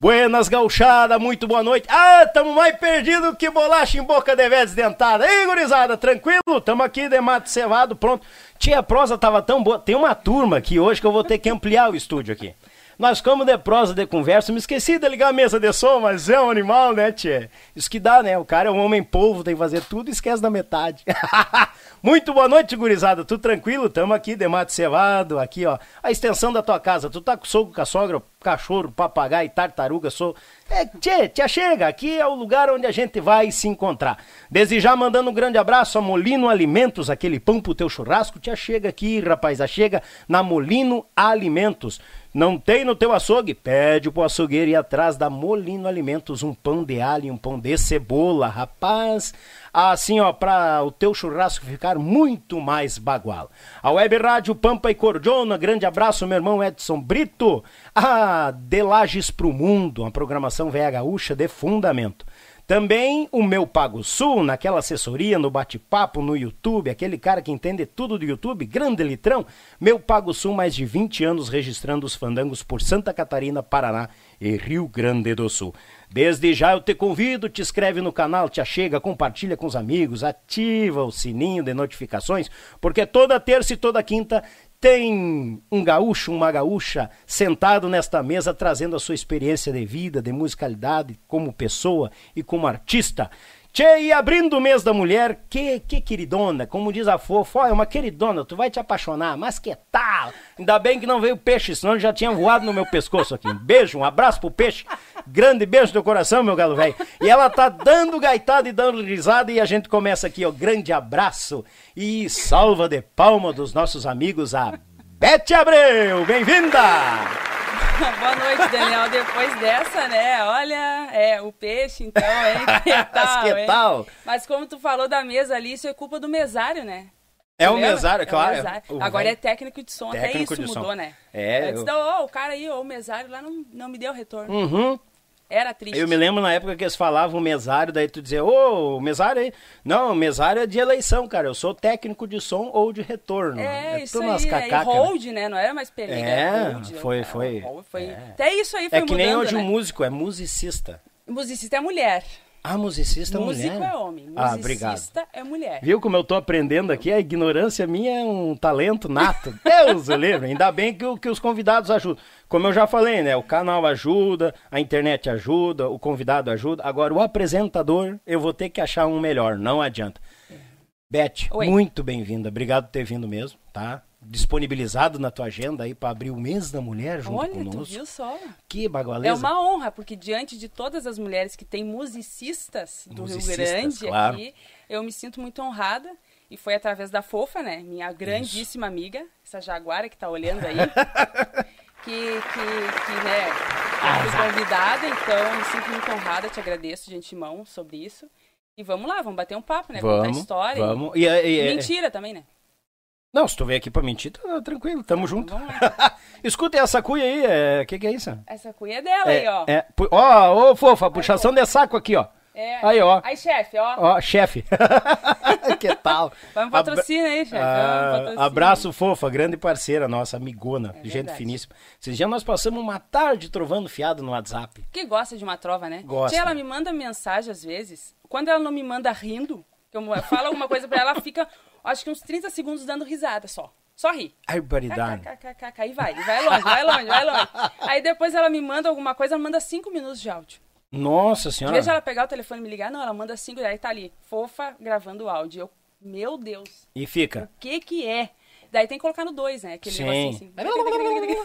Buenas gauchada, muito boa noite. Ah, tamo mais perdido que bolacha em boca de velha dentada. Ei, gurizada, tranquilo? Tamo aqui de mato cevado, pronto. Tia, a prosa tava tão boa. Tem uma turma aqui hoje que eu vou ter que ampliar o estúdio aqui. Nós ficamos de prosa de conversa, me esqueci de ligar a mesa de som, mas é um animal, né, tia? Isso que dá, né? O cara é um homem polvo, tem que fazer tudo e esquece da metade. Muito boa noite, gurizada. Tudo tranquilo? Tamo aqui, Demato Cevado, aqui, ó. A extensão da tua casa. Tu tá com sogro, com a sogra, cachorro, papagaio, tartaruga, sou. É, tchê, tia, chega. Aqui é o lugar onde a gente vai se encontrar. Desejar mandando um grande abraço a Molino Alimentos, aquele pão pro teu churrasco. Tia, chega aqui, rapaz. A chega na Molino Alimentos. Não tem no teu açougue? Pede pro açougueiro ir atrás da Molino Alimentos um pão de alho e um pão de cebola, rapaz. Assim, ó, para o teu churrasco ficar muito mais bagual. A Web Rádio Pampa e Cordiona, grande abraço, meu irmão Edson Brito. Ah, A Delages pro Mundo, uma programação velha gaúcha de fundamento. Também o meu Pago Sul, naquela assessoria, no bate-papo, no YouTube, aquele cara que entende tudo do YouTube, grande litrão. Meu Pago Sul, mais de 20 anos registrando os fandangos por Santa Catarina, Paraná e Rio Grande do Sul. Desde já eu te convido, te inscreve no canal, te achega, compartilha com os amigos, ativa o sininho de notificações, porque toda terça e toda quinta tem um gaúcho, uma gaúcha sentado nesta mesa trazendo a sua experiência de vida, de musicalidade, como pessoa e como artista. Tchê, e abrindo o mês da mulher, que, que queridona, como diz a fofa, ó, é uma queridona, tu vai te apaixonar, mas que tal? Ainda bem que não veio peixe, senão ele já tinha voado no meu pescoço aqui. Um beijo, um abraço pro peixe, grande beijo do coração, meu galo velho. E ela tá dando gaitada e dando risada e a gente começa aqui, ó, grande abraço e salva de palma dos nossos amigos, a Bete Abreu, bem-vinda! Boa noite, Daniel. Depois dessa, né? Olha, é o peixe, então, hein? Que tal? Que hein? tal? Mas como tu falou da mesa ali, isso é culpa do mesário, né? É Tu o lembra? mesário, claro. mesário. O Agora velho. é técnico de som, até Técnico isso de som. mudou, né? É, Antes eu- da, ó, o cara aí, ó, o mesário lá não, não me deu retorno. Uhum. Era triste. Eu me lembro na época que eles falavam mesário, daí tu dizia, ô, o mesário aí. Não, o mesário é de eleição, cara. Eu sou técnico de som ou de retorno. É, isso tudo aí, umas né? E cacacas, né? hold, né? Não era mais peliga, É, era hold. né? foi- Era um foi- hold, foi- é. Até isso aí foi É que mudando, nem hoje né? o músico, é musicista. Musicista é mulher. Ah, musicista é Músico mulher. é homem, musicista Ah, obrigado. é mulher. Viu como eu tô aprendendo aqui? A ignorância minha é um talento nato. Deus o livre. Ainda bem que, o- que os convidados ajudam. Como eu já falei, né? O canal ajuda, a internet ajuda, o convidado ajuda. Agora, o apresentador, eu vou ter que achar um melhor. Não adianta. Beth, Oi. muito bem-vinda. Obrigado por ter vindo mesmo, tá? Disponibilizado na tua agenda aí pra abrir o mês da mulher junto Olha, tu conosco. viu só? Que bagualeza. É uma honra, porque diante de todas as mulheres que têm musicistas do Musicistas, Rio Grande claro. aqui, eu me sinto muito honrada. E foi através da Fofa, né? Minha grandíssima amiga, essa jaguara que tá olhando aí. que, que, que, né, eu fui convidada, então me sinto muito honrada, te agradeço de antemão sobre isso. E vamos lá, vamos bater um papo, né? Contar Vamos, história. vamos. E, é, e, e- Mentira também, né? Não, se tu veio aqui pra mentir, tá tranquilo, tamo junto. Vamos lá. Escutem essa cuia aí, é... que que é isso? Essa cuia é dela aí, É, ó. é, pu- ó, ô fofa, puxação de saco aqui, ó. É. Aí, ó. Aí, chefe, ó. Ó, chefe. que tal? Vamos patrocina aí, chefe. um Ah, Vamos patrocina. abraço, fofa, grande parceira nossa, amigona, gente É verdade. finíssima. Esses dias nós passamos uma tarde trovando fiado no WhatsApp. Que gosta de uma trova, né? Gosta. Tia, ela me manda mensagem às vezes. Quando ela não me manda rindo, que eu falo alguma coisa pra ela, ela fica acho que uns 30 segundos dando risada só. Só ri. Arbaridade. Kkkk, E vai, e vai longe, vai longe, vai longe. Aí depois ela me manda alguma coisa, ela manda 5 minutos de áudio. Nossa Em senhora. vez de ela pegar o telefone e me ligar, não, ela manda 5, aí tá ali, fofa, gravando o áudio. Eu, meu Deus, E fica. o que que é? Daí tem que colocar no 2, né? Aquele Sim. negocinho assim.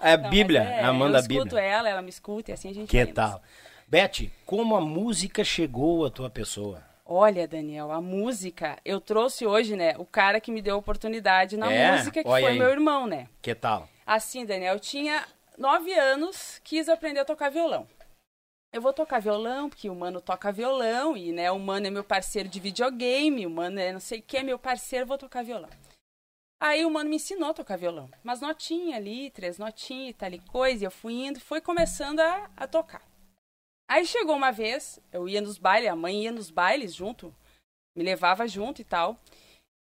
É a Não, mas Bíblia, é, ela manda a Eu escuto Bíblia. ela, ela me escuta e assim a gente vai Que indo. tal? Beth, como a música chegou à tua pessoa? Olha, Daniel, a música, eu trouxe hoje, né, o cara que me deu a oportunidade na É? música, que Olha foi aí. meu irmão, né? Que tal? Assim, Daniel, eu tinha nove anos, quis aprender a tocar violão. Eu vou tocar violão, porque o mano toca violão, e, né, o mano é meu parceiro de videogame, o mano é não sei o que, é meu parceiro, vou tocar violão. Aí o mano me ensinou a tocar violão, mas notinha ali, três notinhas, e tal e coisa, e eu fui indo, fui começando a, a tocar. Aí chegou uma vez, eu ia nos bailes, a mãe ia nos bailes junto, me levava junto e tal.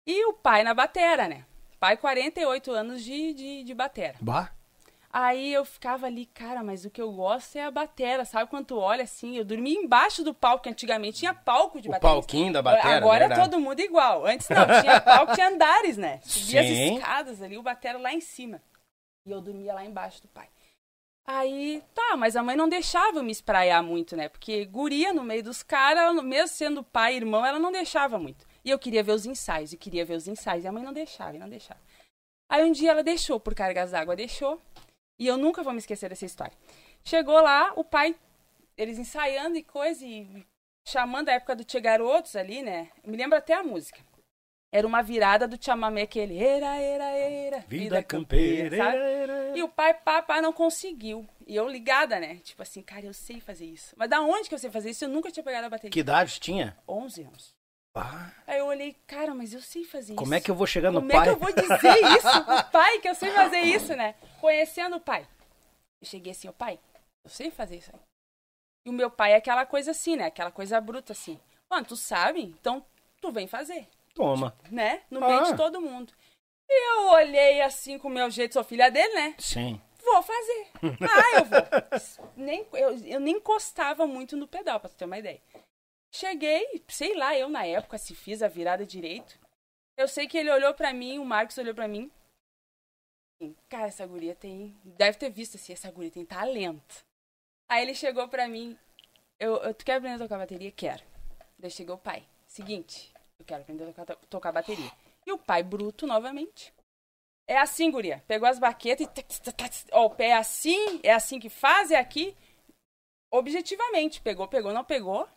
E o pai na batera, né? Pai, 48 anos de, de, de batera. Bah. Aí eu ficava ali, cara, mas o que eu gosto é a batera, sabe? Quando tu olha assim, eu dormia embaixo do palco, que antigamente tinha palco de O batera. palquinho da batera, né, Agora é verdade. todo mundo igual. Antes não, tinha palco, tinha andares, né? Subia Sim. as escadas ali, o batera lá em cima. E eu dormia lá embaixo do pai. Aí, tá, mas a mãe não deixava eu me espraiar muito, né? Porque guria no meio dos caras, ela- mesmo sendo pai e irmão, ela não deixava muito. E eu queria ver os ensaios, e queria ver os ensaios. E a mãe não deixava, e não deixava. Aí um dia ela deixou, por cargas d'água, deixou. E eu nunca vou me esquecer dessa história. Chegou lá, o pai, eles ensaiando e coisa, e chamando a época do Tia Garotos ali, né? Eu me lembro até a música. Era uma virada do Chamamé, aquele era, era, era. Vida campeira. sabe? era, era, era. E o pai, papá, não conseguiu. E eu ligada, né? Tipo assim, cara, eu sei fazer isso. Mas da onde que eu sei fazer isso? Eu nunca tinha pegado a bateria. Que idade tinha? 11 anos. Ah, Aí eu olhei, cara, mas eu sei fazer isso. como é que eu vou chegar no Como pai? é que eu vou dizer isso pro pai que eu sei fazer isso, né? Conhecendo o pai. Eu cheguei assim, ô pai, eu sei fazer isso aí. E o meu pai é aquela coisa assim, né? Aquela coisa bruta assim. Mano, tu sabe? Então tu vem fazer Toma. né? No Ah. meio de todo mundo. E eu olhei assim com o meu jeito, sou filha dele, né? Sim. Vou fazer. Ah, eu vou. Nem, eu, eu nem encostava muito no pedal, pra tu ter uma ideia. Cheguei, sei lá, eu na época, se fiz a virada direito. Eu sei que ele olhou pra mim, o Marcos olhou pra mim. assim, Cara, essa guria tem. Deve ter visto assim, essa guria tem talento. Aí ele chegou pra mim. Eu, eu- tu quer aprender a tocar bateria? Quero. Daí chegou o pai. Seguinte, eu quero aprender a tocar, tocar bateria. E o pai bruto novamente. É assim, guria. Pegou as baquetas e. tac, tac, tac, Ó, o pé é assim, é assim que faz, é aqui. Objetivamente. Pegou, pegou, não pegou.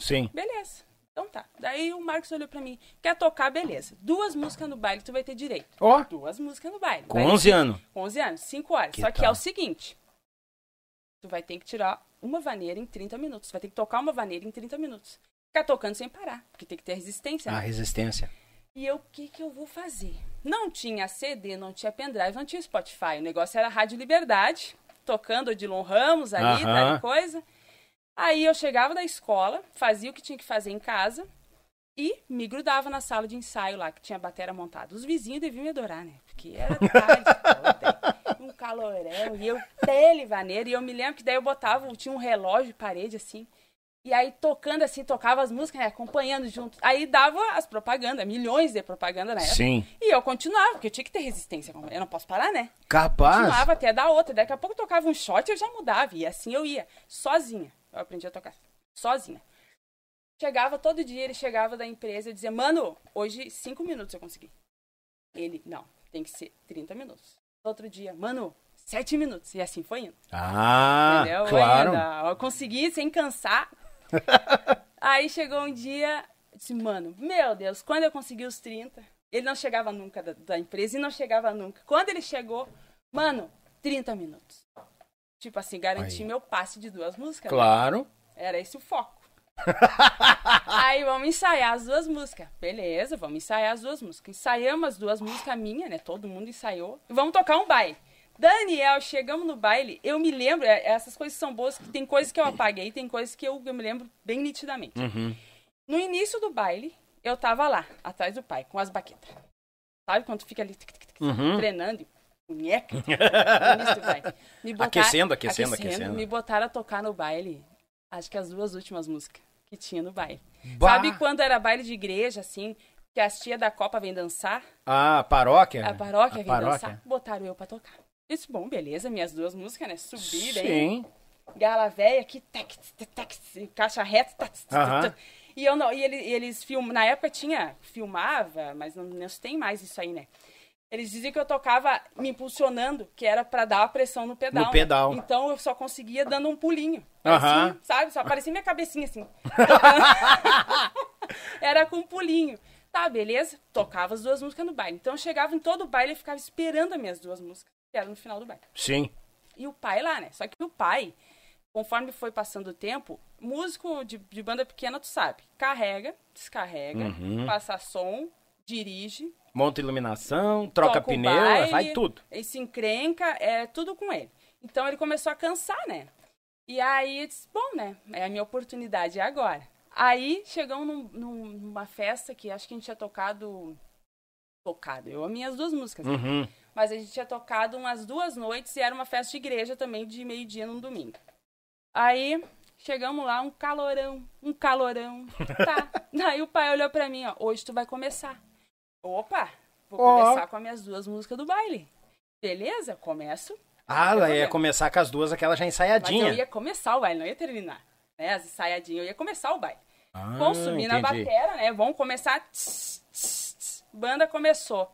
Sim. Beleza. Então tá. Daí o Marcos olhou pra mim. Quer tocar? Beleza. Duas músicas no baile, tu vai ter direito. Ó, Duas músicas no baile. com Baile 11 anos. com 11 anos, 5 horas. Que Só que tal? é o seguinte: tu vai ter que tirar uma vaneira em 30 minutos. Tu vai ter que tocar uma vaneira em 30 minutos. Ficar tocando sem parar, porque tem que ter resistência. A né? resistência. E eu, o que, que eu vou fazer? Não tinha CD, não tinha pendrive, não tinha Spotify. O negócio era Rádio Liberdade, tocando Odilon Ramos ali, Aham. tal coisa. Aí eu chegava da escola, fazia o que tinha que fazer em casa e me grudava na sala de ensaio lá, que tinha a batera montada. Os vizinhos deviam me adorar, né? Porque era tarde toda, um calorão, e eu pele vaneira. E eu me lembro que daí eu botava, tinha um relógio de parede assim, e aí tocando assim, tocava as músicas, né? acompanhando junto. Aí dava as propagandas, milhões de propaganda na época. Sim. E eu continuava, porque eu tinha que ter resistência. Eu não posso parar, né? Capaz. Continuava até dar outra. Daqui a pouco eu tocava um shot e eu já mudava. E assim eu ia, sozinha. Eu aprendi a tocar sozinha. Chegava todo dia, ele chegava da empresa e dizia, mano, hoje cinco minutos eu consegui. Ele, não, tem que ser 30 minutos. Outro dia, mano, sete minutos. E assim foi indo. Ah, Entendeu? Ainda, claro. ó, eu consegui sem cansar. Aí chegou um dia, eu disse, mano, meu Deus, quando eu consegui os 30, ele não chegava nunca da, da empresa e não chegava nunca. Quando ele chegou, mano, 30 minutos. Tipo assim, garanti Aí. meu passe de duas músicas. né? Claro. Era esse o foco. Aí vamos ensaiar as duas músicas. Beleza, vamos ensaiar as duas músicas. Ensaiamos as duas músicas minha, né? Todo mundo ensaiou. E vamos tocar um baile. Daniel, chegamos no baile. Eu me lembro, é- essas coisas são boas, que tem coisas que eu apaguei, tem coisas que eu, eu me lembro bem Hum. nitidamente. Uhum. No início do baile, eu tava lá, atrás do pai, com as baquetas. Sabe quando tu fica ali tic, tic, tic, tic, Uhum. treinando? e Punheca. no início do baile. Me botar- Aquecendo, aquecendo, aquecendo. Me botaram a tocar no baile, acho que as duas últimas músicas que tinha no baile. Bah. Sabe quando era baile de igreja, assim, que as tia da Copa vem dançar, A paróquia? a paróquia É, A vem dançar, botaram eu pra tocar. Eu Disse, bom, beleza, minhas duas músicas, né? Subida, hein? Sim. Gala Véia, que tac, tac, tac, caixa reta, tac, tac, tac, Aham. tac. E eu não, e ele- e eles filmam, na época tinha, filmava, mas não, não se tem mais isso aí, né? Eles diziam que eu tocava me impulsionando, que era pra dar a pressão no pedal. No né? pedal. Então eu só conseguia dando um pulinho. Aham. Assim, sabe? Só parecia minha cabecinha assim. era com um pulinho. Tá, beleza? Tocava as duas músicas no baile. Então eu chegava em todo o baile e ficava esperando as minhas duas músicas, que era no final do baile Sim. e o pai lá, né? Só que o pai, conforme foi passando o tempo, músico de, de banda pequena, tu sabe, carrega, descarrega, Uhum. passa som, dirige, Monta iluminação, troca toca o pneu, baile, vai tudo. E se encrenca, é tudo com ele. Então ele começou a cansar, né? E aí eu disse, bom, né? É a minha oportunidade, é agora. Aí chegamos num- num- numa festa que acho que a gente tinha tocado. Tocado, eu amei as duas músicas. né? Uhum. Mas a gente tinha tocado umas duas noites e era uma festa de igreja também, de meio-dia num domingo. Aí chegamos lá, um calorão, um calorão. Tá. Aí o pai olhou pra mim, ó, hoje tu vai começar. Opa, vou Ó. começar com as minhas duas músicas do baile. Beleza, começo. Ah, ela ia Olha. começar com as duas, aquela já Mas ensaiadinha. eu ia começar o baile, não ia terminar. Né? As ensaiadinhas, eu ia começar o baile. Ah, Consumir na entendi. batera, né? Vamos começar. tss, tss, tss. Banda começou.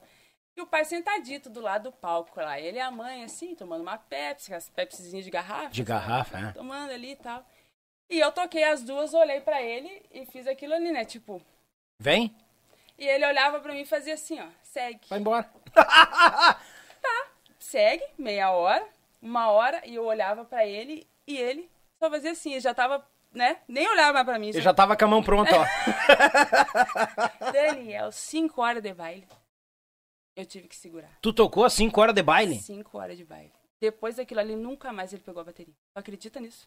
E o pai sentadito do lado do palco lá. Ele e a mãe, assim, tomando uma Pepsi, as Pepsizinhas de garrafa. De garrafa, é. Tomando ali e tal. E eu toquei as duas, olhei pra ele e fiz aquilo ali, né? Tipo. Vem, E ele olhava pra mim e fazia assim, ó. Segue. vai embora. segue meia hora, uma hora, e eu olhava pra ele e ele só fazia assim, ele já tava, né? Nem olhava mais pra mim. Eu só- já tava com a mão pronta, ó. assim, Daniel, cinco horas de baile. Eu tive que segurar. Tu tocou às 5 horas de baile? Cinco horas de baile. Depois daquilo ali, nunca mais ele pegou a bateria. Tu acredita nisso?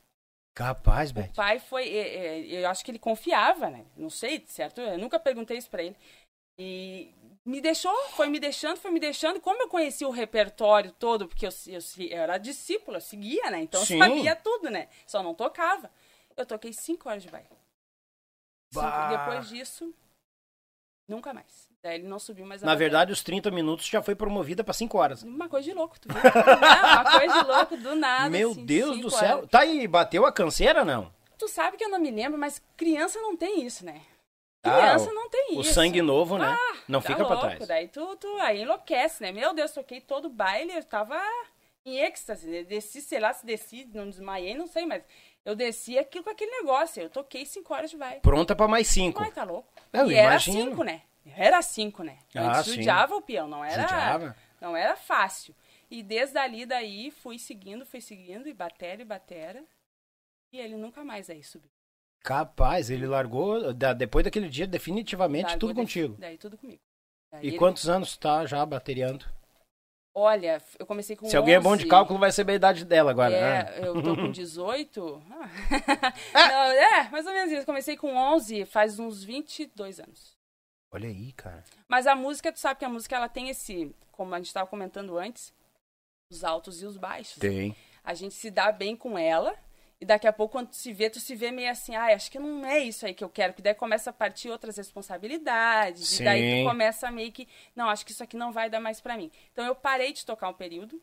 Capaz, velho. O pai foi. é, é, Eu acho que ele confiava, né? Não sei, certo? Eu nunca perguntei isso pra ele. E me deixou, foi me deixando, foi me deixando. Como eu conhecia o repertório todo, porque eu, eu, eu era discípula, eu seguia, né? Então Sim. eu sabia tudo, né? Só não tocava. Eu toquei cinco horas de baile. Cinco- Bah. Depois disso, nunca mais. Daí ele não subiu mais a Na bateria. verdade, os 30 minutos já foi promovida pra 5 horas. Uma coisa de louco, tu viu? Não, uma coisa de louco, do nada. Meu assim, Deus cinco do céu. horas. Tá aí, bateu a canseira, não? Tu sabe que eu não me lembro, mas criança não tem isso, né? Ah, Criança o- não tem O isso. sangue novo, né? Ah, não tá fica pra louco, trás. Daí tu, tu aí enlouquece, né? Meu Deus, toquei todo o baile, eu tava em êxtase. né? Desci, sei lá, se desci, não desmaiei, não sei, mas eu desci aquilo com aquele negócio. Eu toquei cinco horas de baile. Pronta pra mais 5. Mas tá louco. Eu e era imagino. cinco, né? Era cinco, né? Ah, Antes sim. judiava o peão, não era, Judiava. não era fácil. E desde ali, daí, fui seguindo, fui seguindo, e batera, e batera. E ele nunca mais aí subiu. Capaz, ele largou da- depois daquele dia definitivamente Largou tudo de- contigo. Daí tudo comigo. Daí E ele- quantos anos tá já bateriando? Olha, eu comecei com Se alguém é bom de 11. cálculo, vai saber a idade dela agora. né? É, eu tô com 18. Ah. Não, é, mais ou menos isso. Comecei com 11, faz uns 22 anos. Olha aí, cara. Mas a música, tu sabe que a música ela tem esse, como a gente tava comentando antes, os altos e os baixos. Tem. A gente se dá bem com ela. E daqui a pouco, quando tu se vê, tu se vê meio assim, ai, acho que não é isso aí que eu quero. Que daí começa a partir outras responsabilidades. E daí Sim. tu começa meio que, não, acho que isso aqui não vai dar mais pra mim. Então eu parei de tocar um período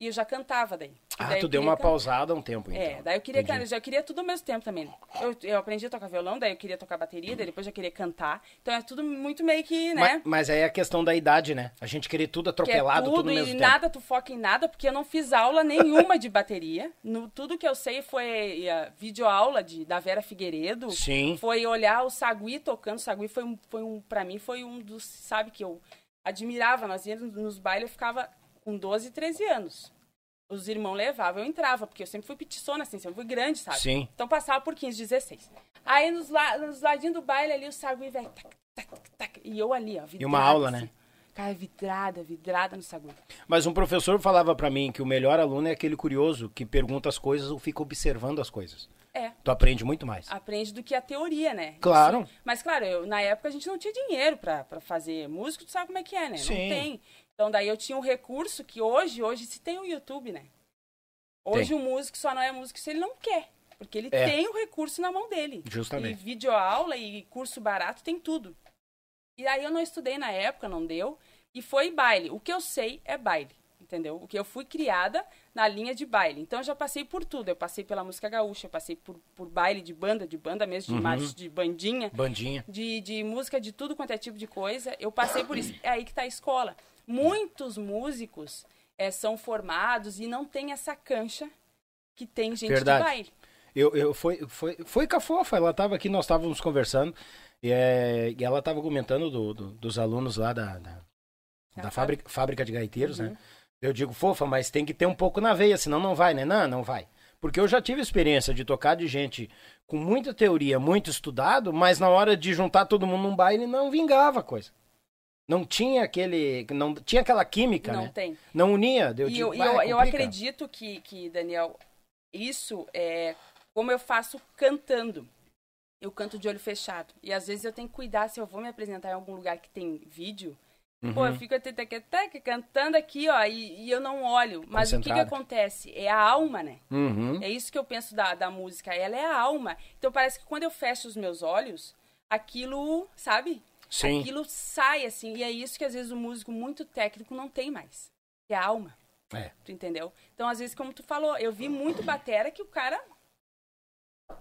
e eu já cantava daí. E Ah, daí tu eu deu queria uma cantar. pausada há um tempo, então. É, daí eu queria, Entendi. cara, eu já queria tudo ao mesmo tempo também. né? Eu, eu aprendi a tocar violão, daí eu queria tocar bateria, daí depois já queria cantar. Então é tudo muito meio que, Ma- né? Mas, aí é a questão da idade, né? A gente querer tudo que é atropelado, tudo, tudo no e mesmo tempo. nada tu foca em nada, porque eu não fiz aula nenhuma de bateria. No, tudo que eu sei foi eh, videoaula de, da Vera Figueiredo. Sim. Foi olhar o Sagui tocando. O Sagui foi um, foi um para mim, foi um dos, sabe, que eu admirava. Nós íamos nos bailes, eu ficava com 12, 13 anos. Os irmãos levavam, eu entrava, porque eu sempre fui petiçona, assim, sempre fui grande, sabe? Sim. Então passava por 15, 16. Aí nos, la, nos ladinhos do baile ali, o Sagui, velho, tac, tac, tac, e eu ali, ó, vidrada. uma aula, né? assim. Cara, vidrada, vidrada no Sagui. Mas um professor falava pra mim que o melhor aluno é aquele curioso que pergunta as coisas ou fica observando as coisas. É, Tu aprende muito mais. aprende do que a teoria, né? Claro. Isso- Mas, claro, eu- na época a gente não tinha dinheiro pra pra fazer músico, tu sabe como é que é, né? Sim. Não tem. Então, daí eu tinha um recurso que hoje, hoje se tem o YouTube, né? Hoje Tem. o músico só não é músico se ele não quer. Porque ele É. tem o recurso na mão dele. E Justamente. videoaula e curso barato, tem tudo. E aí eu não estudei na época, não deu. E foi baile. O que eu sei é baile, entendeu? O que eu fui criada na linha de baile. Então eu já passei por tudo. Eu passei pela música gaúcha, eu passei por, por baile de banda, de banda mesmo, Uhum. de marcha, de bandinha, Bandinha. de, de música, de tudo quanto é tipo de coisa. Eu passei por isso. É aí que tá a escola. Muitos músicos eh, são formados e não tem essa cancha que tem gente Verdade. de baile. Eu, eu foi, foi, foi com a fofa, ela tava aqui, nós estávamos conversando, e, é, e ela tava comentando do- do- dos alunos lá da, da, Da da fábrica. Uhum. fábrica, fábrica de gaiteiros, né? Eu digo, fofa, mas tem que ter um pouco na veia, senão não vai, né? Não, não vai. Porque eu já tive experiência de tocar de gente com muita teoria, muito estudado, mas na hora de juntar todo mundo num baile não vingava a coisa. Não tinha aquele. Não tinha aquela química, Não né? tem. Não unia. daí Eu e digo, eu, "Bah, eu, eu complica." acredito que, que, Daniel, isso é como eu faço cantando. Eu canto de olho fechado. E às vezes eu tenho que cuidar se eu vou me apresentar em algum lugar que tem vídeo. Uhum. Pô, eu fico tetequeteque cantando aqui, ó, e, e eu não olho. Mas o que, que Concentrado. acontece? É a alma, né? Uhum. É isso que eu penso da, da música. Ela é a alma. Então parece que quando eu fecho os meus olhos, aquilo, sabe? Sim. Aquilo sai, assim. E é isso que às vezes o músico muito técnico não tem mais. Que é a alma. É. Tu entendeu? Então, às vezes, como tu falou, eu vi muito batera que o cara.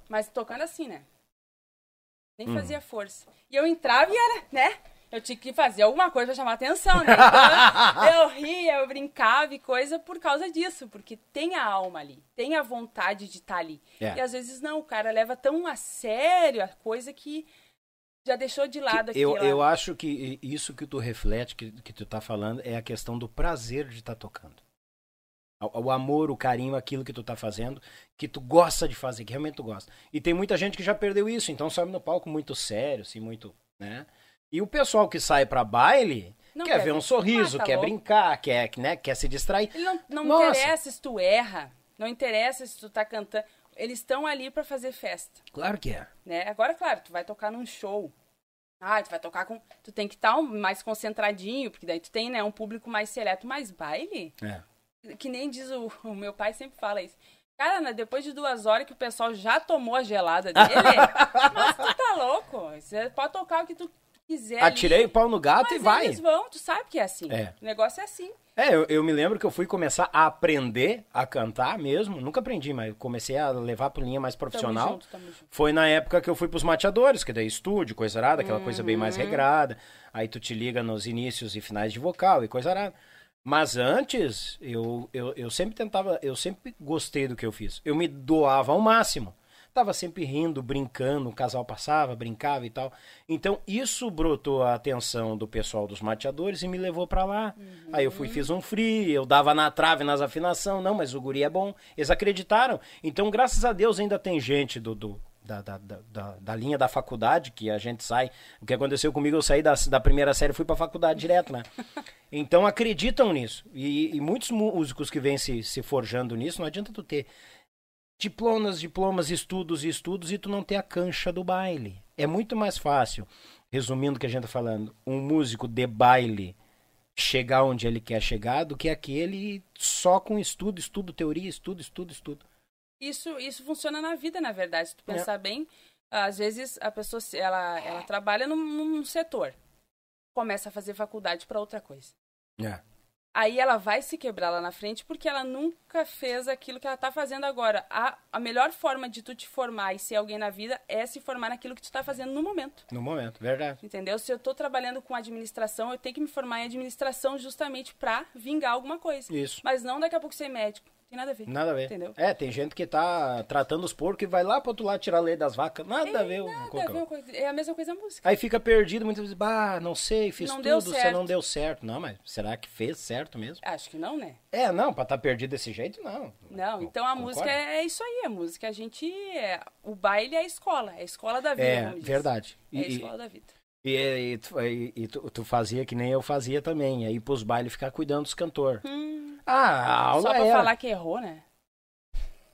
Mas tocando assim, né? Nem Hum. fazia força. E eu entrava e era, né? Eu tinha que fazer alguma coisa pra chamar atenção, né? Então, eu ria, eu brincava e coisa por causa disso. Porque tem a alma ali, tem a vontade de estar ali. É. E às vezes não, o cara leva tão a sério a coisa que já deixou de lado Que eu, aquela- eu acho que i- isso que tu reflete, que, que tu tá falando, é a questão do prazer de estar tocando. O, o amor, o carinho, aquilo que tu tá fazendo, que tu gosta de fazer, que realmente tu gosta. E tem muita gente que já perdeu isso, então sobe no palco muito sério, assim, muito, né? E o pessoal que sai pra baile Não quer, quer ver um ver. sorriso, Ah, tá quer louco. brincar, quer, né, quer se distrair. Ele não, não Nossa. interessa se tu erra, não interessa se tu tá cantando. Eles estão ali pra fazer festa, Claro que é. né? Agora, claro, tu vai tocar num show. Ah, tu vai tocar com. Tu tem que estar mais concentradinho, porque daí tu tem, né, um público mais seleto, mas baile? É. Que nem diz o, o meu pai sempre fala isso. Cara, né, depois de duas horas que o pessoal já tomou a gelada dele, mas tu tá louco. Você pode tocar o que tu quiser. ali, Atirei o pau no gato É, mas é e vai. Eles vão, tu sabe que é assim. É. O negócio é assim. É, eu, eu me lembro que eu fui começar a aprender a cantar mesmo. Nunca aprendi, mas comecei a levar pra linha mais profissional. junto, tamo junto. Foi na época que eu fui pros mateadores, que daí estúdio, coisa arada, aquela coisa bem mais regrada. Aí tu te liga nos inícios e finais de vocal e coisa arada. Mas antes, eu, eu, eu sempre tentava, eu sempre gostei do que eu fiz. Eu me doava ao máximo. Tava sempre rindo, brincando, o casal passava, brincava e tal. Então, isso brotou a atenção do pessoal dos mateadores e me levou pra lá. Aí eu fui, fiz um free, eu dava na trave, nas afinação, não, mas o guri é bom. Eles acreditaram. Então, graças a Deus, ainda tem gente do, do- da, da, da- da- da linha da faculdade, que a gente sai. O que aconteceu comigo, eu saí da, da primeira série e fui pra faculdade direto, né? Então acreditam nisso. E, e muitos músicos que vêm se, se forjando nisso, não adianta tu ter diplomas, diplomas, estudos e estudos e tu não ter a cancha do baile. É muito mais fácil, resumindo o que a gente tá falando, um músico de baile chegar onde ele quer chegar do que aquele só com estudo, estudo, teoria, estudo, estudo, estudo. isso, isso funciona na vida, na verdade. Se tu É. pensar bem, às vezes a pessoa se- ela, ela trabalha num, num setor, começa a fazer faculdade para outra coisa. É. Aí ela vai se quebrar lá na frente porque ela nunca fez aquilo que ela tá fazendo agora. A, a melhor forma de tu te formar e ser alguém na vida é se formar naquilo que tu tá fazendo no momento. No momento, verdade. Entendeu? Se eu tô trabalhando com administração, eu tenho que me formar em administração justamente pra vingar alguma coisa. Isso. Mas não daqui a pouco ser médico. Tem nada a ver. Nada a ver. Entendeu? É, tem gente que tá tratando os porcos e vai lá pro outro lado tirar a lei das vacas. Nada a ver. Nada a com o ver uma coisa- É a mesma coisa a música. Aí fica perdido muitas vezes, bah, não sei, fiz Não deu tudo, você não certo." deu certo. Não, mas será que fez certo mesmo? Acho que não, né? É, não, pra estar tá perdido desse jeito, não. Não, então a Concorda? música é isso aí, a música. A gente. É, o baile é a escola, é a escola da vida. É, como diz. verdade. É a E, escola da vida. e, e- e tu, e- e tu- tu fazia que nem eu fazia também, aí pros bailes ficar cuidando dos cantores. Ah, a aula Hum. Só pra era. falar que errou, né?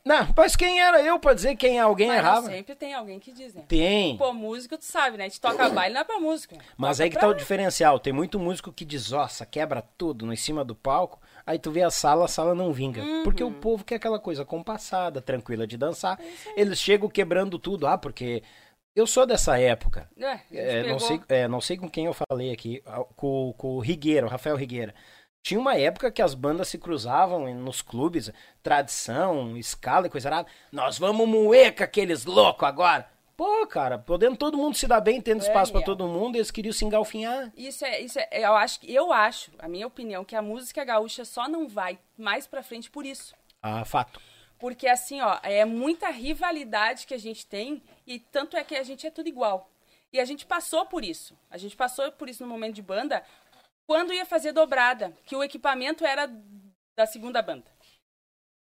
Não, mas quem era eu pra dizer quem alguém Mas errava? sempre tem alguém que diz, né? Tem. Pô, música, tu sabe, né? A gente toca baile não é pra música. Mas Toca aí que pra- tá o diferencial. Tem muito músico que desossa, quebra tudo no em cima do palco. Aí tu vê a sala, a sala não vinga. Porque o povo quer aquela coisa compassada, tranquila de dançar. Eles chegam quebrando tudo. Ah, porque eu sou dessa época. É, a gente É, não, pegou- sei, é, não sei com quem eu falei aqui, ah, com, com o Rigueira, o Rafael Rigueira. Tinha uma época que as bandas se cruzavam em- nos clubes, tradição, escala e coisa errada. Nós vamos moer com aqueles loucos agora. Pô, cara, podendo todo mundo se dar bem, É, tendo espaço pra real. todo mundo, eles queriam se engalfinhar. Isso é, isso é, eu acho, que- eu acho, a minha opinião, que a música gaúcha só não vai mais pra frente por isso. Ah, fato. Porque assim, ó, é muita rivalidade que a gente tem e tanto é que a gente é tudo igual. E a gente passou por isso. A gente passou por isso no momento de banda, quando ia fazer dobrada, que o equipamento era da segunda banda.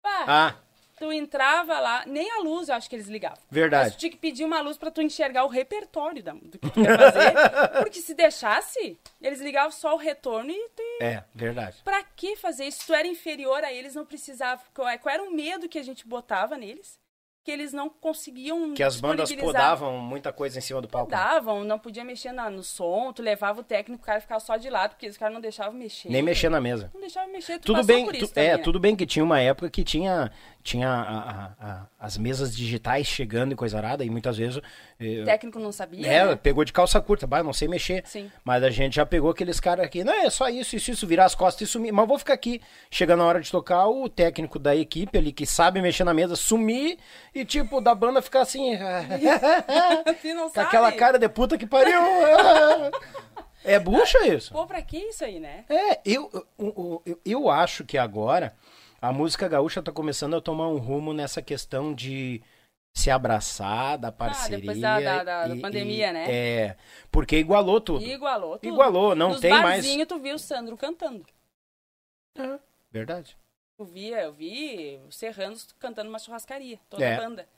Pá, Ah, tu entrava lá, nem a luz eu acho que eles ligavam. Mas verdade. tu tinha que pedir uma luz pra tu enxergar o repertório da- do que tu ia fazer. porque se deixasse, eles ligavam só o retorno e tu É, verdade. Pra que fazer isso? Tu era inferior a eles, não precisava. Qual é- qual era o medo que a gente botava neles? que eles não conseguiam Que as bandas podavam muita coisa em cima do palco. né? Podavam, não podia mexer na- no som, tu levava o técnico, o cara ficava só de lado, porque os caras não deixavam mexer. Nem mexer na mesa. Não deixavam mexer, tu Tudo passou bem, por isso tu- também, é, né? tudo bem que tinha uma época que tinha, tinha a- a- a- as mesas digitais chegando e coisa arada, e muitas vezes. eh, O técnico não sabia, É, né? pegou de calça curta, bah, não sei mexer. Sim. Mas a gente já pegou aqueles caras aqui, não, é só isso, isso, isso, virar as costas e sumir. Mas vou ficar aqui. Chega na hora de tocar, o técnico da equipe ali que sabe mexer na mesa, sumir e tipo, da banda ficar assim. Tu Assim, não com sabe? aquela cara de puta que pariu. é bucha isso. Pô, pra que isso aí, né? É, eu, eu, eu, eu acho que agora a música gaúcha tá começando a tomar um rumo nessa questão de se abraçar, da parceria. Ah, depois da- da- da- da pandemia, né? É, porque igualou tudo. Igualou tudo. Igualou, não Nos tem mais. barzinhos, tu viu o Sandro cantando. Verdade. Eu vi, eu vi o Serranos cantando uma churrascaria, toda É. a banda.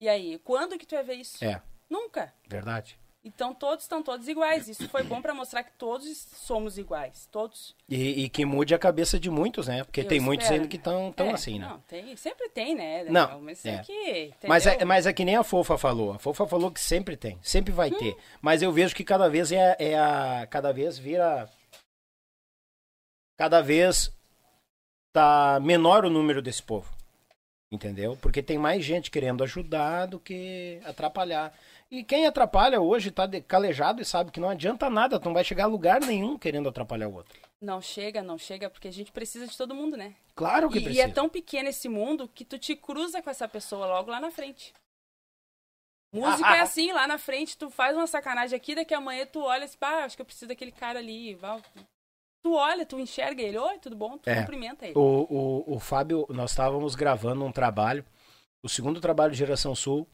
E aí, quando que tu vai ver isso? É, Nunca. verdade. Então todos estão todos iguais. Isso foi bom pra mostrar que todos somos iguais. Todos. E, e que mude a cabeça de muitos, né? Porque Eu tem muitos espero, ainda né? que estão tão É, assim, né? Não, tem, sempre tem, né? Não, Mas é. é que. Mas é, entendeu? mas é que nem a Fofa falou. A Fofa falou que sempre tem, sempre vai ter. Mas eu vejo que cada vez é, é a. Cada vez vira. Cada vez tá menor o número desse povo. Entendeu? Porque tem mais gente querendo ajudar do que atrapalhar. E quem atrapalha hoje tá de- calejado e sabe que não adianta nada, tu não vai chegar a lugar nenhum querendo atrapalhar o outro. Não chega, não chega, porque a gente precisa de todo mundo, né? Claro que E, e precisa. é tão pequeno esse mundo que tu te cruza com essa pessoa logo lá na frente. Ah, Música é assim, lá na frente tu faz uma sacanagem aqui, daqui amanhã tu olha assim, pá, acho que eu preciso daquele cara ali, vai. Tu olha, tu enxerga ele, oi, tudo bom? Tu É. cumprimenta ele. O, o, o Fábio, nós estávamos gravando um trabalho, o segundo trabalho de Geração Sul,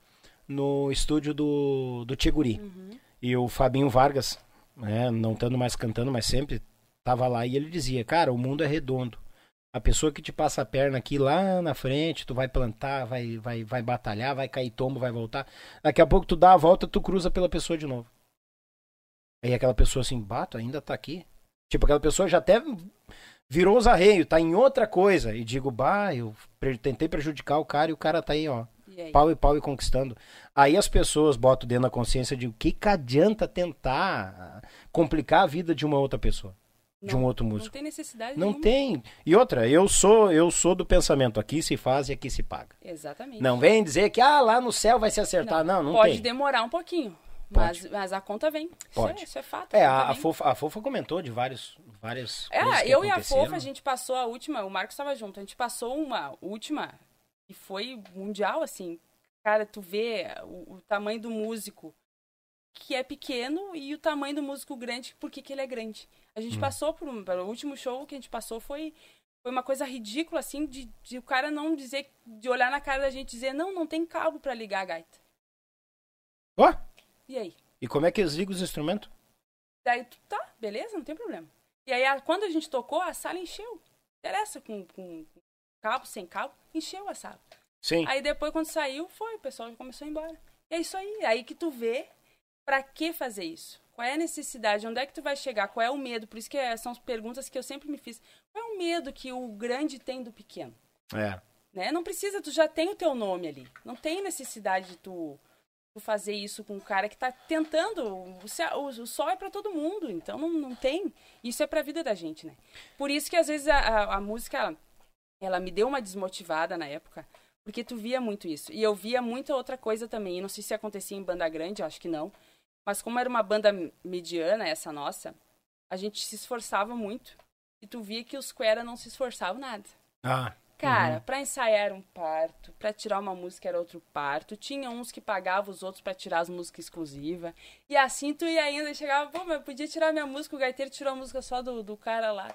no estúdio do, do Tiguri. Uhum. E o Fabinho Vargas, né, não estando mais cantando, mas sempre estava lá e ele dizia: Cara, o mundo é redondo. A pessoa que te passa a perna aqui lá na frente, tu vai plantar, vai, vai, vai batalhar, vai cair tombo, vai voltar. Daqui a pouco tu dá a volta, tu cruza pela pessoa de novo. Aí aquela pessoa assim, bato, ainda tá aqui. Tipo, aquela pessoa já até virou os arreios, tá em outra coisa. E digo, bah, eu pre- tentei prejudicar o cara e o cara tá aí, ó. E aí? Pau e pau e conquistando. Aí as pessoas botam o dedo na consciência e digo, que que adianta tentar complicar a vida de uma outra pessoa, de um Não, outro Não músico? tem necessidade Não nenhuma. tem. E outra, eu sou, eu sou do pensamento, aqui se faz e aqui se paga. Exatamente. Não vem dizer que ah, lá no céu vai se acertar. Não, não, Pode tem. demorar um pouquinho, Pode. mas, mas a conta vem. Isso é- Pode. Isso é, fato. É, conta a, a vem. fofa, a fofa comentou de vários várias coisas É, que né? eu e a aconteceram. Fofa, a gente passou a última, o Marcos estava junto, a gente passou uma última, e foi mundial, assim. Cara, tu vê o, o tamanho do músico que é pequeno e o tamanho do músico grande, por que que ele é grande. A Hum. gente passou por um, pelo último show que a gente passou foi, foi uma coisa ridícula, assim, de, de o cara não dizer, de olhar na cara da gente e dizer, não, não tem cabo pra ligar a gaita. Ó, E aí? e como é que eles ligam os instrumentos? Daí tu, tá, beleza, não tem problema. E aí, a- quando a gente tocou, a sala encheu. Não Interessa com, com cabo, sem cabo, encheu a sala. Sim. Aí depois, quando saiu, foi, o pessoal já começou a ir embora. E é isso aí. Aí que tu vê pra que fazer isso. Qual é a necessidade? Onde é que tu vai chegar? Qual é o medo? Por isso que é- são as perguntas que eu sempre me fiz. Qual é o medo que o grande tem do pequeno? É. né? Não precisa, tu já tem o teu nome ali. Não tem necessidade de tu, tu fazer isso com um cara que tá tentando. O, ce- o- o sol é para todo mundo, então não, não tem. Isso é pra vida da gente, né? Por isso que às vezes a, a- a música, ela, ela me deu uma desmotivada na época, porque tu via muito isso. E eu via muita outra coisa também. E não sei se acontecia em banda grande, eu acho que não. Mas como era uma banda m- mediana, essa nossa, a gente se esforçava muito. E tu via que os Quera não se esforçavam nada. Ah. Cara, pra ensaiar era um parto, pra tirar uma música era outro parto. Tinha uns que pagavam os outros pra tirar as músicas exclusivas. E assim tu ia ainda e chegava, pô, mas eu podia tirar minha música, o gaiteiro tirou a música só do, do cara lá.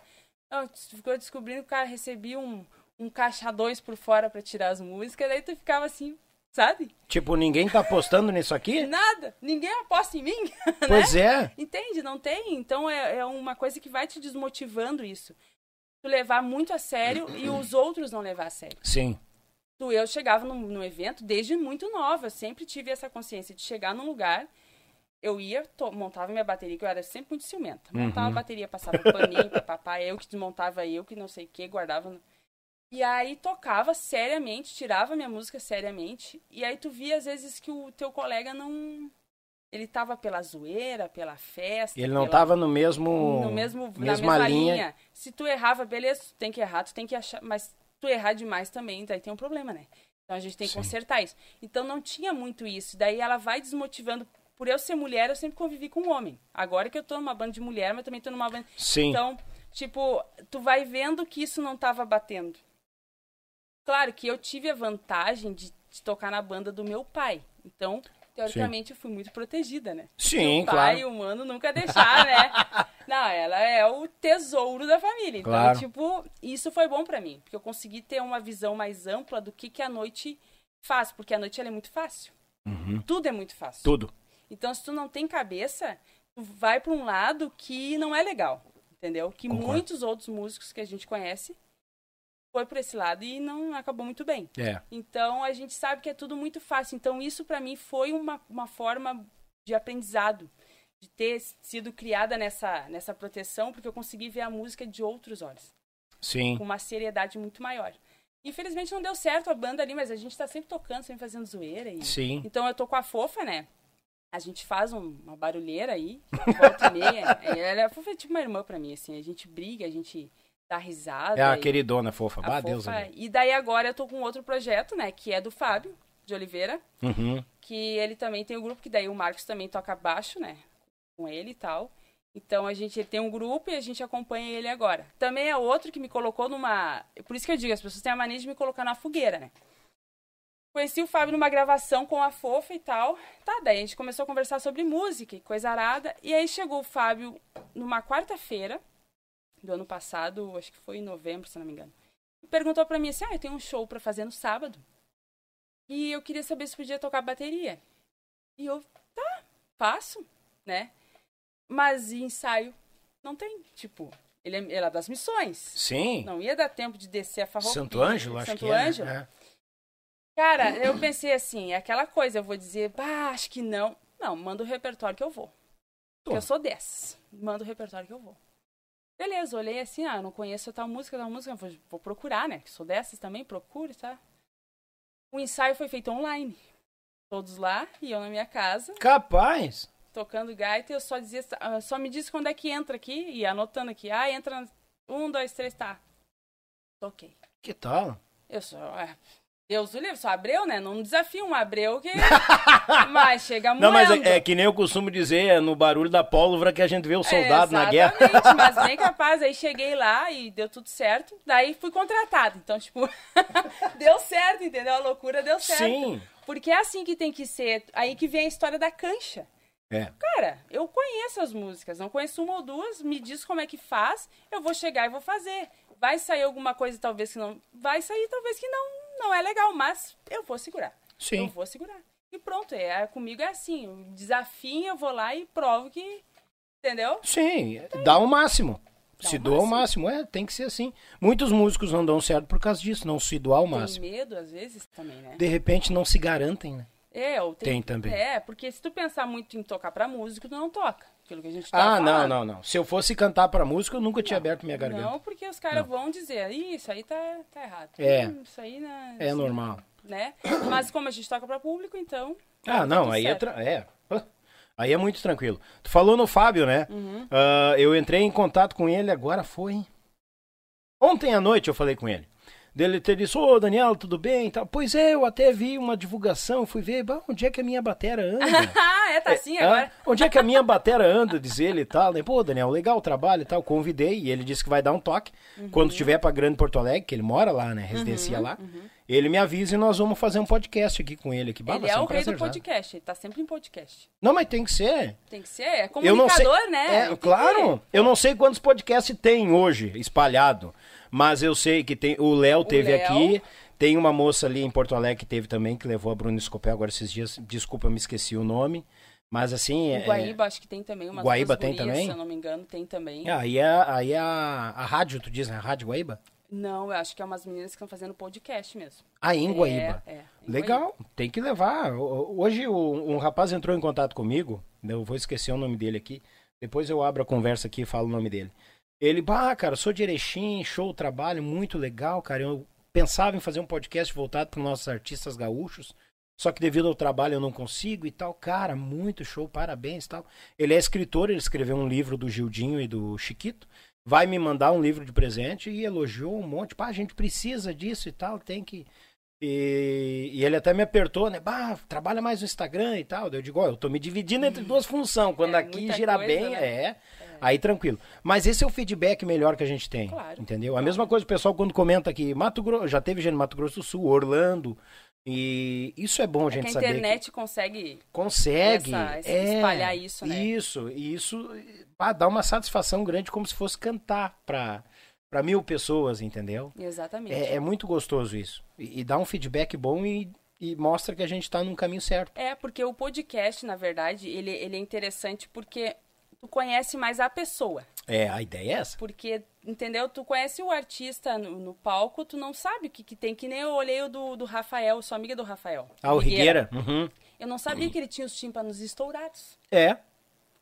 Não, tu ficou descobrindo que o cara recebia um, um caixa dois por fora pra tirar as músicas, daí tu ficava assim, sabe? Tipo, ninguém tá apostando nisso Né? aqui? Nada, ninguém aposta em mim. Pois é. Entende? Não tem? Então é, é uma coisa que vai te desmotivando isso. Tu levar muito a sério e os outros não levar a sério. Sim. Tu- eu chegava no, no evento desde muito nova, eu sempre tive essa consciência de chegar num lugar, eu ia, to- montava minha bateria, que eu era sempre muito Uhum. ciumenta. Montava a bateria, passava paninho pra papai, eu que desmontava, eu que não sei o que, guardava. no- E aí tocava seriamente, tirava minha música seriamente. E aí tu via às vezes que o teu colega não. Ele tava pela zoeira, pela festa. Ele não pela... tava no mesmo. no mesmo na mesma mesma linha. linha. Se tu errava, beleza, tu tem que errar, tu tem que achar. Mas tu errar demais também, daí tem um problema, né? Então a gente tem que Sim. consertar isso. Então não tinha muito isso. Daí ela vai desmotivando. Por eu ser mulher, eu sempre convivi com um homem. Agora que eu tô numa banda de mulher, mas também tô numa banda. Sim. Então, tipo, tu vai vendo que isso não tava batendo. Claro que eu tive a vantagem de, de tocar na banda do meu pai. Então, teoricamente, eu fui muito protegida, né? Sim, Meu claro. pai humano nunca deixar, né? Não, ela é o tesouro da família. Então, Claro. tipo, isso foi bom pra mim. Porque eu consegui ter uma visão mais ampla do que, que a noite faz. Porque a noite ela é muito fácil. Uhum. Tudo é muito fácil. Tudo. Então, se tu não tem cabeça, tu vai pra um lado que não é legal, entendeu? Que Concordo. muitos outros músicos que a gente conhece foi por esse lado e não acabou muito bem. É. Então, a gente sabe que é tudo muito fácil. Então, isso pra mim foi uma, uma forma de aprendizado, de ter sido criada nessa, nessa proteção, porque eu consegui ver a música de outros olhos, Sim. com uma seriedade muito maior. Infelizmente não deu certo a banda ali, mas a gente tá sempre tocando, sempre fazendo zoeira e Sim. então eu tô com a fofa, né? A gente faz um- uma barulheira aí, volta e meia. É, Ela é a fofa é tipo uma irmã pra mim, assim. A gente briga, a gente dá risada. É a e- queridona fofa. a Ah, Deus. fofa- é. amigo. E daí agora eu tô com outro projeto, né? Que é do Fábio de Oliveira. Uhum. Que ele também tem um grupo, que daí o Marcos também toca baixo, né? Com ele e tal. Então a gente ele tem um grupo e a gente acompanha ele agora. Também é outro que me colocou numa. Por isso que eu digo, as pessoas têm a mania de me colocar na fogueira, né? Conheci o Fábio numa gravação com a Fofa e tal. Tá, daí a gente começou a conversar sobre música e coisa arada. E aí chegou o Fábio numa quarta-feira do ano passado, acho que foi em novembro, se não me engano. E perguntou pra mim assim: Ah, eu tenho um show pra fazer no sábado. E eu queria saber se podia tocar bateria. E eu, tá, faço, né? Mas e ensaio não tem. Tipo, ele é, ela é das missões. Sim. Não ia dar tempo de descer a farroupilha. Santo Ângelo, acho Santo que é. né? Ângelo. É. Cara, eu pensei assim, é aquela coisa, eu vou dizer, bah, acho que não. Não, manda o repertório que eu vou. Porque Pô. eu sou dessas. Manda o repertório que eu vou. Beleza, olhei assim, ah, não conheço tal música, tal música, vou, vou procurar, né? Que sou dessas também, procuro, tá? O ensaio foi feito online. Todos lá e eu na minha casa, Capaz. tocando gaita, e eu só dizia, "Ah, só me diz quando é que entra aqui, e anotando aqui, ah, entra na- um, dois, três, tá. Toquei. Que tal? Eu sou. é, Deus o livro, sou Abreu, né? Não desafio um Abreu que. mas chega muito. Não, mas é, é que nem eu costumo dizer, é no barulho da pólvora que a gente vê o soldado na guerra. Exatamente, mas nem capaz. Aí cheguei lá e deu tudo certo. Daí fui contratada. Então, tipo, deu certo, entendeu? A loucura deu tá certo. Sim. Porque é assim que tem que ser. Aí que vem a história da cancha. É. Cara, eu conheço as músicas, não conheço uma ou duas, me diz como é que faz, eu vou chegar e vou fazer. Vai sair alguma coisa talvez que não. Vai sair talvez que não, não é legal, mas eu vou segurar. Sim. Eu vou segurar. E pronto, é, comigo é assim, o desafio eu vou lá e provo que. Entendeu? Sim, dá o máximo. Dá se o doa ao máximo, é, tem que ser assim. Muitos músicos não dão certo por causa disso, não se doar ao Tem máximo. medo às vezes também, né? De repente não se garantem, né? É, ou Tem também. É, porque se tu pensar muito em tocar pra músico, tu não toca. Aquilo que a gente tá Ah, não, falando. não, não. Se eu fosse cantar pra música, eu nunca tinha aberto minha garganta. Não, porque os caras vão dizer, "Ih, isso aí tá, tá errado. É. Hum, Isso aí não. É normal. né? Mas como a gente toca pra público, então. Ah, tá não, tudo aí é, certo. tra- é. Hã? Aí é muito tranquilo. Tu falou no Fábio, né? Uhum. Ah, eu entrei em contato com ele, agora foi. Ontem à noite eu falei com ele. Dele ter disse, ô Daniel, tudo bem? e tal. Pois é, eu até vi uma divulgação, fui ver, "Bah, onde é que a minha batera anda? Ah, é, tá assim Ah, agora. onde é que a minha batera anda, diz ele e tal. né? Pô, Daniel, legal o trabalho e tal. Convidei e ele disse que vai dar um toque. Uhum. Quando estiver pra Grande Porto Alegre, que ele mora lá, né? Residencia lá. Ele me avisa e nós vamos fazer um podcast aqui com ele. Que uhum. ele é o rei né? do podcast, ele tá sempre em podcast. um Não, mas tem que ser. Tem que ser, é Eu não sei. comunicador, né? É, Tem que claro. ser. Eu não sei quantos podcasts tem hoje espalhado, mas eu sei que tem. O Léo teve Léo. aqui. Tem uma moça ali em Porto Alegre que teve também, que levou a Bruna Escopel agora esses dias. Desculpa, eu me esqueci o nome. Mas assim. é- O Guaíba, acho que tem também umas Guaíba duas tem gurias, também? Se eu não me engano, tem também. É, aí é, aí é a, a rádio, tu diz, né? A Rádio Guaíba? Não, eu acho que é umas meninas que estão fazendo podcast mesmo. Ah, em É, Guaíba. é, em Legal, tem que levar. O- Hoje o- um rapaz entrou em contato comigo, né? eu vou esquecer o nome dele aqui, depois eu abro a conversa aqui e falo o nome dele. Ele, bah, cara, sou de Erechim, show, trabalho, muito legal, cara, eu pensava em fazer um podcast voltado para nossos artistas gaúchos. Só que devido ao trabalho eu não consigo e tal. Cara, muito show, parabéns e tal. Ele é escritor, ele escreveu um livro do Gildinho e do Chiquito. Vai me mandar um livro de presente e elogiou um monte. Pá, a gente precisa disso e tal, tem que. E, e ele até me apertou, né? Bah, trabalha mais no Instagram e tal. Daí Eu digo, ó, eu tô me dividindo entre duas funções. Quando É, aqui muita gira coisa, bem, né? é. Aí tranquilo. Mas esse é o feedback melhor que a gente tem. Claro. Entendeu? A mesma coisa o pessoal quando comenta aqui, Mato Grosso, já teve gente em Mato Grosso do Sul, Orlando. E isso é bom a É gente que a saber. que- internet consegue. consegue Essa- esse- é, espalhar isso, né? Isso, e isso ah, dá uma satisfação grande, como se fosse cantar pra, pra mil pessoas, entendeu? Exatamente. É, é muito gostoso isso. E, e dá um feedback bom e, e mostra que a gente tá num caminho certo. É, porque o podcast, na verdade, ele, ele é interessante porque tu conhece mais a pessoa. É, a ideia é essa. Porque, entendeu? Tu conhece o artista no, no palco, tu não sabe o que, que tem. Que nem eu olhei o do, do Rafael, sou amiga do Rafael. Ah, o Rigueira. Uhum. Eu não sabia que ele tinha os tímpanos estourados. É.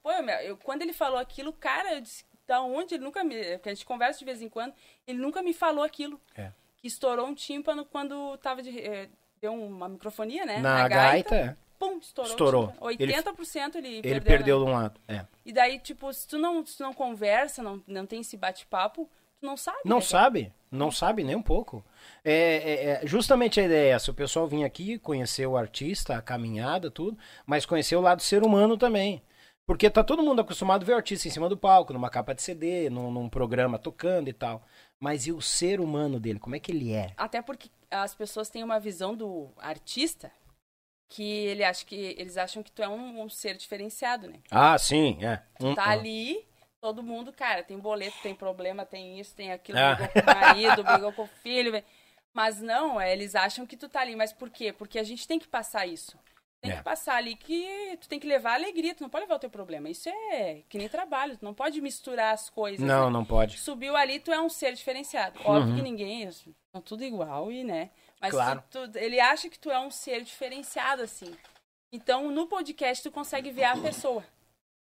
Pô, eu, eu- quando ele falou aquilo, cara, eu disse, da onde? Ele nunca me. é Porque a gente conversa de vez em quando, ele nunca me falou aquilo. É. Que estourou um tímpano quando tava de. eh, deu uma microfonia, né? Na gaita, é. Pum, estourou. tipo, o Estourou. tímpano. Ele- 80% ele, ele né? perdeu de um lado. É. E daí, tipo, se tu não, se tu não conversa, não, não tem esse bate-papo, tu não sabe. Não né? sabe, não sabe nem um pouco. É, é, é, justamente a ideia é essa: o pessoal vinha aqui, conhecer o artista, a caminhada, tudo, mas conhecer o lado ser humano também. Porque tá todo mundo acostumado a ver o artista em cima do palco, numa capa de CD, num, num programa tocando e tal. Mas e o ser humano dele? Como é que ele é? Até porque as pessoas têm uma visão do artista que ele acha que eles acham que tu é um, um ser diferenciado, né? Ah, sim, é. Um- Tá ah. ali, todo mundo, cara, tem boleto, tem problema, tem isso, tem aquilo, Ah. brigou com o marido, brigou com o filho. velho. Mas não, é, eles acham que tu tá ali. Mas por quê? Porque a gente tem que passar isso. Tem É. que passar ali que tu tem que levar alegria, tu não pode levar o teu problema. Isso é que nem trabalho, tu não pode misturar as coisas. né? um. Não, Uhum. não pode. subiu ali, tu é um ser diferenciado. Óbvio que ninguém, são tudo igual e, né? Mas Claro. tu- tu- ele acha que tu é um ser diferenciado, assim. Então, no podcast, tu consegue ver a pessoa,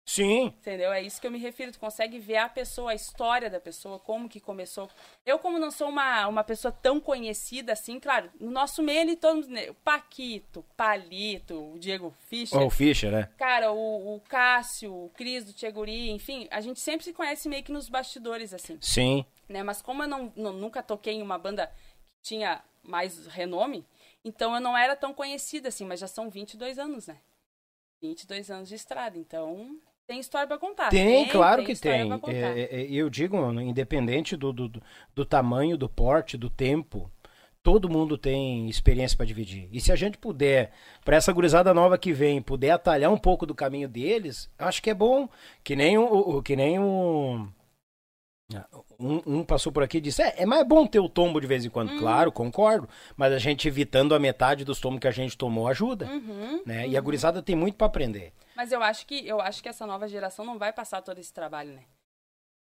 Sim, entendeu? É isso que eu me refiro, tu consegue ver a pessoa, a história da pessoa, como que começou. Eu, como não sou uma, uma pessoa tão conhecida assim, claro, no nosso meio, ele, todo mundo, né? Paquito, Palito, o Diego Fischer, ou o Fischer, né? cara, o, o Cássio, o Cris do Tcheguri, enfim, a gente sempre se conhece meio que nos bastidores, assim Sim. né? Mas como eu não, não- nunca toquei em uma banda que tinha mais renome, então eu não era tão conhecida assim, mas já são 22 anos, né? 22 anos de estrada, então tem história pra contar. Tem, claro que história tem. pra contar. É, é, é, eu digo, mano, independente do, do, do- do tamanho, do porte, do tempo, todo mundo tem experiência pra dividir. E se a gente puder, pra essa gurizada nova que vem, puder atalhar um pouco do caminho deles, eu acho que é bom. Que nem o. o- o- que nem o um, um passou por aqui e disse: é, é mais bom ter o tombo de vez em Hum. quando. Claro, concordo. Mas a gente evitando a metade dos tombos que a gente tomou ajuda. Uhum. né? E a gurizada tem muito pra aprender. Mas eu acho que eu acho que essa nova geração não vai passar todo esse trabalho, né?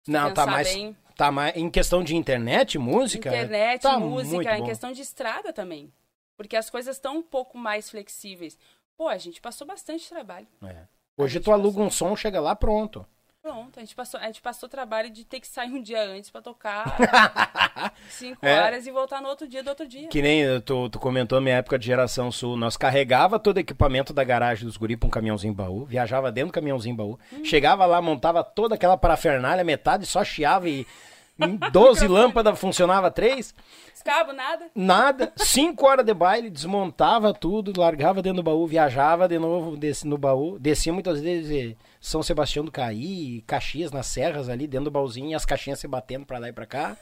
Não, tá Pensar mais. bem. Tá mais. Em questão de internet, música. internet, tá muito música, em bom. questão de estrada também. Porque as coisas estão um pouco mais flexíveis. Pô, a gente passou bastante trabalho. É. Hoje tu aluga um som, chega lá, pronto. Pronto, a gente passou, a gente passou trabalho de ter que sair um dia antes pra tocar cinco É. horas e voltar no outro dia do outro dia. que nem eh, tu, tu comentou minha época de geração sul. Nós carregava todo o equipamento da garagem dos guri pra um caminhãozinho baú, viajava dentro do caminhãozinho baú, chegava lá, montava toda aquela parafernália, metade só chiava e em 12 lâmpadas funcionava três. Escabo, nada. Nada, cinco horas de baile, desmontava tudo, largava dentro do baú, viajava de novo desse, no baú, descia muitas vezes eh, São Sebastião do Caí, Caxias nas serras ali, dentro do baúzinho, e as caixinhas se batendo pra lá e pra cá.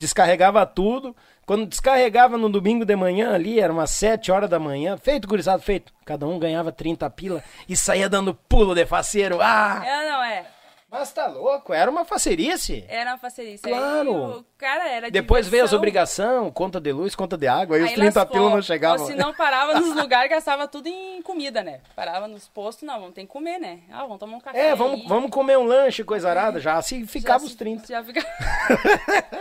Descarregava tudo. Quando descarregava no domingo de manhã ali, era umas sete horas da manhã, feito gurizado, feito. Cada um ganhava 30 pila e saía dando pulo de faceiro. Ah! É, não, é. Mas tá louco, era uma facerice. Era uma facilícia. Claro. Aí, o cara era Depois veio as É, diversão. obrigação, conta de luz, conta de água, aí, os Aí 30 lascou. pila não Ou chegavam. se não parava nos lugares, gastava tudo em comida, né? Parava nos postos, não, vamos ter que comer, né? Ah, vamos tomar um café. É, aí. vamos, vamos comer um lanche, coisa arada, já assim ficava Já os se- 30. Já fica...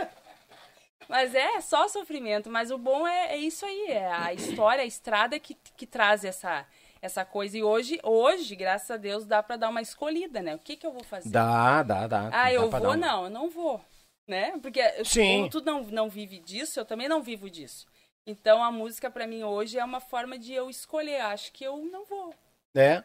mas é só sofrimento, mas o bom é, é isso aí, é a história, a estrada que, que traz essa, essa coisa. E hoje, hoje, graças a Deus, dá pra dar uma escolhida, né? O que que eu vou fazer? Dá, dá, dá. ah, Dá eu pra vou? dar um- Não, eu não vou. né? Porque eu- Sim. como tu não, não vive disso, eu também não vivo disso. Então a música pra mim hoje é uma forma de eu escolher. Acho que eu não vou, né?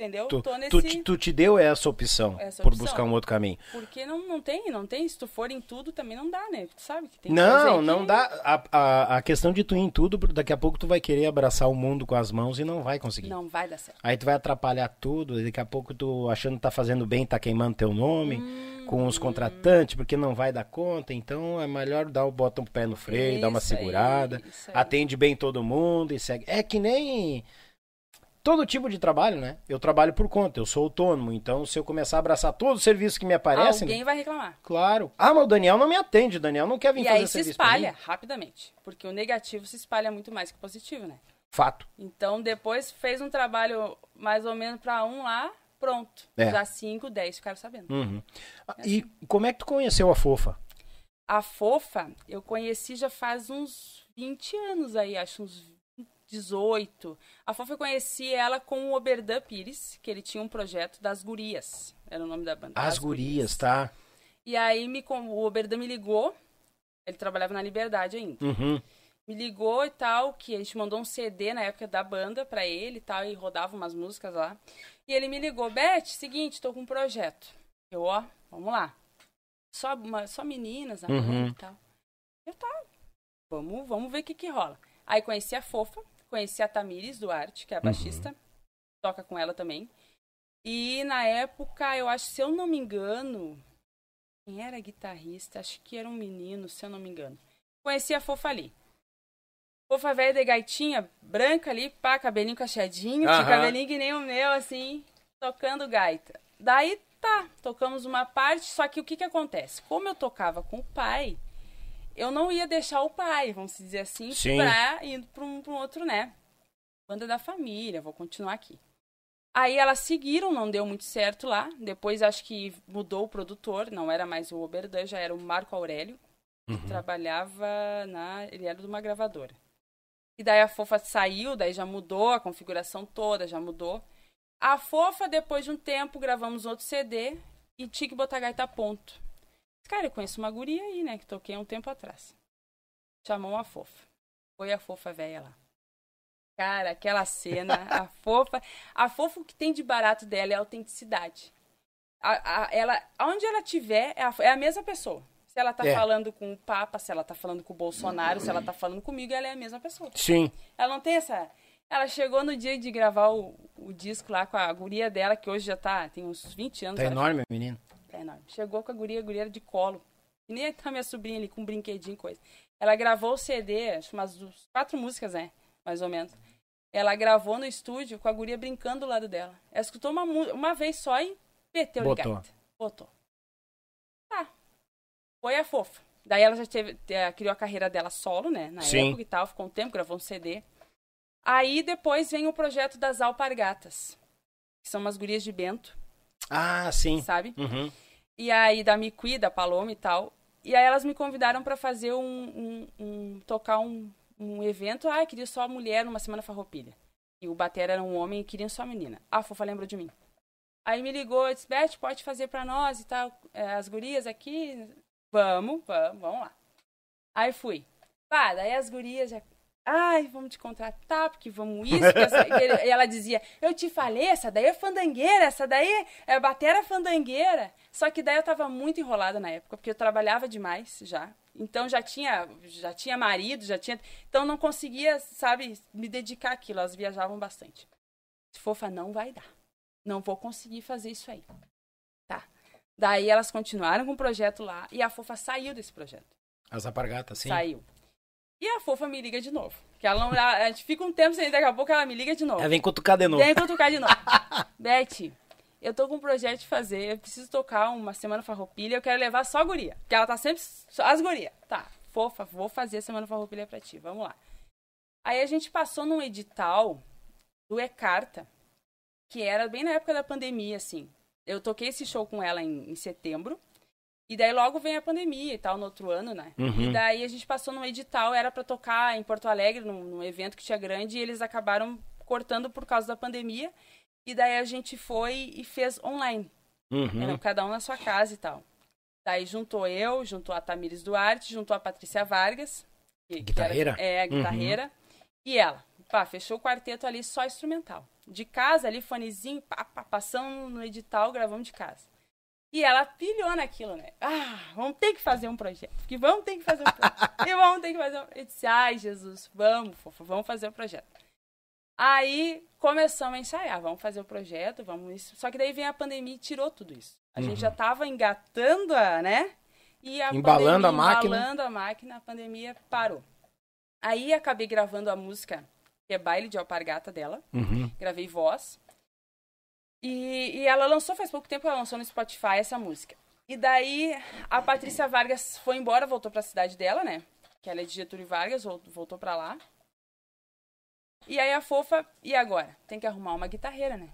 entendeu? Tu, Tô tu, nesse te, tu te deu essa opção Essa por opção. buscar um outro caminho. porque não, não tem, não tem. Se tu for em tudo também não dá, né? Tu sabe que tem. Não, coisa não que- dá. A, a, a questão de tu ir em tudo, daqui a pouco tu vai querer abraçar o mundo com as mãos e não vai conseguir. Não vai dar certo. Aí tu vai atrapalhar tudo, daqui a pouco tu achando que tá fazendo bem, tá queimando teu nome Hum. com os contratantes, porque não vai dar conta, então é melhor dar o botão pro pé no freio, dar uma Isso aí, segurada, isso aí. atende bem todo mundo e segue. É que nem todo tipo de trabalho, né? Eu trabalho por conta, eu sou autônomo, então se eu começar a abraçar todos os serviços que me aparecem, Alguém vai reclamar. claro. Ah, mas o Daniel não me atende, o Daniel não quer vir E fazer um aí se serviço pra mim. espalha rapidamente, porque o negativo se espalha muito mais que o positivo, né? Fato. Então depois fez um trabalho mais ou menos pra um lá, pronto. É. Já cinco, dez ficaram sabendo. Uhum. E como é que tu conheceu a Fofa? A Fofa, eu conheci já faz uns 20 anos aí, acho uns 18. A Fofa eu conheci ela com o Oberdan Pires, que ele tinha um projeto das gurias, era o nome da banda. As, gurias, tá? E aí me, con- o Oberdan me ligou, ele trabalhava na Liberdade ainda. Uhum. me ligou e tal, que a gente mandou um CD na época da banda pra ele e tal, e rodava umas músicas lá. E ele me ligou, Beth, seguinte, tô com um projeto. Eu, ó, vamos lá. Só, uma- só meninas na Uhum. banda e tal. Eu tá, vamos, vamos ver o que que rola. Aí conheci a Fofa, conheci a Tamires Duarte, que é a baixista, toca com ela também. E na época, eu acho, se eu não me engano, quem era guitarrista? Acho que era um menino, se eu não me engano. Conheci a Fofa ali. Fofa velha de gaitinha, branca ali, pá, cabelinho cacheadinho, tinha Aham. cabelinho que nem o meu, assim, tocando gaita. Daí tá, tocamos uma parte, só que o que que acontece? Como eu tocava com o pai, eu não ia deixar o pai, vamos dizer assim, Sim. pra ir pra um, pra um outro, né? Banda da família, vou continuar aqui. Aí elas seguiram, não deu muito certo lá. Depois acho que mudou o produtor, não era mais o Oberdan, já era o Marco Aurélio, que trabalhava na. Ele era de uma gravadora. E daí a Fofa saiu, daí já mudou a configuração toda, já mudou. A Fofa, depois de um tempo, gravamos outro CD e tinha que botar gaita a ponto. Cara, eu conheço uma guria aí, né? Que toquei há um tempo atrás. Chamou a Fofa. Foi a Fofa velha lá. Cara, aquela cena, a Fofa... A Fofa, o que tem de barato dela é a autenticidade. A, a- ela, onde ela tiver, é a, é a mesma pessoa. Se ela tá É. falando com o Papa, se ela tá falando com o Bolsonaro, se ela tá falando comigo, ela é a mesma pessoa. Sim. Ela não tem essa. Ela chegou no dia de gravar o, o disco lá com a guria dela, que hoje já tá, tem uns 20 anos. Tá eu acho. enorme, menino. É enorme. Chegou com a guria, a guria era de colo. E nem tá minha sobrinha ali com um brinquedinho e coisa. Ela gravou o CD, acho umas duas- quatro músicas, né? Mais ou menos. Ela gravou no estúdio com a guria brincando do lado dela. Ela escutou uma, mu- uma vez só e meteu de Botou. gaita. Botou. Tá. Foi a fofa. Daí ela já teve, eh, criou a carreira dela solo, né? Na Sim. época e tal, ficou um tempo, gravou um CD. Aí depois vem o projeto das Alpargatas, que são umas gurias de Bento, Ah, sim. sabe? Uhum. E aí, da Miqui, da Paloma e tal. E aí elas me convidaram pra fazer um, um- um- tocar um, um evento. Ah, eu queria só mulher numa semana farroupilha. E o Batera era um homem e queriam só menina. A Fofa lembrou de mim. Aí me ligou, disse, Beth, pode fazer pra nós e tal, eh, as gurias aqui? Vamos, vamos, vamos lá. Aí fui. Pá, daí as gurias já... Ai, vamos te contratar, porque vamos isso. porque essa- que ele- e ela dizia, eu te falei, essa daí é fandangueira, essa daí é batera fandangueira. Só que daí eu tava muito enrolada na época, porque eu trabalhava demais já. Então já tinha, já tinha marido, já tinha... Então não conseguia, sabe, me dedicar àquilo. Elas viajavam bastante. Fofa, não vai dar. Não vou conseguir fazer isso aí. Tá. Daí elas continuaram com o projeto lá e a Fofa saiu desse projeto. As apargatas, sim. Saiu. E a fofa me liga de novo. Que ela não. ela- a gente fica um tempo sem, daqui a pouco ela me liga de novo. Ela vem cutucar de novo. Vem cutucar de novo. Beth, eu tô com um projeto de fazer, eu preciso tocar uma semana farroupilha, eu quero levar só a guria. Porque ela tá sempre. Só as guria. Tá, fofa, vou fazer a semana farroupilha pra ti, vamos lá. Aí a gente passou num edital do E-Carta, que era bem na época da pandemia, assim. Eu toquei esse show com ela em, em setembro. E daí logo vem a pandemia e tal, no outro ano, né? Uhum. E daí a gente passou num edital, era pra tocar em Porto Alegre, num, num evento que tinha grande, e eles acabaram cortando por causa da pandemia. E daí a gente foi e fez online. Uhum. Era cada um na sua casa e tal. Daí juntou eu, juntou a Tamires Duarte, juntou a Patrícia Vargas. que- que era- Guitarreira? Uhum. é, a guitarreira. E ela. Pá, fechou o quarteto ali só instrumental. De casa ali, fonezinho, pá, pá, passamos no edital, gravamos de casa. E ela pilhou naquilo, né? Ah, vamos ter que fazer um projeto. Que vamos ter que fazer um projeto. e vamos ter que fazer um... Eu disse, ai, Jesus, vamos, fofo, vamos fazer o projeto. Aí começamos a ensaiar, vamos fazer o projeto, vamos isso. Só que daí vem a pandemia e tirou tudo isso. A gente Uhum. já tava engatando, a, né? E a Embalando pandemia, a máquina. Embalando a máquina, a pandemia parou. Aí acabei gravando a música, que é Baile de Alpargata dela. Uhum. Gravei voz. E, e ela lançou, faz pouco tempo, ela lançou no Spotify essa música. E daí a Patrícia Vargas foi embora, voltou pra cidade dela, né? Que ela é de Getúlio Vargas, vol- voltou pra lá. E aí a fofa, e agora? Tem que arrumar uma guitarreira, né?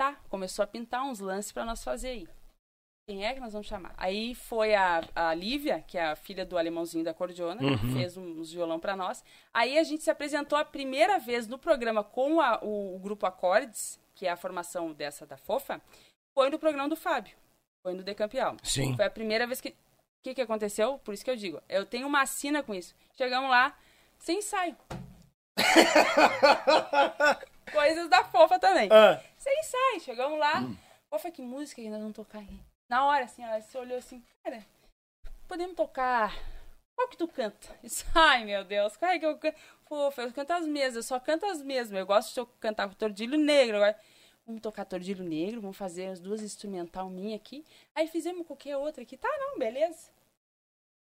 Tá, começou a pintar uns lances pra nós fazer aí. Quem é que nós vamos chamar? Aí foi a, a Lívia, que é a filha do alemãozinho da Cordiona, que fez uns violão pra nós. Aí a gente se apresentou a primeira vez no programa com a- o, o grupo Acordes, que é a formação dessa da Fofa, foi no programa do Fábio, foi no Decampeão. Sim. Foi a primeira vez que. O que, que aconteceu? Por isso que eu digo, eu tenho uma assina com isso. Chegamos lá, sem ensaio. Coisas da fofa também. Ah, Sem ensaio. Chegamos lá. Fofa, que música que nós vamos tocar aí? Na hora, assim, ela se olhou assim, cara, podemos tocar. Qual que tu canta? Isso, ai, meu Deus, qual é que eu canto? Fofa, eu canto as mesmas, eu só canto as mesmas. Eu gosto de to- cantar com tordilho negro. Agora, vamos tocar tordilho negro, vamos fazer as duas instrumental minha aqui. Aí fizemos qualquer outra aqui. Tá, não, beleza.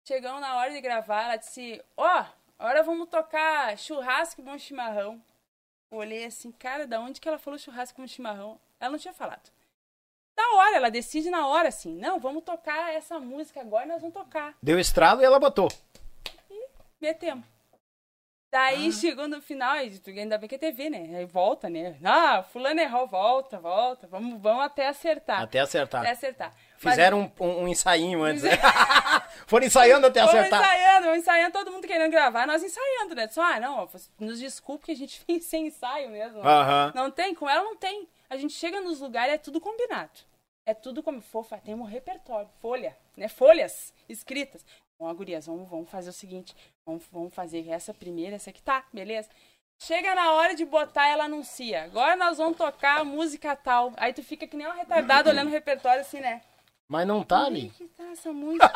Chegamos na hora de gravar, ela disse, ó, agora vamos tocar churrasco e bom chimarrão. Olhei assim, cara, da onde que ela falou churrasco com chimarrão? Ela não tinha falado. Na hora, ela decide na hora, assim, não, vamos tocar essa música agora, nós vamos tocar. deu estralo e ela botou. Metemos. Ah. Daí chegou no final, e ainda bem que é TV, né? Aí volta, né? Ah, fulano errou, volta, volta. Vamos, vamos até acertar. Até acertar. Até acertar. Mas- Fizeram um, um, um ensainho antes. Foram ensaiando até acertar. Vamos um ensaiando, vamos ensaiando, todo mundo querendo gravar, nós ensaiando, né? Só, ah, não, ó, nos desculpe que a gente fez sem ensaio mesmo. Aham. Não tem? Com ela não tem. A gente chega nos lugares, é tudo combinado. É tudo como fofa, tem um repertório, folha, né? Folhas escritas. Bom, gurias, vamos, vamos fazer o seguinte, vamos, vamos fazer essa primeira, essa aqui, tá, beleza? Chega na hora de botar, ela anuncia. Agora nós vamos tocar a música tal. Aí tu fica que nem uma retardada olhando o repertório assim, né? Mas não tá Onde é ali. que tá essa música?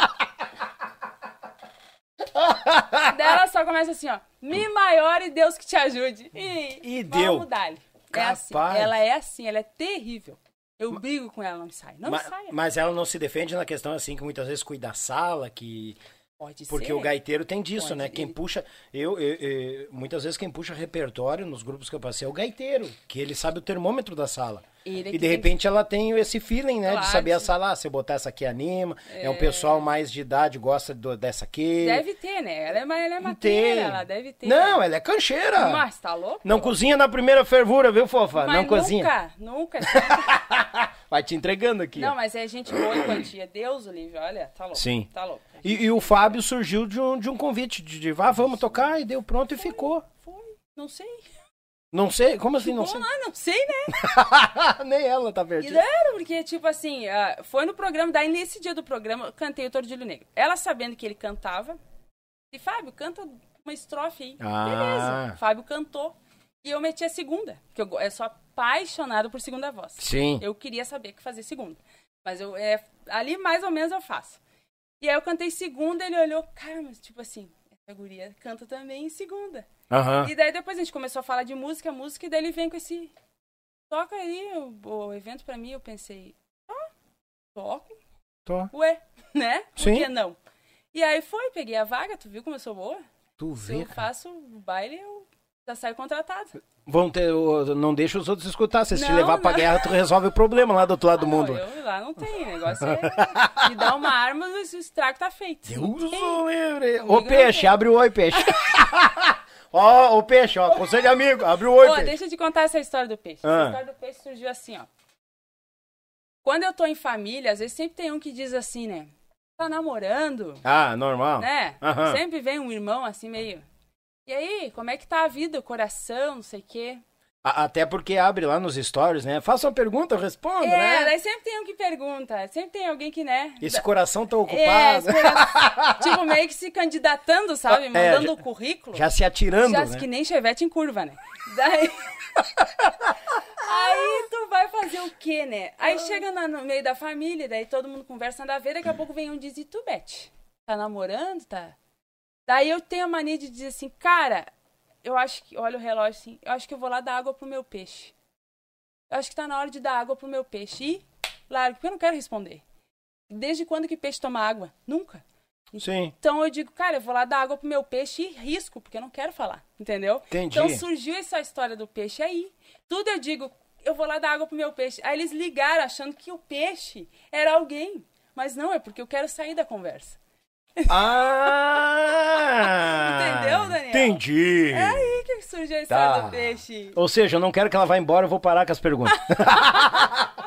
Daí ela só começa assim, ó. Mi maior e Deus que te ajude. E, E vamos deu. dar-lhe. É assim. Capaz. Ela é assim, ela é terrível. Eu brigo com ela, não sai. Não Ma- sai. mas ela não se defende na questão assim que muitas vezes cuida da sala, que Pode porque ser. o gaiteiro tem disso, é. Pode, né? Quem ele- puxa, eu, eu- eu- muitas vezes quem puxa repertório nos grupos que eu passei é o gaiteiro, que ele sabe o termômetro da sala. Ele é e que de tem- repente ela tem esse feeling, né, Claro, de saber a sim. sala, ah, se eu botar essa aqui anima, é, um pessoal mais de idade gosta do- dessa aqui. Deve ter, né? Ela é, ma- ela é ter. mateira, ela deve ter. Não, ela é cancheira. Mas tá louco? Não cozinha na primeira fervura, viu, fofa? Mas não cozinha. Nunca, nunca. Vai te entregando aqui. ó. não, mas é gente boa em quantia. Deus o livre, olha, tá louco. Sim. Tá louco. E, e o Fábio surgiu de um, de um convite de, de ah, vamos tocar, e deu pronto e ficou. Foi, não sei. Não sei, como assim não Vamos sei? lá, não sei, né? Nem ela tá E perdida. era, porque, tipo assim, ah, foi no programa, daí nesse dia do programa, eu cantei o Tordilho Negro. Ela sabendo que ele cantava, e Fábio, canta uma estrofe aí. Ah. Beleza. Fábio cantou. E eu meti a segunda, porque eu, go- eu sou apaixonado por segunda voz. Sim. Eu queria saber que fazer segunda. Mas eu, é, ali mais ou menos eu faço. E aí eu cantei segunda, ele olhou, cara, mas tipo assim, essa guria canta também em segunda. Aham. E daí depois a gente começou a falar de música, música, e daí ele vem com esse. Toca aí o, o evento pra mim, eu pensei, ah, toco, Tô. ué, né? Por Sim. que não? E aí foi, peguei a vaga, tu viu como eu sou boa? Tu Se eu vê, cara. faço o baile, eu já saio contratado. Vão ter, o- não deixa os outros escutar. Se eles te Não, levar pra não. Ah, guerra, tu resolve o problema lá do outro lado do mundo. eu lá não tem, o negócio é. Me dá uma arma, mas o estrago tá feito. Deus Ei, o livre. Ô Comigo peixe, não abre o oi, peixe. Ó, o peixe, ó. Conselho de amigo, abre o oi, Ó, peixe. deixa eu te contar essa história do peixe. Ah. Essa história do peixe surgiu assim, ó. Quando eu tô em família, às vezes sempre tem um que diz assim, né? Tá namorando, Ah, normal. né? Aham. Sempre vem um irmão assim meio. E aí, como é que tá a vida, o coração, não sei o quê? A- até porque abre lá nos stories, né? Faça uma pergunta, eu respondo, É, né? daí sempre tem um que pergunta, sempre tem alguém que, né? Esse coração tá É, ocupado. espera- tipo, meio que se candidatando, sabe? Mandando É, já- o currículo. Já se atirando, Já né? que nem chevette em curva, né? Daí. Aí tu vai fazer o quê, né? Aí chega na- no meio da família, daí todo mundo conversa na veira, daqui a pouco vem um e diz, e tu, Beth? Tá namorando, tá? Daí eu tenho a mania de dizer assim, cara, eu acho que, olha o relógio assim, eu acho que eu vou lá dar água pro meu peixe. Eu acho que tá na hora de dar água pro meu peixe. E largo, porque eu não quero responder. Desde quando que peixe toma água? Nunca. Sim. Então eu digo, cara, eu vou lá dar água pro meu peixe e risco, porque eu não quero falar, entendeu? Entendi. Então surgiu essa história do peixe aí. Tudo eu digo, eu vou lá dar água pro meu peixe. Aí eles ligaram achando que o peixe era alguém. Mas não, é porque eu quero sair da conversa. Ah! Entendeu, Daniel? Entendi. É aí que surgiu a história Tá. do peixe. Ou seja, eu não quero que ela vá embora, eu vou parar com as perguntas.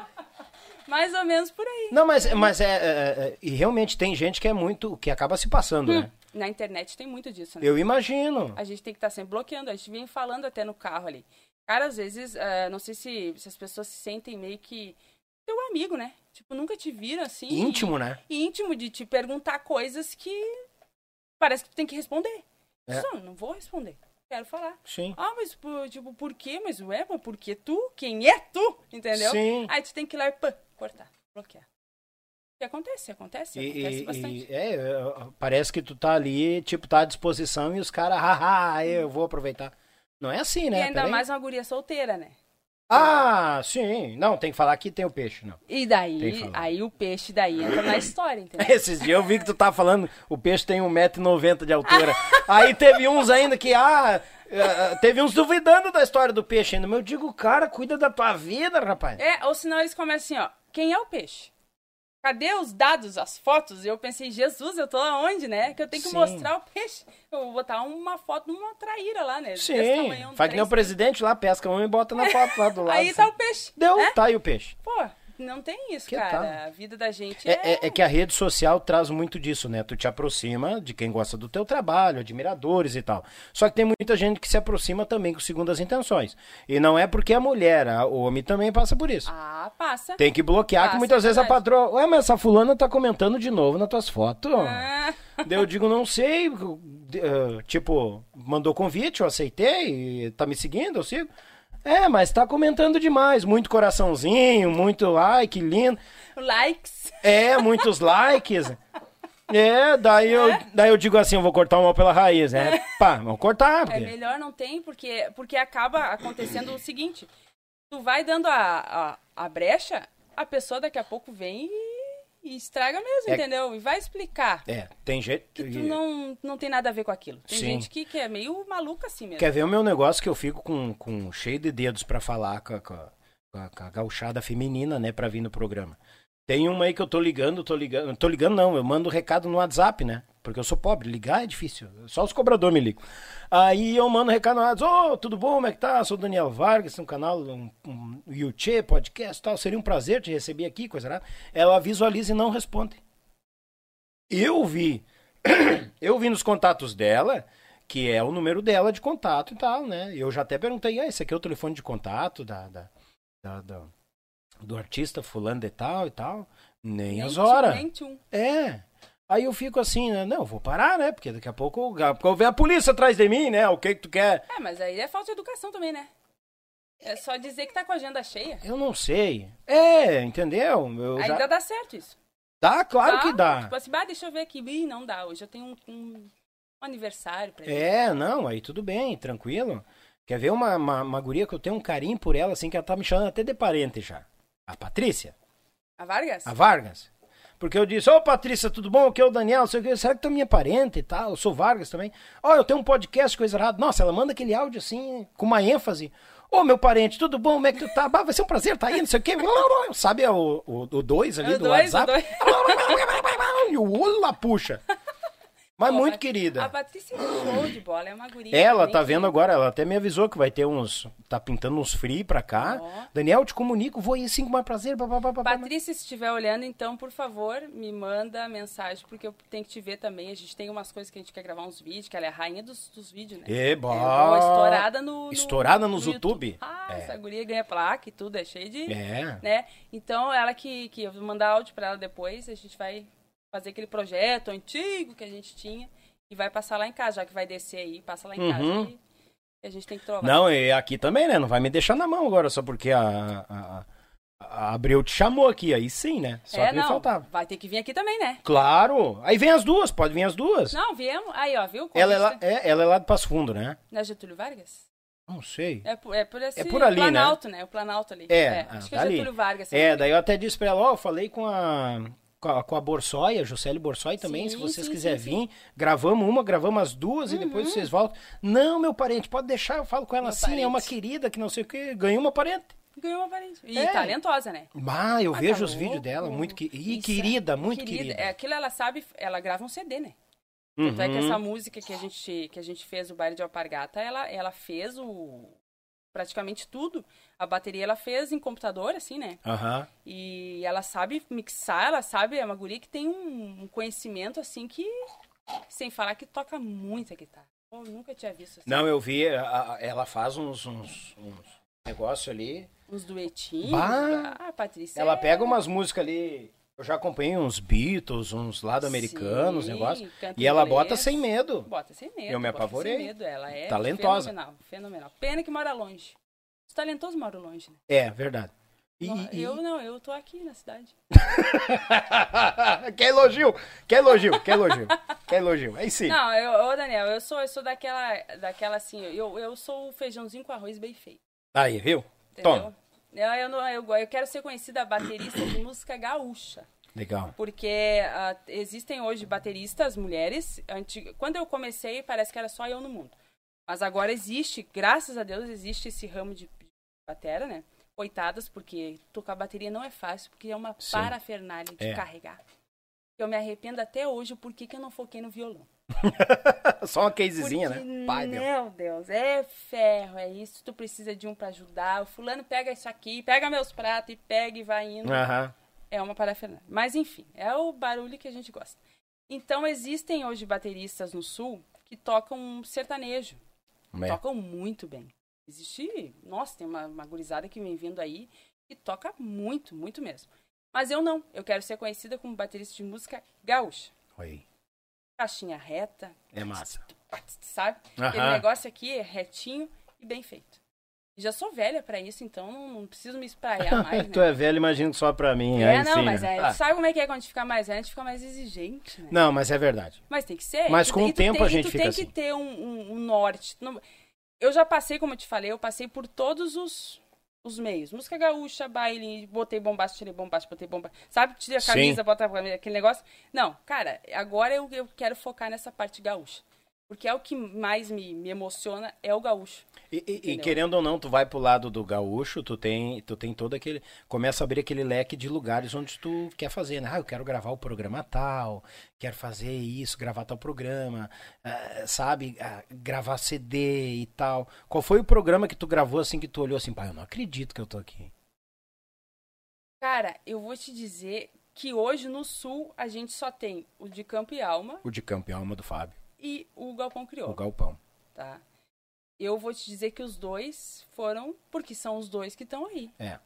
Mais ou menos por aí. não, mas, mas é, é, é, E realmente tem gente que é muito. que acaba se passando, né? Na internet tem muito disso, né? Eu imagino. A gente tem que estar sempre bloqueando. A gente vem falando até no carro ali. Cara, às vezes, eh, não sei se, se as pessoas se sentem meio que teu amigo, né? Tipo, nunca te viram assim. Íntimo, né? íntimo de te perguntar coisas que parece que tu tem que responder. É. Só, não vou responder. Quero falar. Sim. Ah, mas pô, tipo, por quê? Mas ué, mas por que tu? Quem é tu? Entendeu? Sim. Aí tu tem que ir lá e pã, cortar, bloquear. O que acontece? Acontece, acontece E, bastante. e- e- é, é, parece que tu tá ali, tipo, tá à disposição e os caras, haha, eu vou aproveitar. Não é assim, né? e ainda Peraí. mais uma guria solteira, né? Ah, sim. Não, tem que falar que tem o peixe, não. E Tem que daí, falar. aí o peixe daí entra na história, entendeu? Esses dias eu vi que tu tava falando, o peixe tem 1,90m de altura. Aí teve uns ainda que, ah, eh, teve uns duvidando da história do peixe ainda. Mas eu digo, cara, cuida da tua vida, rapaz. É, ou senão eles começam assim, ó. Quem é o peixe? Cadê os dados, as fotos? Eu pensei, Jesus, eu tô aonde, né? Que eu tenho que Sim. mostrar o peixe. Eu vou botar uma foto numa traíra lá, né? Desse tamanho, Sim, um faz que nem o três- presidente lá, pesca um e bota na foto lá do lado. Aí assim. tá o peixe. Deu, né? tá aí o peixe. Pô, não tem isso, Que cara. tal? A vida da gente é... É, é- é que a rede social traz muito disso, né? Tu te aproxima de quem gosta do teu trabalho, admiradores e tal. Só que tem muita gente que se aproxima também com segundas intenções. E não é porque é mulher, a- o homem também passa por isso. Ah, passa. Tem que bloquear, que Passa, muitas vezes a verdade. patroa. Ué, mas essa fulana tá comentando de novo nas tuas fotos. Ah, Daí eu digo, não sei. de- eh, Tipo, mandou convite, eu aceitei, e tá me seguindo, eu sigo. É, mas tá comentando demais. Muito coraçãozinho, muito. Ai, que lindo. likes. É, muitos likes. É, daí eu, daí eu digo assim, eu vou cortar o mal pela raiz, né? Pá, vou cortar. É porque- melhor não tem, porque, porque acaba acontecendo o seguinte. Tu vai dando a, a, a brecha, a pessoa daqui a pouco vem e, e estraga mesmo, É- entendeu? E vai explicar É, tem jeito. que tu não, não tem nada a ver com aquilo. Tem Sim. gente que, que é meio maluca assim mesmo. Quer ver o meu negócio que eu fico com, com cheio de dedos pra falar com a, com a- com a- com a gauchada feminina, né, pra vir no programa. Tem uma aí que eu tô ligando, tô ligando, tô ligando não, eu mando recado no WhatsApp, né? Porque eu sou pobre, ligar é difícil, só os cobradores me ligam. Aí eu mando recado no WhatsApp, ô, tudo bom, como é que tá? Sou o Daniel Vargas, tem um canal, um, um Yuchê, podcast e tal, seria um prazer te receber aqui, coisa lá. Ela visualiza e não responde. Eu vi, eu vi nos contatos dela, que é o número dela de contato e tal, né? Eu já até perguntei, ah, esse aqui é o telefone de contato da, da, da- da- do artista fulano de tal e tal. Nem, as horas. Mente um. É. Aí eu fico assim, né? Não, eu vou parar, né? Porque daqui a pouco, daqui a pouco vem a polícia atrás de mim, né? O que que tu quer? É, mas aí é falta de educação também, né? É só dizer que tá com a agenda cheia. Eu não sei. É, entendeu? Eu já- Ainda dá certo isso. Dá, claro que dá. Tipo assim, ah, deixa eu ver aqui. Ih, não dá. Hoje eu tenho um, um- um aniversário pra ir. É, não, aí tudo bem, tranquilo. Quer ver uma, uma, uma guria que eu tenho um carinho por ela, assim, que ela tá me chamando até de parente já. A Patrícia, A Vargas? a Vargas. Porque eu disse, ô Patrícia, tudo bom? Aqui é o Daniel, não sei o que, será que tu é minha parente e tal? Eu sou Vargas também. Ó, eu tenho um podcast, coisa errada. Nossa, ela manda aquele áudio assim, com uma ênfase. Ô, meu parente, tudo bom? Como é que tu tá? Bah, vai ser um prazer, tá aí, não sei o quê. Sabe é o 2 É o, o dois ali O do dois, o WhatsApp? dois. E o olho lá puxa. Mas Pô, muito Pat- querida. A Patrícia é show de bola, é uma guria. Ela também tá que- vendo agora, ela até me avisou que vai ter uns. Tá pintando uns free pra cá. Ó. Daniel, te comunico, vou ir sim com mais prazer. pá, pá, pá, pá, pá. Patrícia, se estiver olhando, então, por favor, me manda mensagem, porque eu tenho que te ver também. A gente tem umas coisas que a gente quer gravar uns vídeos, que ela é a rainha dos, dos vídeos, né? Eba! É, boa, estourada no, no- Ah, Estourada nos YouTube? Ah, É. essa guria ganha placa e tudo, é cheio de... É. Né? Então, ela que, que... Eu vou mandar áudio pra ela depois, a gente vai fazer aquele projeto antigo que a gente tinha e vai passar lá em casa, já que vai descer aí, passa lá em Uhum. casa e, e a gente tem que trovar. Não, e aqui também, né? Não vai me deixar na mão agora, só porque a, a, a Abreu te chamou aqui. Aí sim, né? Só é, que me não, faltava. vai ter que vir aqui também, né? Claro! Aí vem as duas, pode vir as duas. Não, viemos. Aí, ó, viu? ela, é lá, Conquista. é, ela é lá de Passo Fundo, né? Na Getúlio Vargas? Não sei. É por, é por esse É por ali, né? Planalto, né? O Planalto ali. É, acho ah, que tá é ali. Getúlio Vargas. É, daí eu até disse pra ela, ó, eu falei com a, com a, com a Borsóia, Juscelio Borsói também, se Sim, vocês sim, quiserem sim, vir, gravamos uma, gravamos as duas e depois vocês voltam. Não, meu parente, pode deixar, eu falo com ela Meu assim, é uma parente. querida que não sei o que, ganhou uma parente. Ganhou uma parente. E É. talentosa, né? Ah, eu Ah, vejo tá os vídeos louco. dela, muito que... Ih, Isso, querida, é. muito querida. É, aquilo ela sabe, ela grava um CD, né? Tanto é que Uhum. essa música que a gente, que a gente fez, o baile de Alpargata, ela, ela fez o praticamente tudo. A bateria ela fez em computador, assim, né? Aham. E ela sabe mixar, ela sabe, é uma guria que tem um, um conhecimento, assim, que... Sem falar que toca muita guitarra. Pô, Eu nunca tinha visto, assim, Não, eu vi, a- a- ela faz uns, uns, uns negócio ali. uns duetinhos. Bah! Ah, Patrícia... Ela é- pega umas músicas ali, eu já acompanhei uns Beatles, uns lado americanos, um Sim, é negócio. assim, canta E ela inglês. bota sem medo. Bota sem medo. Eu me bota apavorei. Sem medo, ela é Talentosa. fenomenal, fenomenal. Pena que mora longe. Os talentosos moram longe, né? É, verdade. E, Não, e- Eu não, eu tô aqui na cidade. quer elogio, quer elogio, quer elogio, quer elogio. É Aí sim. Não, eu, ô Daniel, eu sou, eu sou daquela, daquela assim, eu, eu sou o feijãozinho com arroz bem feito, Tá Aí, viu? entendeu? Toma. Eu, eu, não, eu, go- eu quero ser conhecida baterista de música gaúcha. Legal. Porque ah, existem hoje bateristas mulheres. Anti- Quando eu comecei, parece que era só eu no mundo. Mas agora existe, graças a Deus, existe esse ramo de de batera, né? Coitadas, porque tocar bateria não é fácil, porque é uma Sim. parafernália de É. carregar. Eu me arrependo até hoje porque que eu não foquei no violão. Só uma casezinha, Porque, né? Pai, meu. meu Deus, é ferro, é isso. Tu precisa de um pra ajudar. O fulano pega isso aqui, pega meus pratos e pega e vai indo. Aham. É uma parafernália. Mas enfim, é o barulho que a gente gosta. Então existem hoje bateristas no sul que tocam sertanejo. É. Tocam muito bem. Existe. Nossa, tem uma, uma gurizada que vem vindo aí que toca muito, muito mesmo. Mas eu não. Eu quero ser conhecida como baterista de música gaúcha. Oi. Caixinha reta, É massa. sabe? Aquele Aham. negócio aqui é retinho e bem feito. E Já sou velha pra isso, então não, não preciso me espraiar mais. né? tu é velho, imagino só pra mim. É, aí não, sim, mas né? é, Ah, sabe como é que é quando a gente fica mais velho, a gente fica mais exigente, né? Não, mas é verdade. Mas tem que ser. Mas E com tu- o e tu tempo tem- a e gente tu fica tem assim. que ter um, um- um norte. Tu não- Eu já passei, como eu te falei, eu passei por todos os, os meios. Música gaúcha, baile, botei bombaço, tirei bombaço, botei bombaço. Sabe, tirei a Sim. camisa, bota a camisa, aquele negócio. Não, cara, agora eu, eu quero focar nessa parte gaúcha. Porque é o que mais me, me emociona, é o gaúcho. E, e- e Entendeu? querendo ou não, tu vai pro lado do gaúcho, tu tem, tu tem todo aquele. Começa a abrir aquele leque de lugares onde tu quer fazer, né? Ah, eu quero gravar o programa tal, quero fazer isso, gravar tal programa, ah, sabe? Ah, gravar CD e tal. Qual foi o programa que tu gravou assim que tu olhou assim, pai, eu não acredito que eu tô aqui. Cara, eu vou te dizer que hoje no Sul a gente só tem o de Campo e Alma O de campeão, alma do Fábio, e o Galpão Crioulo. o Galpão. tá? Eu vou te dizer que os dois foram, porque são os dois que estão aí. É.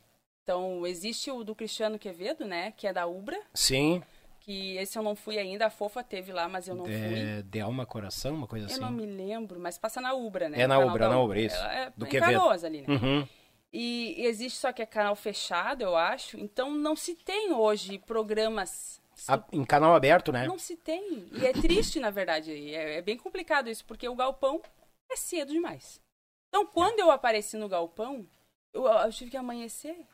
Então, existe o do Cristiano Quevedo, né? Que é da Ubra, Sim, que esse eu não fui ainda, a Fofa teve lá, mas eu não fui. é, de alma coração, uma coisa Eu assim. não me lembro, mas passa na Ubra, né? É no na canal Ubra, da na Ubra, isso. Ela É Do em Quevedo. Canoas ali, né? Uhum. E existe só que é canal fechado, eu acho. Então, não se tem hoje programas... A- em canal aberto, né? Não se tem. E é triste, na verdade. E É, é bem complicado isso, porque o galpão é cedo demais. Então, quando eu apareci no galpão, eu, eu tive que amanhecer.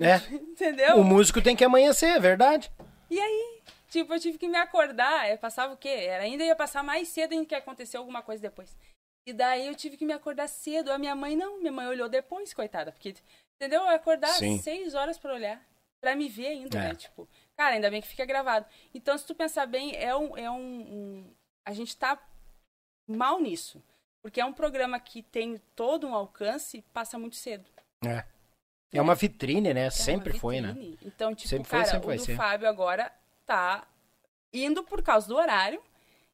É. Entendeu? O músico tem que amanhecer, é verdade. E aí, tipo, eu tive que me acordar. Eu passava o quê? Era, ainda ia passar mais cedo em que aconteceu alguma coisa depois. E daí eu tive que me acordar cedo. A minha mãe não. Minha mãe olhou depois, coitada. Porque, entendeu? Eu acordar Sim. seis horas pra olhar. Pra me ver ainda, É. né? Tipo, cara, ainda bem que fica gravado. Então, se tu pensar bem, é um. É um, um- a gente tá mal nisso. Porque é um programa que tem todo um alcance e passa muito cedo. É. É uma vitrine, né? sempre foi, né? vitrine. Então, tipo, Sempre foi, cara, sempre vai o do ser. Fábio agora tá indo por causa do horário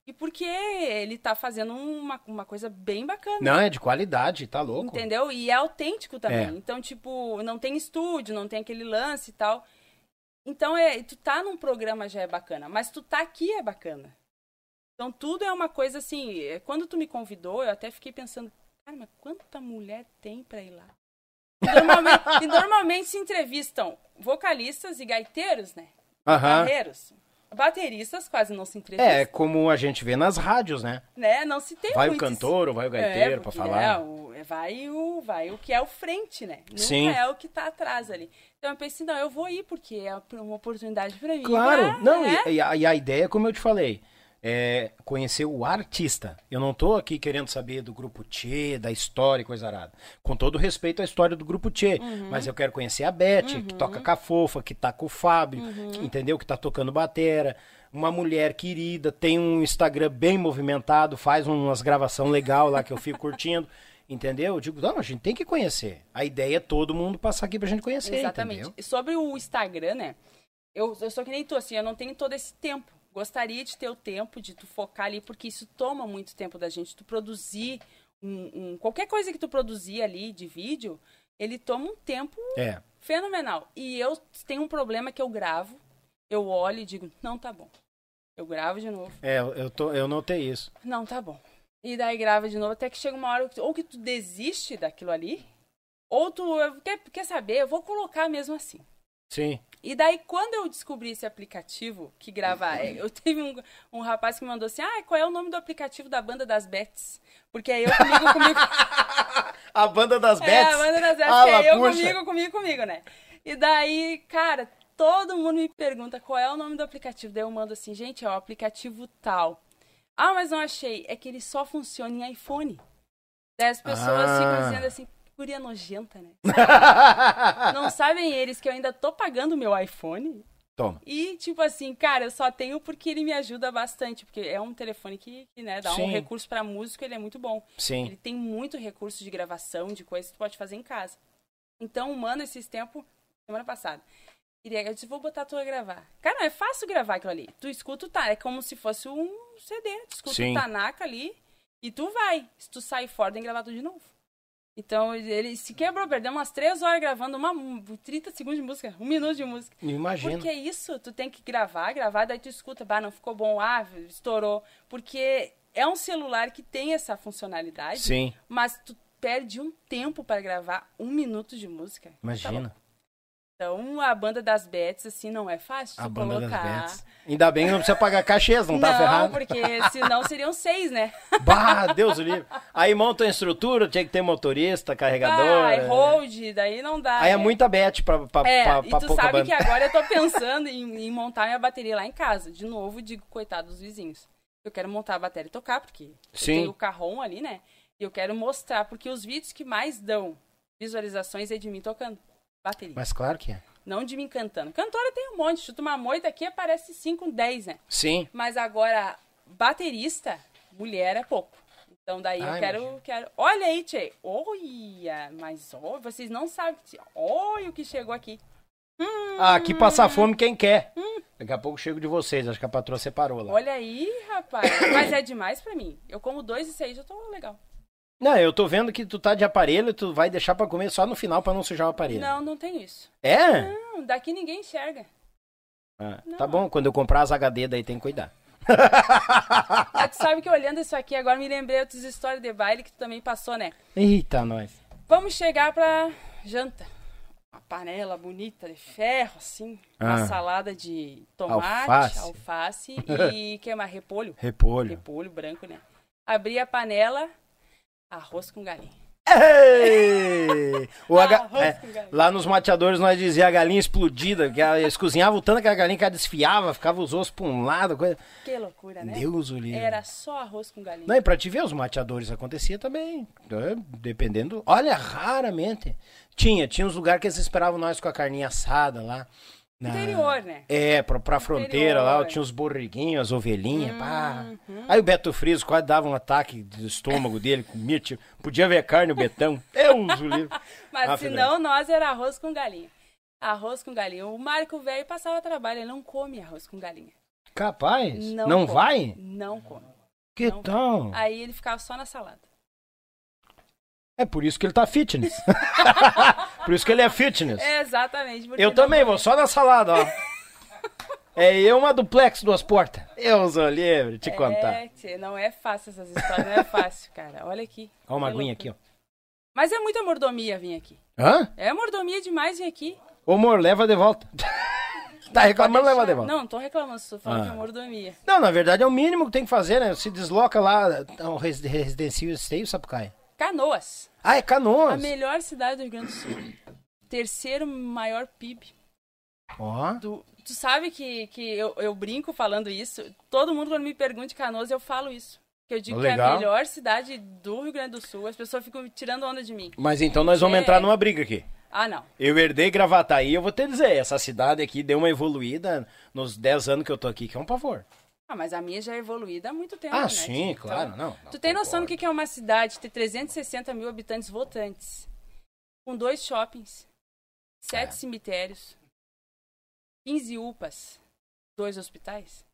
e porque ele tá fazendo uma, uma coisa bem bacana. Não, é de qualidade, tá louco. Entendeu? E é autêntico também. É. Então, tipo, não tem estúdio, não tem aquele lance e tal. Então, é, tu tá num programa já é bacana, mas tu tá aqui é bacana. Então, tudo é uma coisa assim. é, Quando tu me convidou, eu até fiquei pensando, cara, mas quanta mulher tem pra ir lá? E normalmente, e normalmente se entrevistam vocalistas e gaiteiros, né? Aham. Carreiros. Bateristas quase não se entrevistam, É, como a gente vê nas rádios, né? né? Não se tem Vai o muito esse- cantor ou vai o gaiteiro pra É, porque, falar. né, o- vai, o, vai o que é o frente, né? Nunca Sim. é o que tá atrás ali. Então eu pensei, não, eu vou ir porque é uma oportunidade pra mim. Claro, Ah, não, né? e, e a, e a ideia, como eu te falei, é conhecer o artista. Eu não tô aqui querendo saber do grupo Tchê, da história e coisa arada. Com todo respeito à história do grupo Tchê, mas eu quero conhecer a Beth, que toca com a Fofa, que tá com o Fábio, que- entendeu? Que tá tocando batera. Uma mulher querida, tem um Instagram bem movimentado, faz umas gravação legal lá que eu fico curtindo. Entendeu? Eu digo, não, a gente tem que conhecer. A ideia é todo mundo passar aqui pra gente conhecer, Exatamente. entendeu? E Sobre o Instagram, né? Eu, eu sou que nem tu, assim, eu não tenho todo esse tempo. Gostaria de ter o tempo, de tu focar ali, porque isso toma muito tempo da gente. Tu produzir um, um- qualquer coisa que tu produzir ali de vídeo, ele toma um tempo É. Fenomenal. E eu tenho um problema que eu gravo, eu olho e digo, não tá bom. Eu gravo de novo, É, eu, eu tô, eu notei isso. não tá bom. E daí grava de novo, até que chega uma hora, que tu- ou que tu desiste daquilo ali, ou tu eh, quer, quer saber, eu vou colocar mesmo assim. Sim. E daí, quando eu descobri esse aplicativo que grava. é, Eu teve um, um rapaz que me mandou assim: ah, qual é o nome do aplicativo da banda das Bets? Porque é eu comigo, comigo. A banda das É, Bets. a banda das Bets, Ah, que lá, é eu puxa. comigo, comigo, comigo, né? E daí, cara, todo mundo me pergunta qual é o nome do aplicativo. Daí eu mando assim, gente, é o aplicativo tal. Ah, mas não achei. É que ele só funciona em iPhone. Daí as pessoas Ah. ficam dizendo assim, "Que guria nojenta, né? Não sabem eles que eu ainda tô pagando o meu iPhone. Toma. E, tipo assim, cara, eu só tenho porque ele me ajuda bastante. Porque é um telefone que, que, né, dá um Sim. recurso pra músico, ele é muito bom. Ele Sim. tem muito recurso de gravação, de coisas que tu pode fazer em casa. Então, mano, esses tempos, semana passada, queria- eu disse, vou botar tu a gravar. Cara, não, é fácil gravar aquilo ali. Tu escuta o Tanaka, é como se fosse um CD. Tu escuta Sim. o Tanaka ali e tu vai. Se tu sair fora, tem que gravar tudo de novo. Então, ele se quebrou, perdeu umas três horas gravando uma, um- 30 segundos de música, um minuto de música. Imagina. Porque é isso, tu tem que gravar, gravar, daí tu escuta, bah, não ficou bom, ah, estourou. Porque é um celular que tem essa funcionalidade, Sim. mas tu perde um tempo pra gravar um minuto de música. Tá bom. Imagina. então, a banda das Bets, assim, não é fácil a tu banda colocar. das Bets. Ainda bem que não precisa pagar cachês, não, tá ferrado. porque senão seriam seis, né? Bah, Deus o livre. Aí monta a estrutura, tinha que ter motorista, carregador. Vai, é. hold, daí não dá. Aí é né? muita bet pra, pra, É, pra, e pra tu pouca sabe banda. que agora eu tô pensando em, em montar minha bateria lá em casa. De novo, digo, coitado dos vizinhos. Eu quero montar a bateria e tocar, porque Sim. eu tenho o carrom ali, né? E eu quero mostrar, porque os vídeos que mais dão visualizações é de mim tocando bateria, Mas claro que é. não de mim cantando. Cantora tem um monte, chuta uma moita aqui aparece 5, 10, né? Sim. Mas agora, baterista, mulher é pouco. Então daí Ah, eu quero, imagino. quero. Olha aí, Tchê. Olha, mas ó, vocês não sabem. tchê. Olha o que chegou aqui. Hum. Ah, aqui passar fome quem quer. Daqui a pouco eu chego de vocês, acho que a patroa separou lá. Olha aí, rapaz. Mas é demais pra mim. Eu como dois e seis, eu tô legal. Não, eu tô vendo que tu tá de aparelho, tu vai deixar pra comer só no final pra não sujar o aparelho. Não, não tem isso. É? Não, daqui ninguém enxerga. Ah, Não. Tá bom, quando eu comprar as HD daí tem que cuidar. Ah, tu sabe que olhando isso aqui, agora me lembrei outras histórias de baile que tu também passou, né? Eita, nós. Vamos chegar pra janta. Uma panela bonita de ferro, assim. Ah. Uma salada de tomate, Alface. alface, e queimar repolho. Repolho. Repolho branco, né? Abrir a panela, arroz com galinha. Ei! O a ga- Ah, Arroz é, com galinha. lá nos mateadores nós dizia a galinha explodida, que ela- eles cozinhavam tanto que a galinha que ela desfiava, ficava os ossos pra um lado, coisa. Que loucura, né? Deus o livre. Era só arroz com galinha. Não, é e pra te ver, os mateadores acontecia também. né? Dependendo. Olha, raramente. Tinha, tinha uns lugares que eles esperavam nós com a carninha assada lá. Interior, né? É, pra, pra fronteira lá, tinha os borriguinhos, as ovelhinhas, pá. Uhum. Aí o Beto Friso quase dava um ataque do estômago dele, comia, tipo, podia ver carne o Betão. É Eu uso o livro. Mas Ah, senão nós era arroz com galinha. Arroz com galinha. O Marco velho passava trabalho, ele não come arroz com galinha. Capaz? Não, come. vai? Não come. Que não tal? Aí ele ficava só na salada. É por isso que ele tá fitness. por isso que ele é fitness. Exatamente. porque eu não- também vou, só na salada, ó. é eu uma duplex, duas portas. Eu sou livre, te contar. É, tchê, não é fácil essas histórias, não é fácil, cara. Olha aqui. Ó uma Que aguinha loucura. aqui, ó. Mas é muita mordomia vir aqui. Hã? É mordomia demais vir aqui. Ô, amor, leva de volta. tá reclamando, leva de volta. Não, não tô reclamando, só falando Ah. que é mordomia. Não, na verdade é o mínimo que tem que fazer, né? Se desloca lá ao res- residencial esteio, Sapucaia. Canoas, Ah, é a Canoas. melhor cidade do Rio Grande do Sul. Terceiro maior PIB. Ó. do- Tu sabe que, que eu, eu brinco falando isso. Todo mundo, quando me pergunta de Canoas, eu falo isso. Que eu digo que é Legal. a melhor cidade do Rio Grande do Sul. As pessoas ficam tirando onda de mim. Mas então nós vamos É. entrar numa briga aqui. Ah, não. Eu herdei Gravataí, eu vou te dizer, essa cidade aqui deu uma evoluída nos 10 anos que eu tô aqui, que é um pavor. Ah, mas a minha já é evoluída há muito tempo. Ah, né, sim, Tito? claro, não, não, tu tem noção concordo. do que que é uma cidade ter 360 mil habitantes votantes, com dois shoppings, É. sete cemitérios, 15 UPAs, dois hospitais?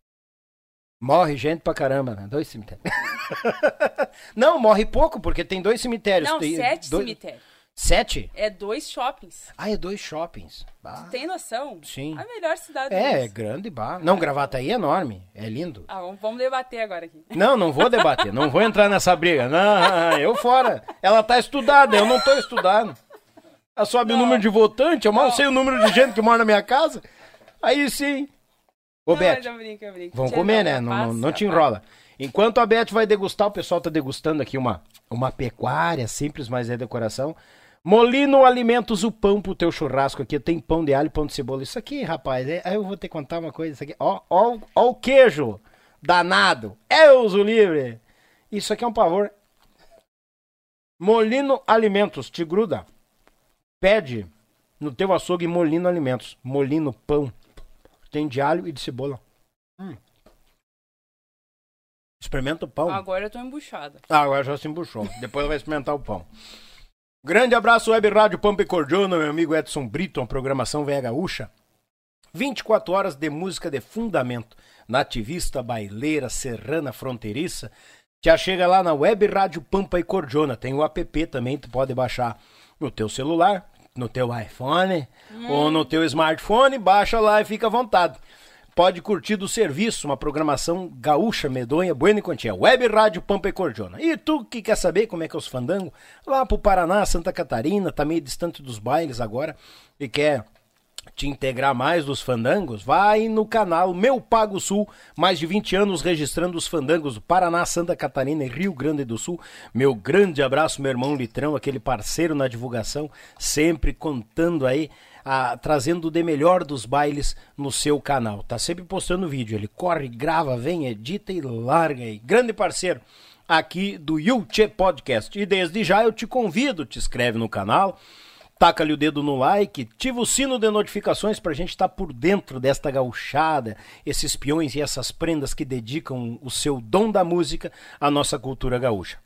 Morre gente pra caramba, né? Dois cemitérios. Não, morre pouco, porque tem dois cemitérios. não, tem sete dois- cemitérios. Sete? É dois shoppings. Ah, é dois shoppings. Bah. Tem noção? Sim. A melhor cidade do É, é mundo. grande, bah. Não, Gravataí é enorme, é lindo. Ah, vamos, vamos debater agora aqui. Não, não vou debater, não vou entrar nessa briga. Não, eu fora. Ela tá estudada, eu não tô estudando. Ela sobe o Não. número de votante, eu mal Não. sei o número de gente que mora na minha casa. Aí sim. Ô, Não, Beth, mas eu brinco, eu brinco. vamos Tia, comer, não, né? Não, não, passa, não te passa. enrola. Enquanto a Beth vai degustar, o pessoal tá degustando aqui uma, uma pecuária simples, mas é decoração. Molino Alimentos, o pão pro teu churrasco aqui. Tem pão de alho, pão de cebola. Isso aqui, rapaz, é, aí eu vou te contar uma coisa. Isso aqui, ó, ó, ó o queijo danado. É uso livre. Isso aqui é um pavor. Molino Alimentos, te gruda. Pede no teu açougue Molino Alimentos. Molino pão. Tem de alho e de cebola. Experimenta o pão. Agora eu tô embuchada. Ah, agora já se embuchou. Depois vai experimentar o pão. Grande abraço, Web Rádio Pampa e Cordiona, meu amigo Edson Brito, uma programação Veia Gaúcha. 24 horas de música de fundamento. Nativista, baileira, serrana, fronteiriça. Já chega lá na Web Rádio Pampa e Cordiona. Tem o app também, tu pode baixar no teu celular, no teu iPhone ou no teu smartphone. Baixa lá e fica à vontade. Pode curtir do serviço, uma programação gaúcha, medonha, buena e quantia. Web Rádio Pampa e Cordiona. E tu que quer saber como é que é os fandangos? Lá pro Paraná, Santa Catarina, tá meio distante dos bailes agora e quer te integrar mais dos fandangos, vai no canal Meu Pago Sul, mais de 20 anos registrando os fandangos do Paraná, Santa Catarina e Rio Grande do Sul. Meu grande abraço, meu irmão Litrão, aquele parceiro na divulgação, sempre contando aí, ah, trazendo o de melhor dos bailes no seu canal. Tá sempre postando vídeo, ele corre, grava, vem, edita e larga aí. Grande parceiro aqui do Yulche Podcast. E desde já eu te convido, te inscreve no canal, taca ali o dedo no like, ativa o sino de notificações pra gente estar por dentro desta gauchada, esses peões e essas prendas que dedicam o seu dom da música à nossa cultura gaúcha.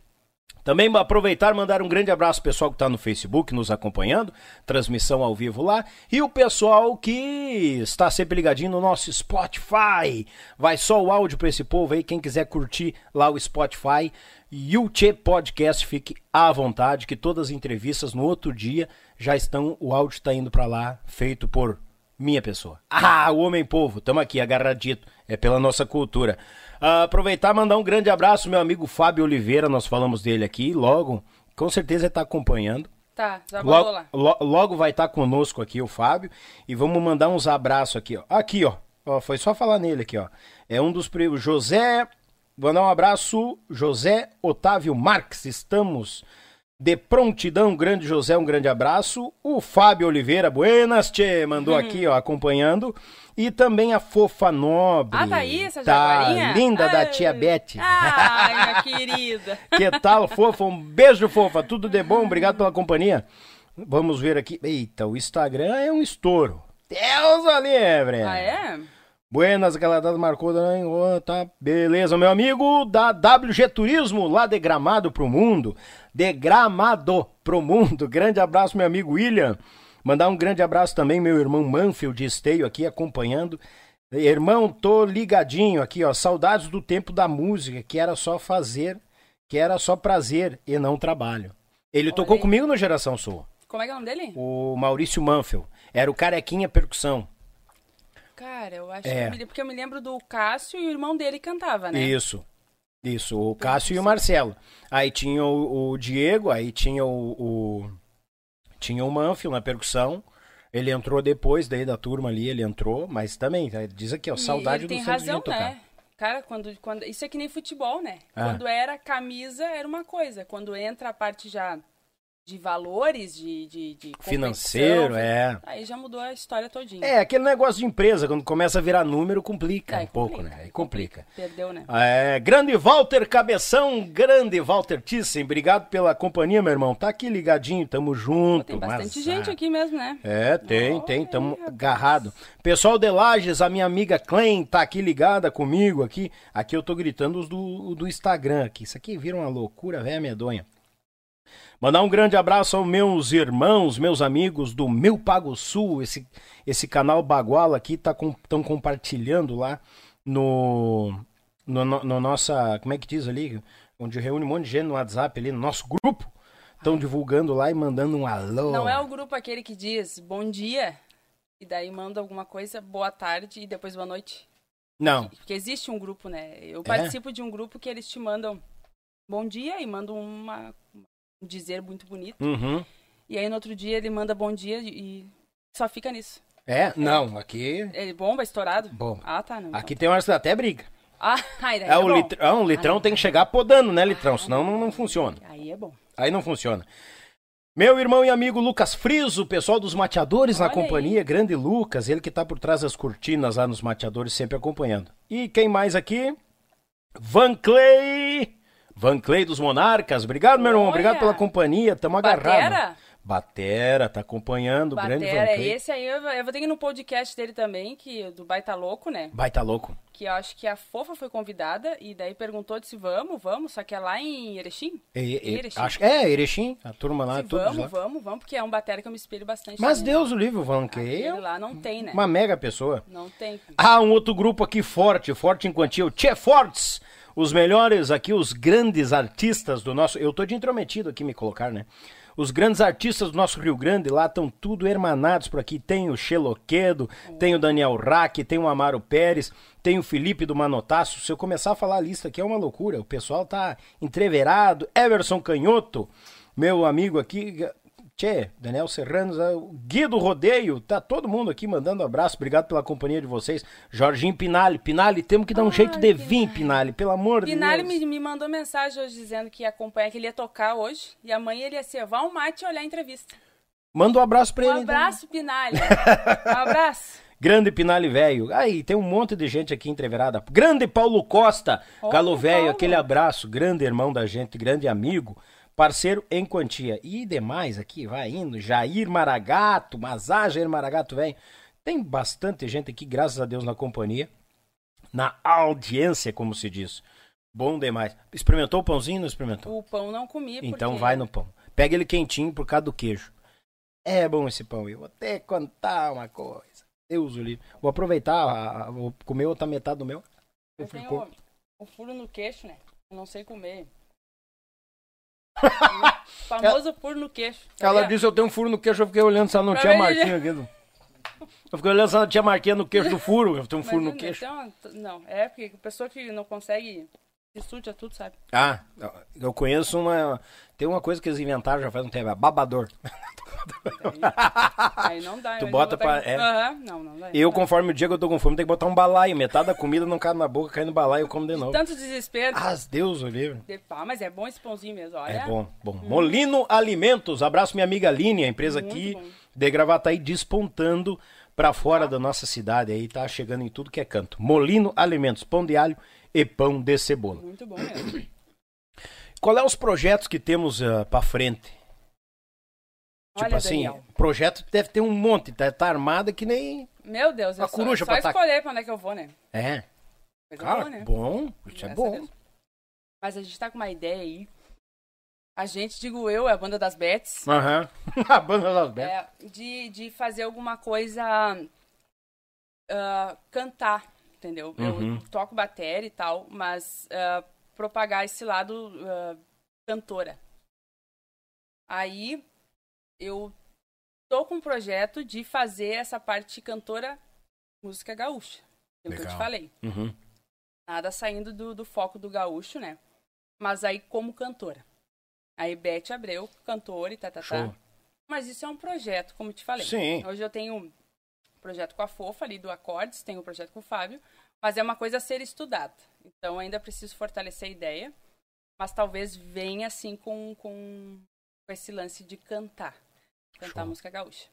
Também aproveitar e mandar um grande abraço ao pessoal que está no Facebook nos acompanhando, transmissão ao vivo lá, e o pessoal que está sempre ligadinho no nosso Spotify. Vai só o áudio para esse povo aí, quem quiser curtir lá o Spotify, Yuchê Podcast, fique à vontade, que todas as entrevistas no outro dia já estão, o áudio está indo para lá, feito por minha pessoa. Ah, o homem povo, tamo aqui agarradito, é pela nossa cultura. Ah, aproveitar e mandar um grande abraço meu amigo Fábio Oliveira, nós falamos dele aqui logo, com certeza ele tá acompanhando. Tá, já Logo, vamos lá. lo- logo vai estar conosco aqui o Fábio e vamos mandar uns abraços aqui, ó. Aqui, ó. Ó, foi só falar nele aqui, ó. É um dos primos. José. Mandar um abraço, José Otávio Marques. Estamos de prontidão, grande José, um grande abraço. O Fábio Oliveira, buenas, tchê, mandou aqui, ó, acompanhando. E também a Fofa Nobre. Ah, tá aí essa Tá jaguarinha? linda da Ai. tia Bete. Ai, minha querida. Que tal, fofa? Um beijo, fofa. Tudo de bom, obrigado pela companhia. Vamos ver aqui. Eita, o Instagram é um estouro. Deus o livre! Ah, é? Buenas, galadadas, marcou, né? Ô, tá, beleza, meu amigo da WG Turismo, lá de Gramado pro Mundo, de Gramado pro Mundo, grande abraço, meu amigo William, mandar um grande abraço também, meu irmão Manfield de Esteio aqui acompanhando, irmão, tô ligadinho aqui, ó, saudades do tempo da música, que era só fazer, que era só prazer e não trabalho. Ele Olha tocou aí. comigo no Geração Sul, Como é que é o nome dele? o Maurício Manfield, era o carequinha percussão. Cara, eu acho É. que. eu me- Porque eu me lembro do Cássio e o irmão dele cantava, né? Isso. Isso, o Cássio e o Marcelo. Aí tinha o, o Diego, aí tinha o, o- tinha o Manfio na percussão. Ele entrou depois daí da turma ali, ele entrou, mas também tá, diz aqui, ó, E saudade ele do tem Santos razão, de tocar. né? Cara, quando, quando. Isso é que nem futebol, né? Ah. Quando era camisa, era uma coisa. Quando entra a parte já de valores, de. de, de competição, Financeiro, é. Aí já mudou a história todinha. É, aquele negócio de empresa, quando começa a virar número, complica Aí um pouco, É, complica, né? Aí complica. Perdeu, né? É, grande Walter Cabeção, grande Walter Thyssen, obrigado pela companhia, meu irmão. Tá aqui ligadinho, tamo junto. Tem bastante mas, gente ah, aqui mesmo, né? É, tem, Olha tem, aí, estamos rapaz. agarrado. Pessoal de Lages, a minha amiga Clem tá aqui ligada comigo aqui. Aqui eu tô gritando os do, do Instagram aqui. Isso aqui vira uma loucura, velha medonha. Mandar um grande abraço aos meus irmãos, meus amigos do Meu Pago Sul. Esse, esse canal Baguala aqui tá com, tão compartilhando lá no, no, no- no nossa, como é que diz ali? Onde reúne um monte de gente no WhatsApp ali, no nosso grupo. Estão divulgando lá e mandando um alô. Ah. Não é o grupo aquele que diz bom dia e daí manda alguma coisa, boa tarde e depois boa noite. Não. Porque existe um grupo, né? Eu É? participo de um grupo que eles te mandam bom dia e mandam uma, um dizer muito bonito. Uhum. E aí no outro dia ele manda bom dia e só fica nisso. É? Não, aqui. Ele é bomba, estourado? Bom. Ah, tá. Não, então. Aqui tem horas que até briga. Ah, aí daí É, o bom. litrão, o litrão tem que chegar podando, né, litrão? Senão não, não Aí- funciona. Aí é bom. Aí não funciona. Meu irmão e amigo Lucas Friso, pessoal dos mateadores na Olha companhia, grande Lucas, ele que tá por trás das cortinas lá nos mateadores, sempre acompanhando. E quem mais aqui? Van Clay! Van Clay dos Monarcas, obrigado, meu irmão, Olha! obrigado pela companhia, tamo agarrado. Batera? Batera, tá acompanhando, grande Van Batera, é Clay. esse aí eu, eu vou ter que ir no podcast dele também, que do Baita Louco, né? Baita tá louco. que eu acho que a Fofa foi convidada e daí perguntou disse vamos, vamos, só que é lá em Erechim. E- e- Erechim. acho- é, Erechim, a turma lá, Disse, todos lá. vamos, vamos, vamos, porque é um batera que eu me espelho bastante. Mas também, Deus o livre, o Van né? Kay é Aquele lá não tem, né? uma mega pessoa. Não tem. Ah, um outro grupo aqui forte, forte infantil, Tchê Fortes. Os melhores aqui, os grandes artistas do nosso... Eu tô de intrometido aqui me colocar, né? Os grandes artistas do nosso Rio Grande lá estão tudo hermanados por aqui. Tem o Xeloquedo, tem o Daniel Rack, tem o Amaro Pérez, tem o Felipe do Manotaço. Se eu começar a falar a lista aqui é uma loucura. O pessoal tá entreverado. Everson Canhoto, meu amigo aqui, Tchê, Daniel Serranos, ah, o Guia do Rodeio, tá todo mundo aqui mandando um abraço, obrigado pela companhia de vocês. Jorginho Pinali, Pinali, temos que dar um jeito de vir, Pinali, pelo amor Pinari de Deus. me, me mandou mensagem hoje dizendo que ia acompanhar, que ele ia tocar hoje e amanhã ele ia ser vá ao mate olhar a entrevista. Manda um abraço pra Um ele. então. abraço, Pinari. um abraço. Grande Pinali Velho. Aí, tem um monte de gente aqui entreverada. Grande Paulo Costa, Olha, Galo Velho, Paulo. aquele abraço, grande irmão da gente, grande amigo, parceiro em quantia. E demais aqui, vai indo, Jair Maragato, Mazá Jair Maragato Velho. Tem bastante gente aqui, graças a Deus, na companhia, na audiência, como se diz. Bom demais. Experimentou o pãozinho? Não experimentou? O pão não comi Então porque- vai no pão. Pega ele quentinho por causa do queijo. É bom esse pão, eu vou até contar uma coisa. Deus o livre. Vou aproveitar, a- a- vou comer outra metade do meu. Eu fui tenho pouco. o, o furo no queixo, né? Eu não sei comer. O famoso furo no queixo. tá Ela vendo? disse, eu tenho um furo no queixo, eu fiquei olhando se ela não Pra né? tinha ver, marquinha aqui. do- Eu fiquei olhando se ela tinha marquinha no queixo do furo. Eu tenho um furo no Imagina, queixo. então, t- não, é porque a pessoa que não consegue estudia tudo, sabe? Ah, eu conheço uma... Tem uma coisa que eles inventaram já faz um tempo, é babador. Aí não dá. Ah, Tu eu bota vou botar- pra- é. Ahã, não, não dá. Eu, não dá. conforme o dia que eu tô com fome, tem que botar um balaio. Metade da comida não cai na boca, cai no balaio, eu como de novo. Tanto desespero. Ah, Deus o livre. De... Ah, mas é bom esse pãozinho mesmo, olha. É bom, bom. Molino Alimentos, abraço minha amiga Aline, a empresa Hum. Muito aqui bom. de gravata aí despontando pra fora da nossa cidade aí, tá chegando em tudo que é canto. Molino Alimentos, pão de alho e pão de cebola. Muito bom Tipo mesmo. Qual é os projetos que temos ah, pra frente? Tipo Olha, assim, Daniel. projeto deve ter um monte, tá, tá armada que nem. Meu Deus, Uma eu só, coruja só pra atacar. escolher pra onde é que eu vou, né? É. Coisa Cara, boa, né? bom. Isso é Graças a bom. Deus. Mas a gente tá com uma ideia aí. A gente, digo eu, é a banda das Bets, Aham. A banda das Betas. é, de, de fazer alguma coisa. ah, cantar, entendeu? Uhum. Eu toco bateria e tal, mas ah, propagar esse lado ah, cantora. Aí eu tô com um projeto de fazer essa parte cantora música gaúcha. É o que eu te Legal. falei. Uhum. Nada saindo do, do foco do gaúcho, né? Mas aí como cantora. Aí Beth Abreu, cantora e tá, tá, tá. Show. Mas isso é um projeto, como eu te falei. Sim. Hoje eu tenho um projeto com a Fofa ali do Acordes, tenho um projeto com o Fábio, mas é uma coisa a ser estudada. Então ainda preciso fortalecer a ideia, mas talvez venha assim com, com, com esse lance de cantar. Cantar Show. música gaúcha.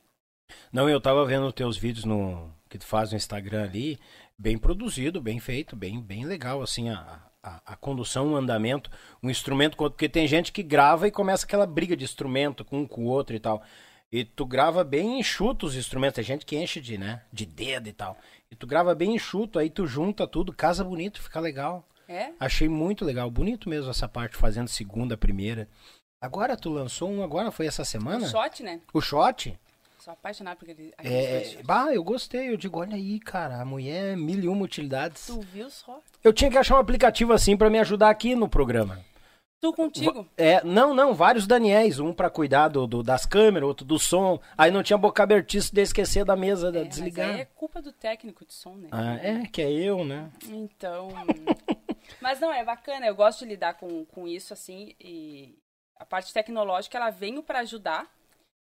Não, eu tava vendo os teus vídeos no que tu faz no Instagram ali, bem produzido, bem feito, bem, bem legal, assim, a, a, a condução, o andamento, um instrumento com outro, porque tem gente que grava e começa aquela briga de instrumento com um com o outro e tal. E tu grava bem enxuto os instrumentos, tem gente que enche de, né, de dedo e tal. E tu grava bem enxuto, aí tu junta tudo, casa bonito, fica legal. É? Achei muito legal, bonito mesmo essa parte, fazendo segunda, primeira. Agora tu lançou um, agora foi essa semana? Um shot, né? O shot? Sou apaixonada por aquele. aquele shot. É, bah, eu gostei. Eu digo, olha aí, cara, a mulher, mil e uma utilidades. Tu viu só? Eu tinha que achar um aplicativo assim pra me ajudar aqui no programa. Tu contigo? É, não, não, vários Daniels, um pra cuidar do, do- das câmeras, outro do som. Aí não tinha boca abertiça de esquecer da mesa, É, de mas desligar. aí é culpa do técnico de som, né? Ah, é, que é eu, né? Então. Mas não, é bacana, eu gosto de lidar com, com isso, assim, e a parte tecnológica, ela veio para ajudar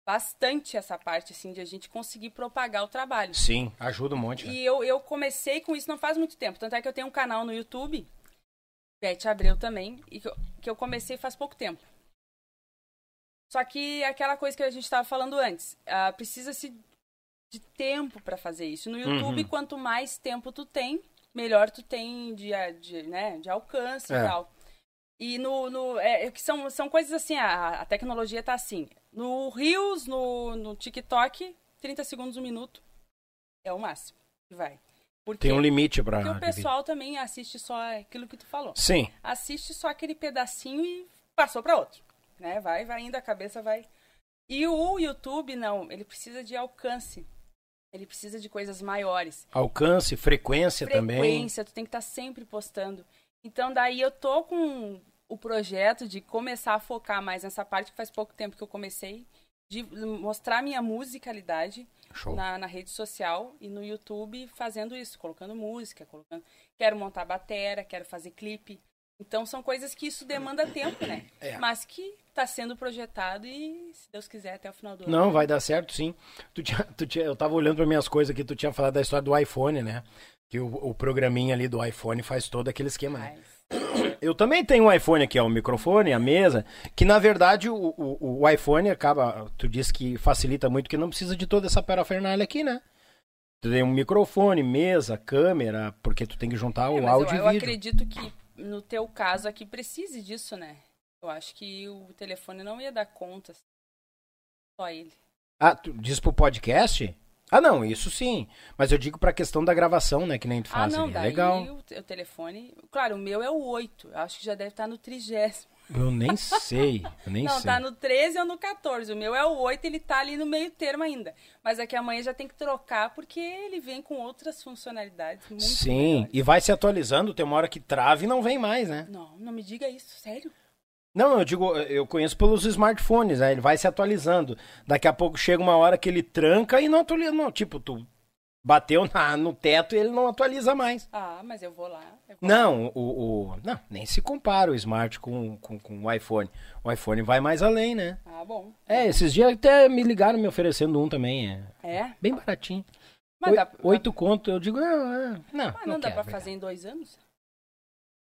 bastante essa parte, assim, de a gente conseguir propagar o trabalho. Sim, ajuda um monte. né? E eu, eu comecei com isso não faz muito tempo, tanto é que eu tenho um canal no YouTube, Beth Abreu também, e que eu, que eu comecei faz pouco tempo. Só que é aquela coisa que a gente estava falando antes, ah, precisa-se de tempo para fazer isso. No YouTube, Uhum. quanto mais tempo tu tem, melhor tu tem de, a- de, né, de alcance É. e tal. E no. no é, é que são, são coisas assim, a, a tecnologia tá assim. No Reels, no, no TikTok, 30 segundos, um minuto é o máximo que vai. Porque, Tem um limite pra. porque o pessoal também assiste só aquilo que tu falou. Sim, Assiste só aquele pedacinho e passou para outro. Né? Vai, vai indo, a cabeça vai. E o YouTube, não, ele precisa de alcance. Ele precisa de coisas maiores alcance, frequência, também. frequência, tu tem que estar sempre postando. Então daí eu tô com o projeto de começar a focar mais nessa parte que faz pouco tempo que eu comecei, de mostrar minha musicalidade Show. na, na rede social e no YouTube fazendo isso, colocando música, colocando. Quero montar batera, quero fazer clipe. Então são coisas que isso demanda tempo, né? É. Mas que tá sendo projetado e, se Deus quiser, até o final do ano. Não, vai dar certo, sim. Tu tinha, tu tinha- eu tava olhando para minhas coisas aqui, tu tinha falado da história do iPhone, né? Que o, o programinha ali do iPhone faz todo aquele esquema. né? Mas- Eu também tenho um iPhone aqui, ó, o microfone, a mesa, que na verdade o, o, o iPhone acaba, tu disse que facilita muito, que não precisa de toda essa parafernália aqui, né? Tu tem um microfone, mesa, câmera, porque tu tem que juntar É, o mas áudio eu, e eu vídeo. acredito que no teu caso aqui precise disso, né? Eu acho que o telefone não ia dar conta. assim. Só ele. Ah, tu diz pro podcast? Ah, não, isso sim. Mas eu digo pra questão da gravação, né? Que nem tu faz ah, não, ali. É daí legal. O, te- o telefone. Claro, o meu é o 8. Eu acho que já deve estar no trigésimo. Eu nem sei. Eu nem Não, sei. tá no 13 ou no 14. O meu é o 8, ele tá ali no meio termo ainda. Mas é que amanhã já tem que trocar, porque ele vem com outras funcionalidades muito Sim, melhores. e vai se atualizando, tem uma hora que trave e não vem mais, né? Não, não me diga isso, sério? Não, eu digo, eu conheço pelos smartphones, né? Ele vai se atualizando. Daqui a pouco chega uma hora que ele tranca e não atualiza. Não, tipo, tu bateu na- no teto e ele não atualiza mais. Ah, mas eu vou lá. eu vou lá. Não, o, o- não, nem se compara o smart com, com, com o iPhone. O iPhone vai mais além, né? Ah, bom. É, esses dias até me ligaram me oferecendo um também, é É? bem baratinho. Mas Oi- dá- Oito conto, eu digo, ah, ah, não, Ah, não, não, dá quero, pra fazer em dois anos?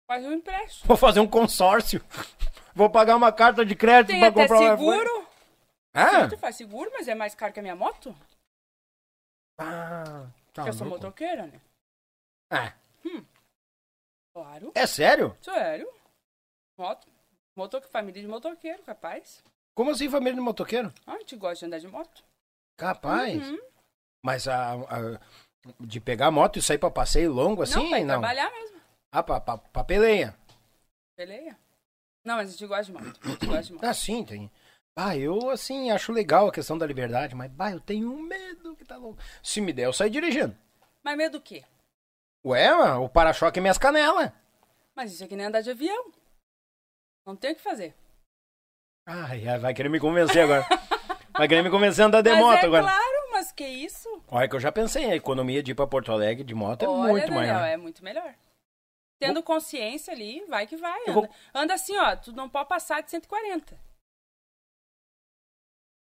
Faz um empréstimo. Vou fazer um consórcio. Vou pagar uma carta de crédito Tem pra até comprar um iPhone. seguro. Ah? Tu faz seguro, mas é mais caro que a minha moto? Ah, tá Porque eu sou louco. motoqueira, né? Ah, Claro. é sério? Sério? Moto. Moto, família de motoqueiro, capaz. Como assim família de motoqueiro? Ah, a gente gosta de andar de moto. Capaz. Uhum. Mas a, a- de pegar a moto e sair pra passeio longo assim? não, vai não. trabalhar mesmo. Ah, pra, pra, pra peleia. Beleza? Não, mas a gente gosta de moto. A gente gosta de moto. Ah, sim, tem. Ah, eu assim acho legal a questão da liberdade, mas bah, eu tenho um medo que tá louco. Se me der, eu saio dirigindo. Mas medo do quê? Ué, mano, o para-choque é minhas canelas. Mas isso é que nem andar de avião. Não tem o que fazer. Ai, ai, vai querer me convencer agora. Vai querer me convencer a andar de mas moto é agora. claro, mas que isso? Olha é que eu já pensei, a economia de ir pra Porto Alegre de moto é Olha, muito Daniel, maior. é muito melhor. Tendo consciência ali, vai que vai. Anda. Eu vou- anda assim, ó, tu não pode passar de 140.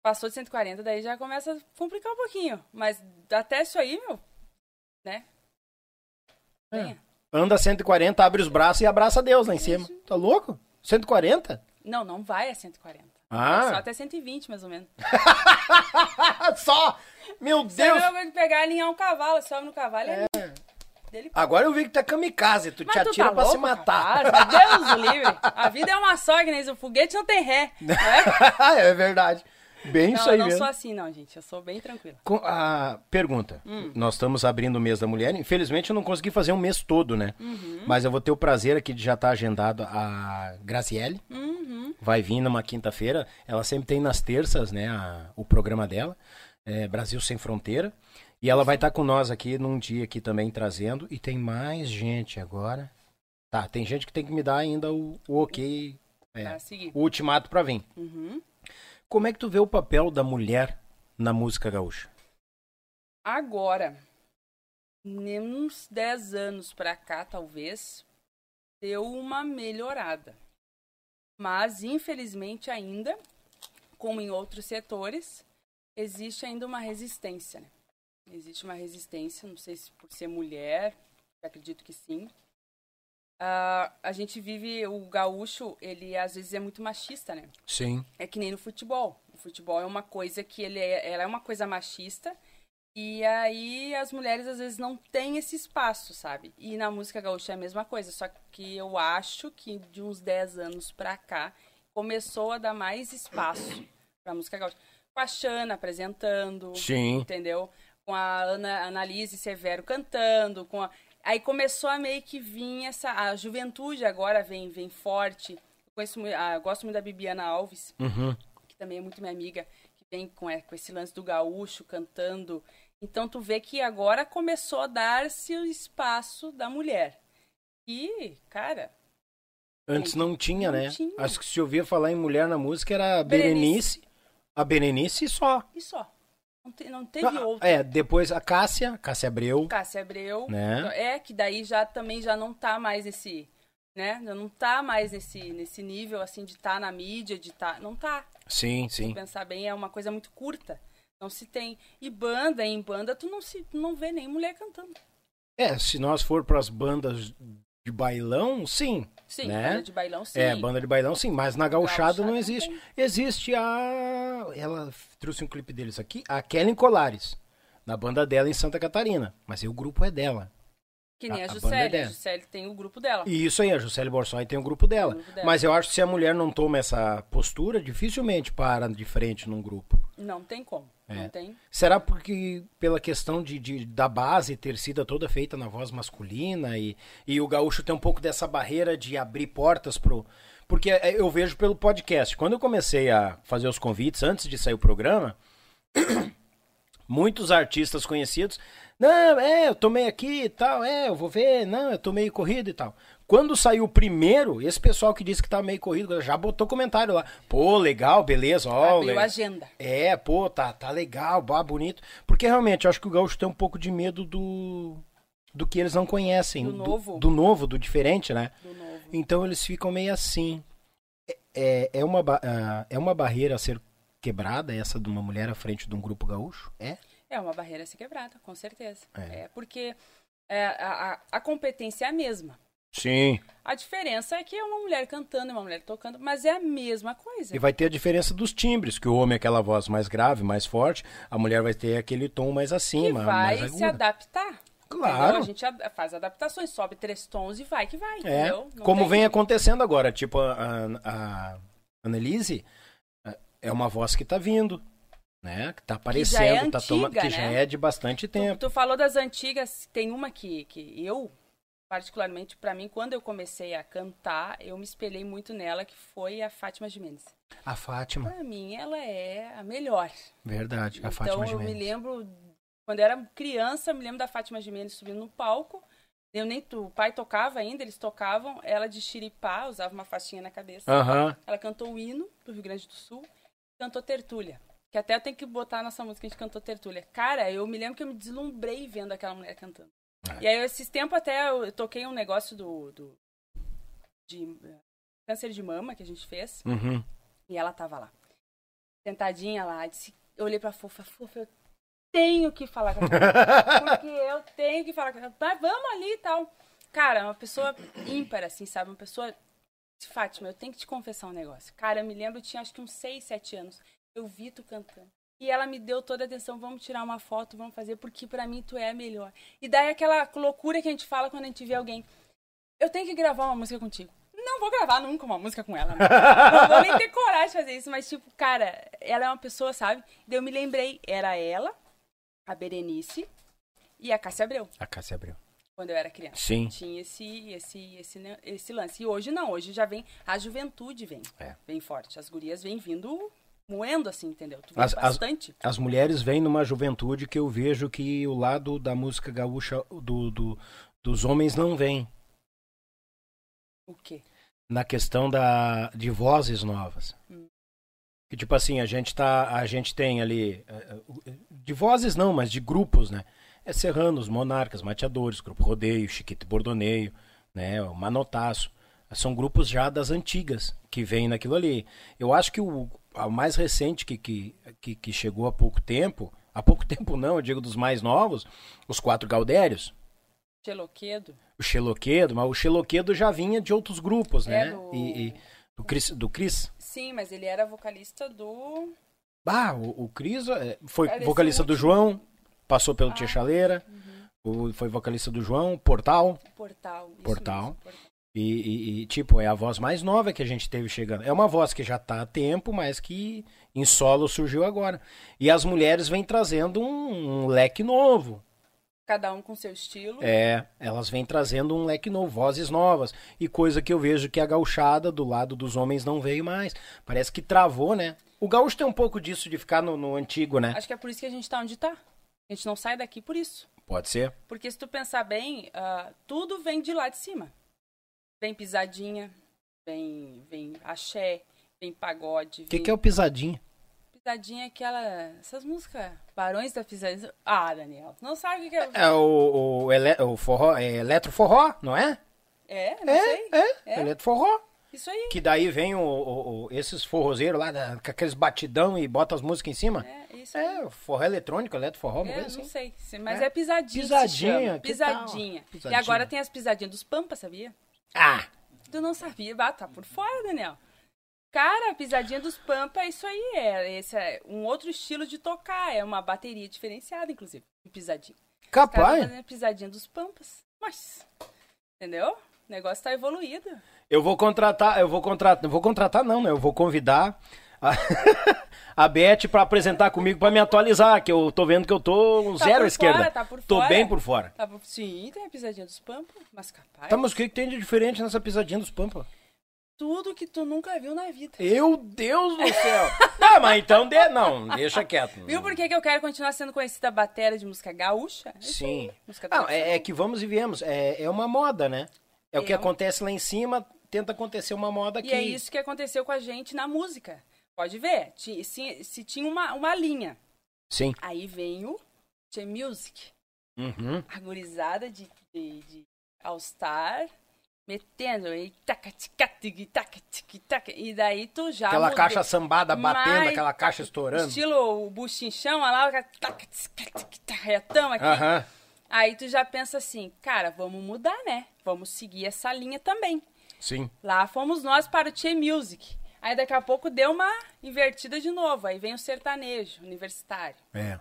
Passou de 140, daí já começa a complicar um pouquinho. Mas até isso aí, meu, né? É. Venha. Anda 140, abre os braços e abraça Deus lá em cima. Tá louco? 140? Não, não vai a 140. Só Ah, até 120, mais ou menos. só. Meu Você é a Deus! mesma coisa que pegar e alinhar um cavalo, sobe no cavalo é. Dele... Agora eu vi que tá kamikaze, tu Mas te tu atira tá pra se louco, matar. rapaz? É Deus o livre. A vida é uma só, Inês. O foguete não tem ré. Não é? é verdade. Bem Não, isso aí eu não mesmo. sou assim, não, gente. Eu sou bem tranquila. Com- A pergunta. Nós estamos abrindo o mês da mulher. Infelizmente eu não consegui fazer um mês todo, né? Mas eu vou ter o prazer aqui de já estar agendado a Graciele. Vai vir numa quinta-feira. Ela sempre tem nas terças, né? a- o programa dela. é, Brasil Sem Fronteira. E ela vai estar com nós aqui num dia aqui também trazendo. E tem mais gente agora. Tá, tem gente que tem que me dar ainda o, o ok. é, Pra seguir. o ultimato pra vir. Uhum. Como é que tu vê o papel da mulher na música gaúcha? Agora, nem uns 10 anos pra cá, talvez, deu uma melhorada. Mas, infelizmente, ainda, como em outros setores, existe ainda uma resistência. Né? Existe uma resistência, não sei se por ser mulher, eu acredito que sim. Ah, a gente vive, o gaúcho, ele às vezes é muito machista, né? Sim. É que nem no futebol. O futebol é uma coisa que ele é, ela é uma coisa machista. E aí as mulheres às vezes não têm esse espaço, sabe? E na música gaúcha é a mesma coisa, só que eu acho que de uns 10 anos pra cá começou a dar mais espaço pra música gaúcha. Com a Xana apresentando, Sim. entendeu? Com a Ana Analise Severo cantando, com a... aí começou a meio que vir essa a juventude agora vem vem forte. Eu conheço mui- ah, eu gosto muito da Bibiana Alves, Uhum. que também é muito minha amiga, que vem com, é, com esse lance do gaúcho cantando. Então tu vê que agora começou a dar-se o espaço da mulher. E, cara, Antes não tinha, Não né? tinha. Acho que se ouvia falar em mulher na música era a Berenice. Berenice. A Berenice só. e só. Não, te- não teve Ah, outro. É, depois a Cássia, Cássia Abreu. Cássia Abreu. Né? É, que daí já também já não tá mais esse, né? Já não tá mais nesse, nesse nível, assim, de estar tá na mídia, de estar... Tá, não tá. Sim, sim. Pensar bem é uma coisa muito curta. Não se tem. E banda, em banda, tu não, se, tu não vê nem mulher cantando. É, se nós for pras bandas de bailão, sim. Sim, Né? banda de bailão, sim. É, banda de bailão, sim, mas na gauchada Gauchada não não existe. Existe a. Ela trouxe um clipe deles aqui, a Kellen Colares, na banda dela em Santa Catarina. Mas aí o grupo é dela. Que nem a- a, a banda é Juscelia. dela. A Juscelia tem o grupo dela. E isso aí, a Juscelia Borsoi tem o grupo dela. Tem o grupo dela. Mas eu acho que se a mulher não toma essa postura, dificilmente para de frente num grupo. Não tem como. É. Não tem. Será porque pela questão de, de- da base ter sido toda feita na voz masculina e, e o gaúcho tem um pouco dessa barreira de abrir portas pro. Porque é, eu vejo pelo podcast. Quando eu comecei a fazer os convites antes de sair o programa, muitos artistas conhecidos. Não, é, eu tomei aqui e tal, é, eu vou ver, não, eu tô meio corrido e tal. Quando saiu o primeiro, esse pessoal que disse que tá meio corrido, já botou comentário lá. Pô, legal, beleza, ó. Abriu le- agenda. É, pô, tá, tá legal, bah, bonito. Porque realmente, eu acho que o gaúcho tem um pouco de medo do. do que eles não conhecem. Do novo. Do, novo, do diferente, né? Do novo. Então eles ficam meio assim. É, é, é uma, ba- ah, é uma barreira a ser quebrada, essa de uma mulher à frente de um grupo gaúcho? É? É uma barreira a ser quebrada, com certeza. É. É, porque é, a, a- a competência é a mesma. Sim. A diferença é que é uma mulher cantando, é uma mulher tocando, mas é a mesma coisa. E vai ter a diferença dos timbres, que o homem é aquela voz mais grave, mais forte, a mulher vai ter aquele tom mais que acima, vai mais se aguda. adaptar. Claro. entendeu? A gente ad- faz adaptações, sobe três tons e vai que vai. É, entendeu? Não como tem- vem acontecendo agora, tipo a, a, a Annelise, a- é uma voz que tá vindo, né? Que tá aparecendo, já é tá tomando, antiga, que já né? é de bastante tempo. Tu falou das antigas, tem uma que, que eu, particularmente pra mim, quando eu comecei a cantar, eu me espelhei muito nela, que foi a Fátima Jimenez. A Fátima, Pra mim, ela é a melhor. verdade, a então, Fátima eu Jimenez. me lembro, quando eu era criança, eu me lembro da Fátima Jimenez subindo no palco. Eu nem, o pai tocava ainda, eles tocavam. Ela de xiripá, usava uma faixinha na cabeça. Aham. Ela cantou o hino do Rio Grande do Sul, cantou Tertúlia. Que até eu tenho que botar a nossa música, a gente cantou Tertúlia. Cara, eu me lembro que eu me deslumbrei vendo aquela mulher cantando. É. E aí, esses tempos até eu toquei um negócio do. do de eh, câncer de mama que a gente fez. Uhum. E ela tava lá. Sentadinha lá. Disse, eu olhei pra fofa, fofa, eu tenho que falar com ela. Porque eu tenho que falar com ela. Mas vamos ali e tal. Cara, uma pessoa ímpar, assim, sabe? Uma pessoa. Fátima, eu tenho que te confessar um negócio. Cara, eu me lembro, eu tinha acho que uns 6, 7 anos. Eu vi tu cantando. E ela me deu toda a atenção. Vamos tirar uma foto, vamos fazer, porque pra mim tu é a melhor. E daí aquela loucura que a gente fala quando a gente vê alguém. Eu tenho que gravar uma música contigo. Não vou gravar nunca uma música com ela. né? Não vou nem ter coragem de fazer isso, mas, tipo, cara, ela é uma pessoa, sabe? Daí eu me lembrei, era ela, a Berenice e a Cássia Abreu, A Cássia abriu. quando eu era criança. Sim. Tinha esse, esse, esse, ne- esse lance. E hoje não, hoje já vem, a juventude vem, É. vem forte. As gurias vêm vindo moendo, assim, entendeu? Tu vê As- as- bastante. As mulheres vêm numa juventude que eu vejo que o lado da música gaúcha do, do- dos homens não vem. O quê? na questão da, de vozes novas. Que tipo assim, a gente tá, a gente tem ali eh, eh, de vozes não, mas de grupos, né? É Serranos, Monarcas, Mateadores, Grupo Rodeio, Chiquito e Bordoneio, né, o Manotaço. São grupos já das antigas que vêm naquilo ali. Eu acho que o a mais recente que, que, que, que chegou há pouco tempo, há pouco tempo não, eu digo dos mais novos, os quatro Gaudérios, Cheloquedo? o Xeloquedo, mas o Xeloquedo já vinha de outros grupos, É, né? do- E, e do Cris, do Cris. Sim, mas ele era vocalista do... Bah, o, o Cris é, foi Parece vocalista do muito. João, passou Ah, pelo Tia Chaleira, uhum. o- foi vocalista do João, Portal. Portal. isso Portal. mesmo, Portal. E, e- e, tipo, é a voz mais nova que a gente teve chegando. É uma voz que já tá há tempo, mas que em solo surgiu agora. E as mulheres vêm trazendo um, um leque novo. Cada um com seu estilo. É, elas vêm trazendo um leque novo, vozes novas. E coisa que eu vejo que a gauchada do lado dos homens não veio mais. Parece que travou, né? O gaúcho tem um pouco disso de ficar no, no antigo, né? Acho que é por isso que a gente tá onde tá. A gente não sai daqui por isso. Pode ser? Porque se tu pensar bem, ah, tudo vem de lá de cima. Vem pisadinha, vem, vem axé, vem pagode. O que, que é o pisadinho? pisadinha? Aquela. Essas músicas. Barões da pisadinha. Ah, Daniel, tu não sabe o que, que é. É o, o, ele, o forró, é eletroforró, não é? É, não é, sei. é, É. eletroforró. Isso aí. Que daí vem o, o- o- esses forrozeiros lá, da- com aqueles batidão e bota as músicas em cima. É, isso aí. É, forró eletrônico, eletroforró, uma É, coisa não assim. sei. se- Mas É? é, pisadinha. que se Pisadinha, chama. que tal? Pisadinha. E Pisadinha. agora tem as pisadinhas dos Pampas, sabia? Ah, Tu não sabia? Ah, tá por fora, Daniel. Cara, a pisadinha dos Pampa é isso aí. É, esse é um outro estilo de tocar. É uma bateria diferenciada, inclusive. de Pisadinha. Os caras capaz. fazem a pisadinha dos Pampas. Mas. Entendeu? O negócio tá evoluído. Eu vou contratar, eu vou contratar, não vou contratar não, né? Eu vou convidar a, a Beth pra apresentar comigo pra me atualizar, que eu tô vendo que eu tô um Tá zero por à esquerda. fora, tá por tô fora. bem por fora. Tá bom? Sim, tem a pisadinha dos Pampa, mas capaz. Tá, mas o que, que tem de diferente nessa pisadinha dos Pampa? Tudo que tu nunca viu na vida. Meu Deus do céu! ah, mas então de... não, deixa quieto. Viu por que, que eu quero continuar sendo conhecida batera de música gaúcha? É isso Sim. aí, Música Não, tradicional. é, é que vamos e viemos. É, é uma moda, né? É o que É. acontece lá em cima, tenta acontecer uma moda aqui. E é isso que aconteceu com a gente na música. Pode ver, ti- se, se tinha uma, uma linha. Sim. Aí vem o Tchê Music, Uhum. a gurizada de, de, de All Star, metendo e taca, tica, tigui, taca, tigui, taca. E daí tu já Aquela mudou. caixa sambada batendo, Mas- tá aquela caixa estourando. Estilo o buchinchão, olha lá, o cara taca, tica, tigui, taca, retão aqui. Aham. Aí tu já pensa assim, cara, vamos mudar, né? Vamos seguir essa linha também. Sim. Lá fomos nós para o Tchê Music. Aí daqui a pouco deu uma invertida de novo. Aí vem o sertanejo universitário. É.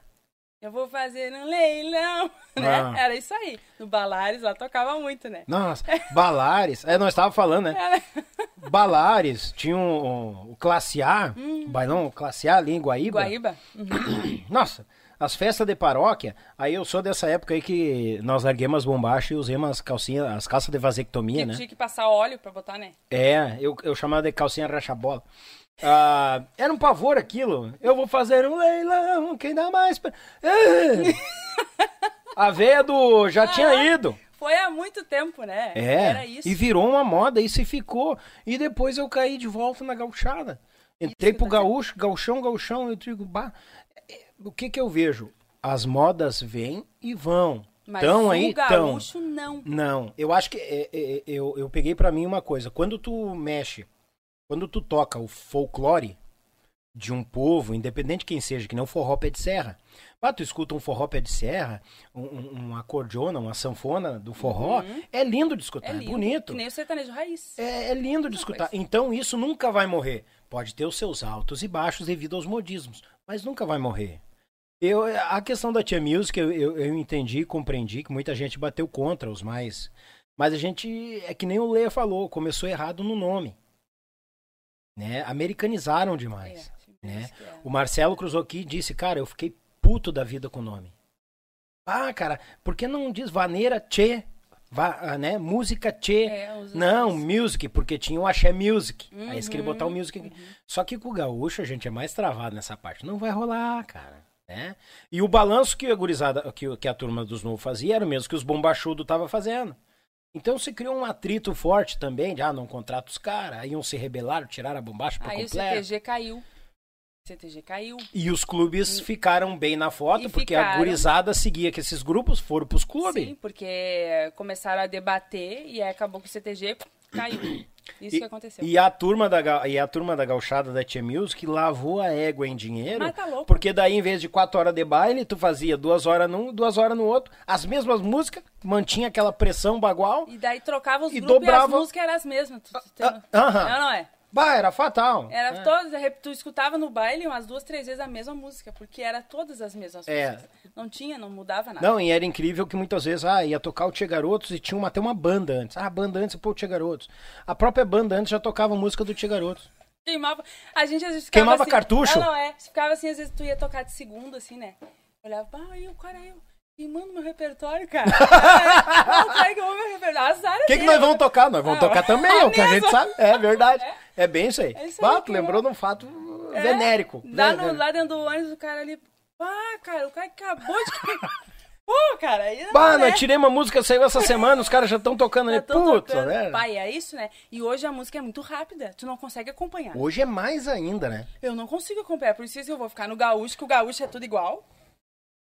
Eu vou fazer um leilão, Ah. né? Era isso aí. No Balares lá tocava muito, né? Nossa, Balares. É, nós estávamos falando, né? Era- Balares tinha um, um- o Classe A, bailão, o Classe A ali em Guaíba. Guaíba? Uhum. Nossa, as festas de paróquia, aí eu sou dessa época aí que nós larguemos as bombachas e usemos as calcinhas, as calças de vasectomia, Que né? tinha que passar óleo pra botar, né? É, eu, eu chamava de calcinha racha-bola. Ah, era um pavor aquilo. Eu vou fazer um leilão, quem dá mais? pra- Ah! A veia do já tinha ido. Foi há muito tempo, né? É, Era isso. e virou uma moda, isso e ficou. E depois eu caí de volta na gauchada. Entrei pro gaúcho, gauchão, gauchão, eu digo, bah, é, o que que eu vejo? As modas vêm e vão. Mas tão o aí, tão. gaúcho não. Não, eu acho que é, é, é, eu, eu peguei pra mim uma coisa. Quando tu mexe, quando tu toca o folclore de um povo, independente de quem seja, que não forró pé de serra. Ah, tu escuta um forró pé de serra, um, um, uma acordeona, uma sanfona do forró, é lindo de escutar, É é, lindo. bonito. Que nem o sertanejo raiz. É, é lindo de escutar. Então isso nunca vai morrer. Pode ter os seus altos e baixos devido aos modismos, mas nunca vai morrer. Eu, a questão da Tia Music, eu, eu, eu entendi e compreendi que muita gente bateu contra os mais. Mas a gente, é que nem o Leia falou, começou errado no nome. Né? Americanizaram demais. É, né? isso que é. O Marcelo Cruzocchi disse, cara, eu fiquei puto da vida com o nome. Ah, cara, por que não diz vaneira tchê? Va- ah, né? Música tchê. É, os- Não, os- music, porque tinha o axé music. Aí eles queriam Uhum, botar o music. aqui. Só que com o gaúcho a gente é mais travado nessa parte. Não vai rolar, cara. Né? E o balanço que a, gurizada, que, que a turma dos novos fazia era o mesmo que os bombachudos tava fazendo. Então se criou um atrito forte também, de ah, não contrata os caras, aí uns se rebelaram, tiraram a bombacha por Aí o completo. CTG caiu. CTG caiu. E os clubes ficaram bem na foto, E porque a ficaram. gurizada seguia que esses grupos foram pros clubes. Sim, porque começaram a debater e aí acabou que o CTG caiu. Isso E- que aconteceu. E a turma da ga- e a turma da gauchada da Tia Music lavou a égua em dinheiro. Mas tá louco. Porque daí em vez de quatro horas de baile, tu fazia duas horas num, duas horas no outro, as mesmas músicas, mantinha aquela pressão bagual. E daí trocava os E grupos e dobrava- as músicas eram as mesmas. Tu, tu- tu- Ah, aham. Não, não é. Bah, era fatal. Era É. todas, tu escutava no baile umas duas, três vezes a mesma música, porque era todas as mesmas É. músicas. Não tinha, não mudava nada. Não, e era incrível que muitas vezes, ah, ia tocar o Tia Garotos e tinha uma, até uma banda antes. Ah, a banda antes, pô, o Tia Garotos. A própria banda antes já tocava música do Tia Garotos. Queimava. A gente às vezes ficava Queimava assim, cartucho? Ah, não, é. Ficava assim, às vezes tu ia tocar de segunda, assim, né? Olhava, ah, aí o cara eu. Queimando meu repertório, cara. Ah, o cara queimou meu repertório. Azar assim, O que, que nós vamos tocar? Nós vamos Ah, tocar também, é o que a gente mesmo. sabe. É verdade. É bem isso aí. É isso aí, Bah, tu que lembrou de um fato venérico. É. Lá, Ven- no, lá dentro do ônibus, o cara ali. Ah, cara, o cara acabou de. queimar." Pô, cara. Aí, não, Bah, nós né? tirei uma música, saiu essa semana, os caras já estão tocando ali. Já tão Puta, Tá tocando. né? Pai, é isso, né? E hoje a música é muito rápida. Tu não consegue acompanhar. Hoje é mais ainda, né? Eu não consigo acompanhar. Por isso que eu vou ficar no gaúcho, que o gaúcho é tudo igual.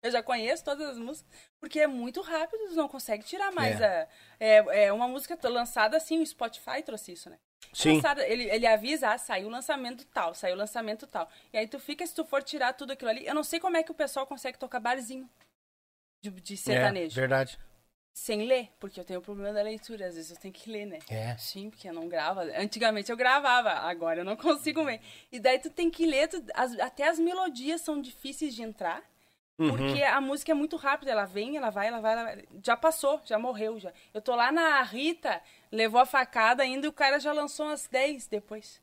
Eu já conheço todas as músicas. Porque é muito rápido, tu não consegue tirar mais a. É, é uma música t- lançada assim, o Spotify trouxe isso, né? Sim. Lançada, ele, ele avisa, ah, saiu o lançamento tal, saiu o lançamento tal. E aí tu fica, se tu for tirar tudo aquilo ali. Eu não sei como é que o pessoal consegue tocar barzinho de, de sertanejo. É, verdade. Sem ler, porque eu tenho o problema da leitura, às vezes eu tenho que ler, né? É. Sim, porque eu não gravo. Antigamente eu gravava, agora eu não Uhum. consigo ler. E daí tu tem que ler, tu- as- até as melodias são difíceis de entrar, Uhum. porque a música é muito rápida, ela vem, ela vai, ela vai, ela vai. Já passou, já morreu, já. Eu tô lá na Rita, levou a facada ainda e o cara já lançou umas 10 depois.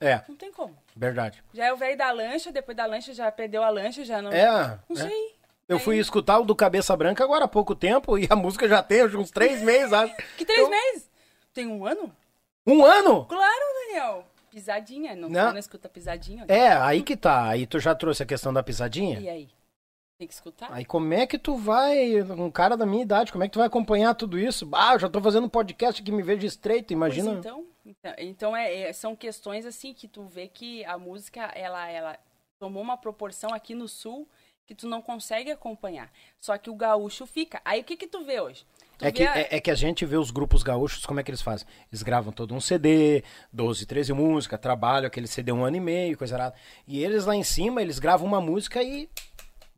É, Não tem como. verdade. Já é o velho da lancha, depois da lancha já perdeu a lancha, já não... É. Não é. sei. Eu fui escutar o do Cabeça Branca agora há pouco tempo e a música já tem uns três meses, acho. Que três Então- meses? Tem um ano? Um ano? Claro, Daniel. Pisadinha, não, Não. não. escuta pisadinha. É, aí que tá. Aí tu já trouxe a questão da pisadinha. E é. aí? Tem que escutar? Aí como é que tu vai, um cara da minha idade, como é que tu vai acompanhar tudo isso? Ah, eu já tô fazendo um podcast que me vejo estreito, Pois imagina. então, então, então é, é- são questões assim que tu vê que a música ela ela tomou uma proporção aqui no sul que tu não consegue acompanhar. Só que o gaúcho fica. Aí o que que tu vê hoje? Tu É vê que, a- é, é que a gente vê os grupos gaúchos, como é que eles fazem? Eles gravam todo um CD, 12, 13 músicas, trabalham aquele CD um ano e meio, coisa nada. E eles lá em cima, eles gravam uma música e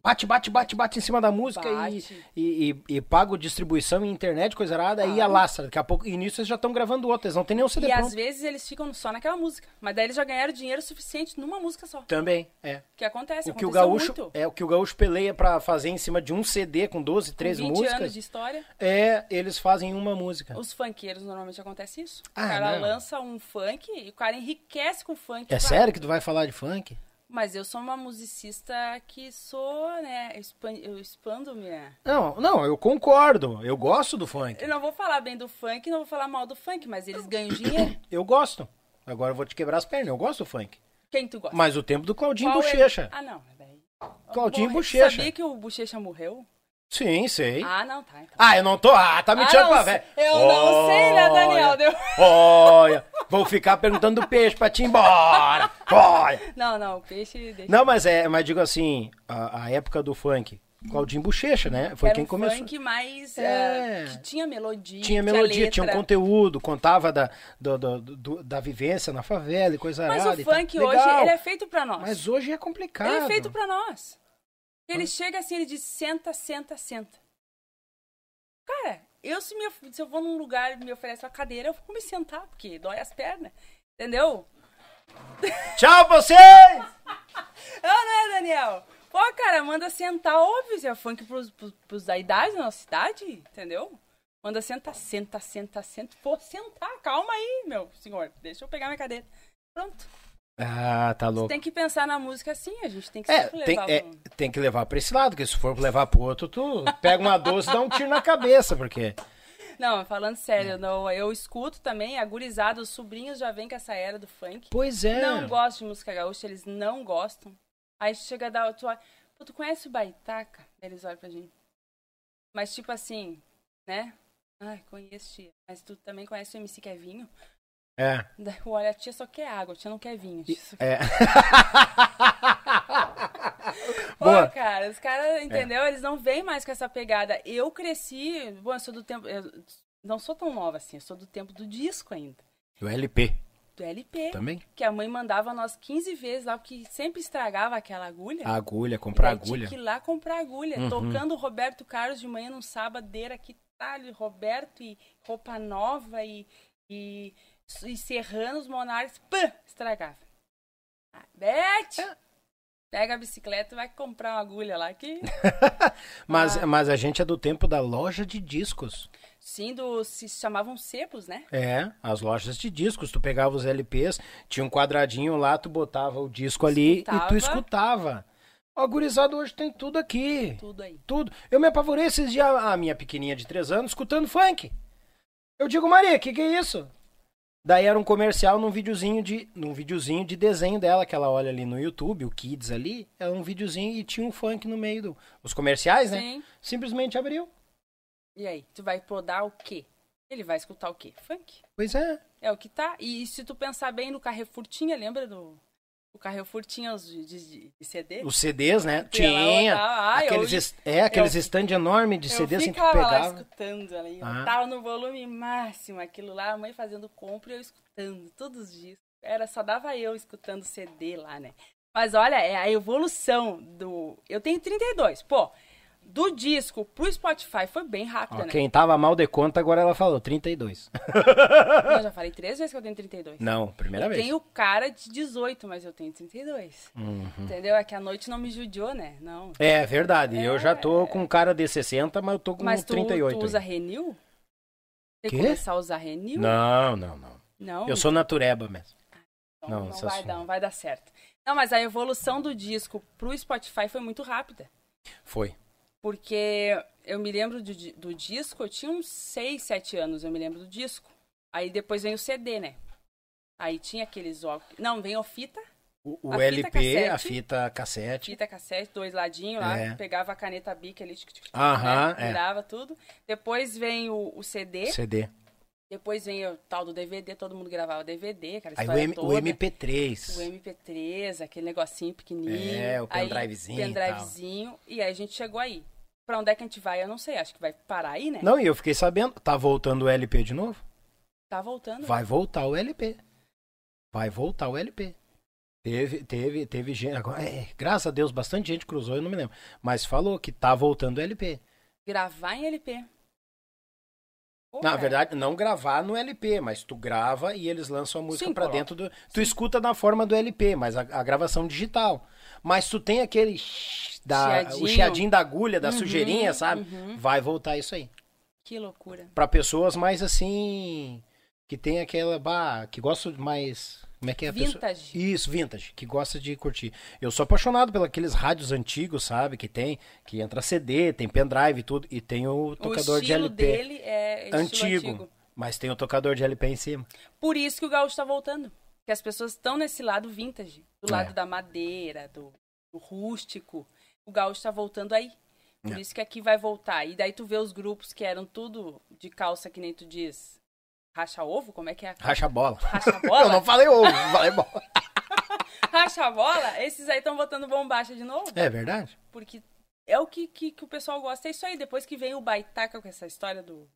Bate, bate, bate, bate em cima da música e, Bate. Ah. e, e, e pago distribuição e internet, coisa arada, aí a lastra. Daqui a pouco, e nisso vocês já estão gravando outro, eles não tem nenhum CD E pronto. às vezes eles ficam só naquela música. Mas daí eles já ganharam dinheiro suficiente numa música só. Também, é. Que acontece, O que o aconteceu gaúcho muito. é o que o gaúcho peleia pra fazer em cima de um CD com 12, 13 Com 20 músicas. anos de história. É, eles fazem uma música. Os funkeiros normalmente acontece isso. Ah, o cara não. lança um funk e o cara enriquece com o funk. É Claro. sério que tu vai falar de funk? Mas eu sou uma musicista que sou, né? Eu expan- eu expando minha. Não, não, eu concordo. Eu gosto do funk. Eu não vou falar bem do funk, não vou falar mal do funk, mas eles ganham dinheiro. Eu gosto. Agora eu vou te quebrar as pernas. Eu gosto do funk. Quem tu gosta? Mas o tempo do Claudinho Qual é- Bochecha. Ah, não. mas Daí... Claudinho Porra, Bochecha. Sabia que o Bochecha morreu? Sim, sei. Ah. Ah, não, tá. Então. eu não tô. Ah, tá me Ah, tirando não pra sei- velho. eu não sei, né, Daniel? Deu- Olha, vou ficar perguntando do peixe pra te ir embora. Olha. Não, não, o peixe deixa. Não, mas é, mas digo assim, a, a época do funk, Claudinho Bochecha, né? Foi Era quem um começou. funk mais. É. ah, que tinha melodia. Tinha melodia, letra. tinha um conteúdo, contava da, do- do- do- da vivência na favela e coisa Mas arada o e tal. funk hoje, Legal, ele é feito pra nós. Mas hoje é complicado. Ah. Ele é feito pra nós. Ele chega assim, ele diz: senta, senta, senta. Cara, eu se, me, of- se eu vou num lugar e me oferece uma cadeira, eu vou me sentar, porque dói as pernas. Entendeu? Tchau vocês! Ah, não é, Daniel? Pô, cara, manda sentar, óbvio, se é funk pros, pros, pros da idade da nossa idade, entendeu? Manda sentar, senta, senta, senta. Pô, sentar, calma aí, meu senhor. Deixa eu pegar minha cadeira. Pronto. Ah, tá louco. Tem que pensar na música assim, a gente tem que É, sempre tem, levar. é, pra um- tem que levar pra esse lado, porque se for levar pro outro, tu pega uma doce e dá um tiro na cabeça, porque. Não, mas falando É. sério, não, eu escuto também, agurizado, os sobrinhos já vêm com essa era do funk. Pois é. Não gosto de música gaúcha, eles não gostam. Aí chega a dar. Tu, olha, Pô, tu conhece o Baitaca? Eles olham pra gente. Mas tipo assim, né? Ai, conheço tia. Mas tu também conhece o MC Kevinho? É. Daí, Olha, a tia só quer água, a tia não quer vinho. a tia só quer- é. Pô, Boa. É. cara, os caras, entendeu? Eles não vêm mais com essa pegada. Eu cresci, bom, eu sou do tempo. Eu não sou tão nova assim, eu sou do tempo do disco ainda. O LP Do LP. também. Que a mãe mandava nós 15 vezes lá, porque sempre estragava aquela agulha. A agulha, Ah, comprar Daí agulha. Uhum. Tinha é que ir lá comprar agulha. Tocando Roberto Carlos de manhã num sábadeira que talho, Roberto e roupa nova e, e, e serrando os monarcas. Pã! Estragava. Ah, Bete! Pega a bicicleta e vai comprar uma agulha lá que. Mas, mas a gente é do tempo da loja de discos. Sim, do, se chamavam cepos, né? É, as lojas de discos, tu pegava os LPs, tinha um quadradinho lá, tu botava o disco ali e tu Escutava. escutava. O gurizado hoje tem tudo aqui. Tudo aí. Tudo. Eu me apavorei esses dias, a minha pequenininha de 3 anos, escutando funk. Eu digo, Maria, que que é isso? Daí era um comercial num videozinho de num videozinho de desenho dela que ela olha ali no YouTube, o Kids ali, era um videozinho e tinha um funk no meio do os comerciais, né? Sim. Simplesmente abriu. E aí, tu vai podar o quê? Ele vai escutar o quê? Funk. Pois é. É o que tá. E se tu pensar bem no Carrefour tinha, lembra do. O Carrefour tinha os de, de- de CD? Os CDs, né? Tinha lá, Tinha. lá, ah, eu aqueles, ia- es- é, aqueles eu- stand enormes de CD eu assim que tu ficava lá pegava. escutando ela aí, Ah. eu tava no volume máximo, aquilo lá, a mãe fazendo compra e eu escutando todos os dias. Era só dava eu escutando CD lá, né? Mas olha, é a evolução do. Eu tenho 32, pô. Do disco pro Spotify foi bem rápida, Ó, né? quem tava mal de conta, agora ela falou 32. Eu já falei três vezes que eu tenho 32. Não, primeira vez. Tenho cara de 18, mas eu tenho 32. Uhum. Entendeu? É que a noite não me judiou, né? Não. É verdade, eu já tô com cara de 60, mas eu tô com É. Mas tu, 38. tu usa aí. Renil? Tem Quê? que começar a usar Renil? Não, não, não. Não? Eu sou natureba mesmo. Então, Não, não, esse vai assunto. dar, não vai dar certo. Não, mas a evolução do disco pro Spotify foi muito rápida. Foi. Porque eu me lembro do, di- do disco, eu tinha uns 6, 7 anos, eu me lembro do disco. Aí depois vem o CD, né? Aí tinha aqueles. ó- Não, vem a fita, O, o A fita LP, a cassete. fita cassete. fita cassete, dois ladinhos lá, É. pegava a caneta bica ali, tic, tic, tic, Aham, é. né? virava tudo. Depois vem o, o CD, CD. depois vem o tal do DVD, todo mundo gravava DVD, aquela Aí o, história M- o toda. O MP3. MP3, aquele negocinho pequenininho. É, o Aí, pendrivezinho e pendrivezinho, E aí a gente chegou aí. Pra onde é que a gente vai? Eu não sei. Acho que vai parar aí, né? Não, e eu fiquei sabendo. Tá voltando o LP de novo? Tá voltando. Vai voltar o LP. Vai voltar o LP. Teve, teve, teve gente. Agora, é, graças a Deus, bastante gente cruzou, eu não me lembro. Mas falou que tá voltando o LP. Gravar em LP. Pô, é. Na cara, verdade, não gravar no LP, mas tu grava e eles lançam a música Sim, pra coloca. dentro do. Tu escuta na forma do LP, mas a, a gravação digital. Mas tu tem aquele. shhh Da, o Chiadinho. chiadinho da agulha, da sujeirinha, sabe? uhum. Vai voltar isso aí. Que loucura. Pra pessoas mais assim. Que tem aquela. Bah, que gosta de mais. Como é que é a pessoa? Vintage. Isso, vintage, que gosta de curtir. Eu sou apaixonado pelos aqueles rádios antigos, sabe? Que tem, que entra CD, tem pendrive e tudo, e tem o tocador o de estilo LP dele é estilo antigo, Mas tem o tocador de LP em cima. Por isso que o gaúcho tá voltando. Que as pessoas estão nesse lado vintage. Do É. lado da madeira, do, do rústico. O gaúcho tá voltando aí. Por É. isso que aqui vai voltar. E daí tu vê os grupos que eram tudo de calça, que nem tu diz. Racha ovo? Como é que é? Racha a bola. Racha a Eu não bola? falei ovo, falei bola. Racha a bola? Esses aí estão botando bombacha de novo. É verdade? Porque é o que, que, que o pessoal gosta. É isso aí. Depois que vem o baitaca com essa história do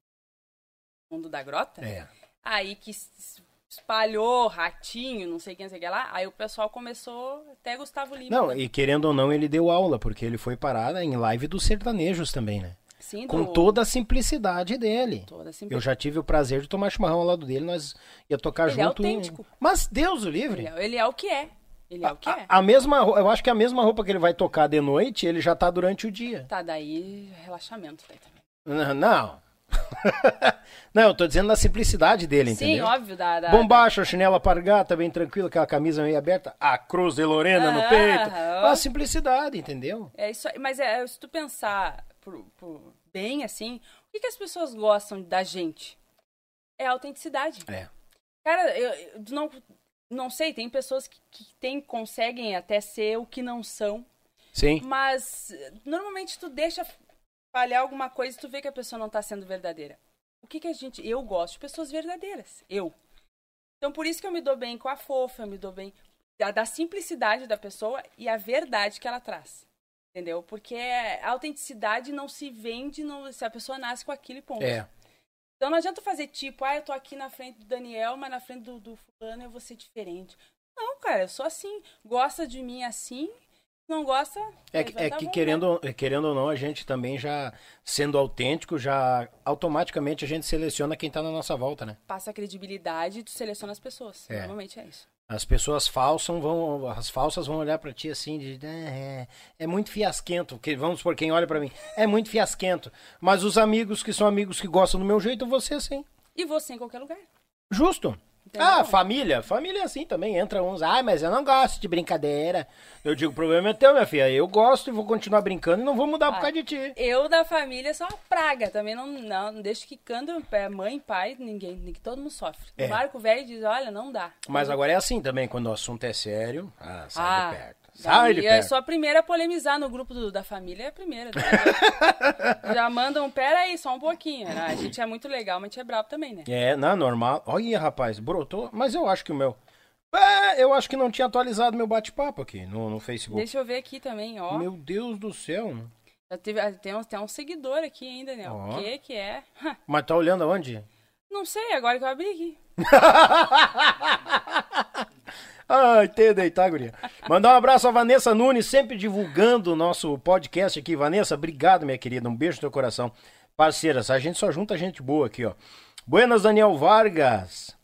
mundo da grota. É. Aí que es- es- espalhou ratinho, não sei quem, não sei o que lá. Aí o pessoal começou, até Gustavo Lima. Não, e querendo ou não, ele deu aula, porque ele foi parada em live dos sertanejos também, né? Sim, Com do- toda a simplicidade dele. toda assim, Eu já tive o prazer de tomar chimarrão ao lado dele, nós ia tocar Ele é junto. e- autêntico. Mas Deus o livre. ele, é, ele é o que é. Ele é o que A- é. A, mesma, ro- eu acho que a mesma roupa que ele vai tocar de noite, ele já tá durante o dia. Tá, daí relaxamento daí também. N- Não. não, eu tô dizendo da simplicidade dele, Sim, entendeu? óbvio, da. da Bombacha, chinela pargata, bem tranquila, aquela camisa meio aberta, a cruz de Lorena no Ah, peito. ó. A simplicidade, entendeu? É isso aí. Mas é, se tu pensar pro- pro- bem assim, o que, que as pessoas gostam da gente? É a autenticidade. É. Cara, eu, eu não, não sei, tem pessoas que, que tem, conseguem até ser o que não são. Sim. Mas eh, normalmente tu deixa falhar alguma coisa e tu vê que a pessoa não tá sendo verdadeira. O que que a gente. Eu gosto de pessoas verdadeiras. Eu. Então por isso que eu me dou bem com a fofa, eu me dou bem. Da, da simplicidade da pessoa e a verdade que ela traz. Entendeu? Porque a autenticidade não se vende não, se a pessoa nasce com aquele ponto. É. Então não adianta fazer tipo, ah, eu tô aqui na frente do Daniel, mas na frente do, do fulano eu vou ser diferente. Não, cara, eu sou assim. Gosta de mim assim, não gosta. É, aí que- vai é dar que bom, né? querendo, querendo ou não, a gente também já, sendo autêntico, já automaticamente a gente seleciona quem tá na nossa volta, né? Passa a credibilidade e tu seleciona as pessoas. É. Normalmente é isso. As pessoas falsam vão, as falsas vão olhar pra ti assim de, "É, é, é muito fiasquento, que vamos por quem olha pra mim, é muito fiasquento. Mas os amigos que são amigos que gostam do meu jeito, você sim. E você em qualquer lugar. Justo. Entendeu? Ah, família. Família é assim também. Entra uns. Ah, mas eu não gosto de brincadeira. Eu digo, o problema é teu, minha filha. Eu gosto e vou continuar brincando e não vou mudar por Ah. causa de ti. Eu da família sou uma praga. Também não, não, não deixo quicando é, mãe, pai, ninguém, ninguém. Todo mundo sofre. É. O Marco velho diz: olha, não dá. Mas agora é assim também, quando o assunto é sério. Ah, sai Ah, de perto. Sai de daí eu perto. sou a primeira a polemizar no grupo do- da família, é a primeira. né? Já mandam, pera aí, só um pouquinho. né? A gente é muito legal, mas a gente é brabo também, né? É, não, normal. Olha, rapaz, brotou. Mas eu acho que o meu. Ah, eu acho que não tinha atualizado meu bate-papo aqui no, no Facebook. Deixa eu ver aqui também, ó. Meu Deus do céu. Já teve, ah, tem, um, tem um seguidor aqui ainda, né? Ó. O que que é? Ha, Mas tá olhando aonde? Não sei, agora que eu abri aqui. Ai, Ah, tem deitar, guria. Mandar um abraço a Vanessa Nunes, sempre divulgando o nosso podcast aqui. Vanessa, obrigado, minha querida. Um beijo no teu coração. Parceiras, a gente só junta gente boa aqui, ó. Buenas, Daniel Vargas.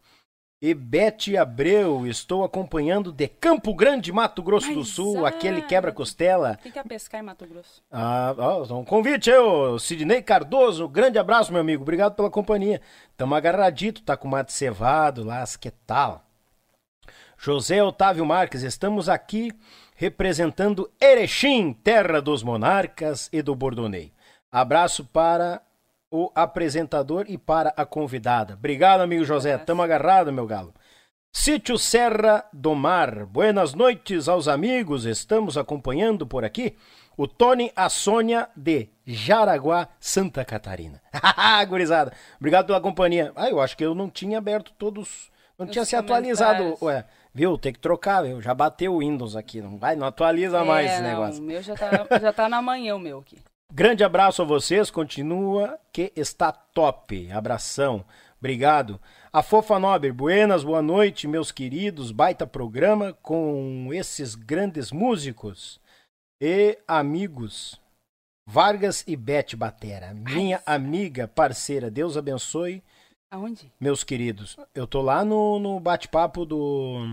E Bete Abreu, estou acompanhando de Campo Grande, Mato Grosso do Mas, Sul, ah. aquele quebra-costela. Tem que ir a pescar em Mato Grosso. Ah, ó, um convite aí, ô Sidney Cardoso. Grande abraço, meu amigo. Obrigado pela companhia. Tamo agarradito, tá com mate cevado lá, as que tal? José Otávio Marques, estamos aqui representando Erechim, terra dos monarcas e do Bordonei. Abraço para o apresentador e para a convidada. Obrigado, amigo José. Abraço. Tamo agarrado, meu galo. Sítio Serra do Mar. Buenas noites aos amigos. Estamos acompanhando por aqui o Tony a Sônia de Jaraguá, Santa Catarina. Hahaha, Gurizada, obrigado pela companhia. Ah, eu acho que eu não tinha aberto todos. Não Os tinha se atualizado. comentários. Ué, viu? Tem que trocar, viu? Já bateu o Windows aqui. Não vai, não atualiza mais É, esse não, negócio. O meu já tá, já tá na manhã, o meu aqui. Grande abraço a vocês, continua que está top. Abração. Obrigado. A Fofa Nobre, buenas, boa noite, meus queridos. Baita programa com esses grandes músicos e amigos. Vargas e Bete Batera, minha amiga, parceira, Deus abençoe, Aonde? meus queridos. Eu tô lá no, no bate-papo do,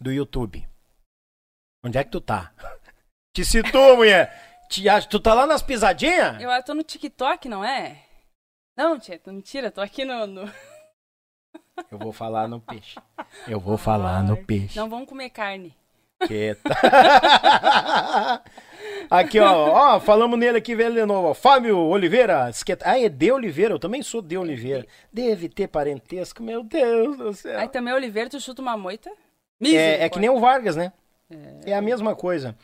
do YouTube. Onde é que tu tá? Te citou, mulher! Te, acho- tu tá lá nas pisadinhas? Eu, eu tô no TikTok, não é? Não, tia, tu- mentira, tô aqui no. no- Eu vou falar no peixe. Eu vou falar no Ai, peixe. Não vamos comer carne. Eita. aqui, ó, ó, falamos nele aqui, velho de novo. ó. Fábio Oliveira. esqueta- Ah, é de Oliveira, eu também sou de Oliveira. Deve ter parentesco, meu Deus do Aí céu. também, Oliveira, tu chuta uma moita. É, é que nem o Vargas, né? Misericórdia. É a mesma coisa.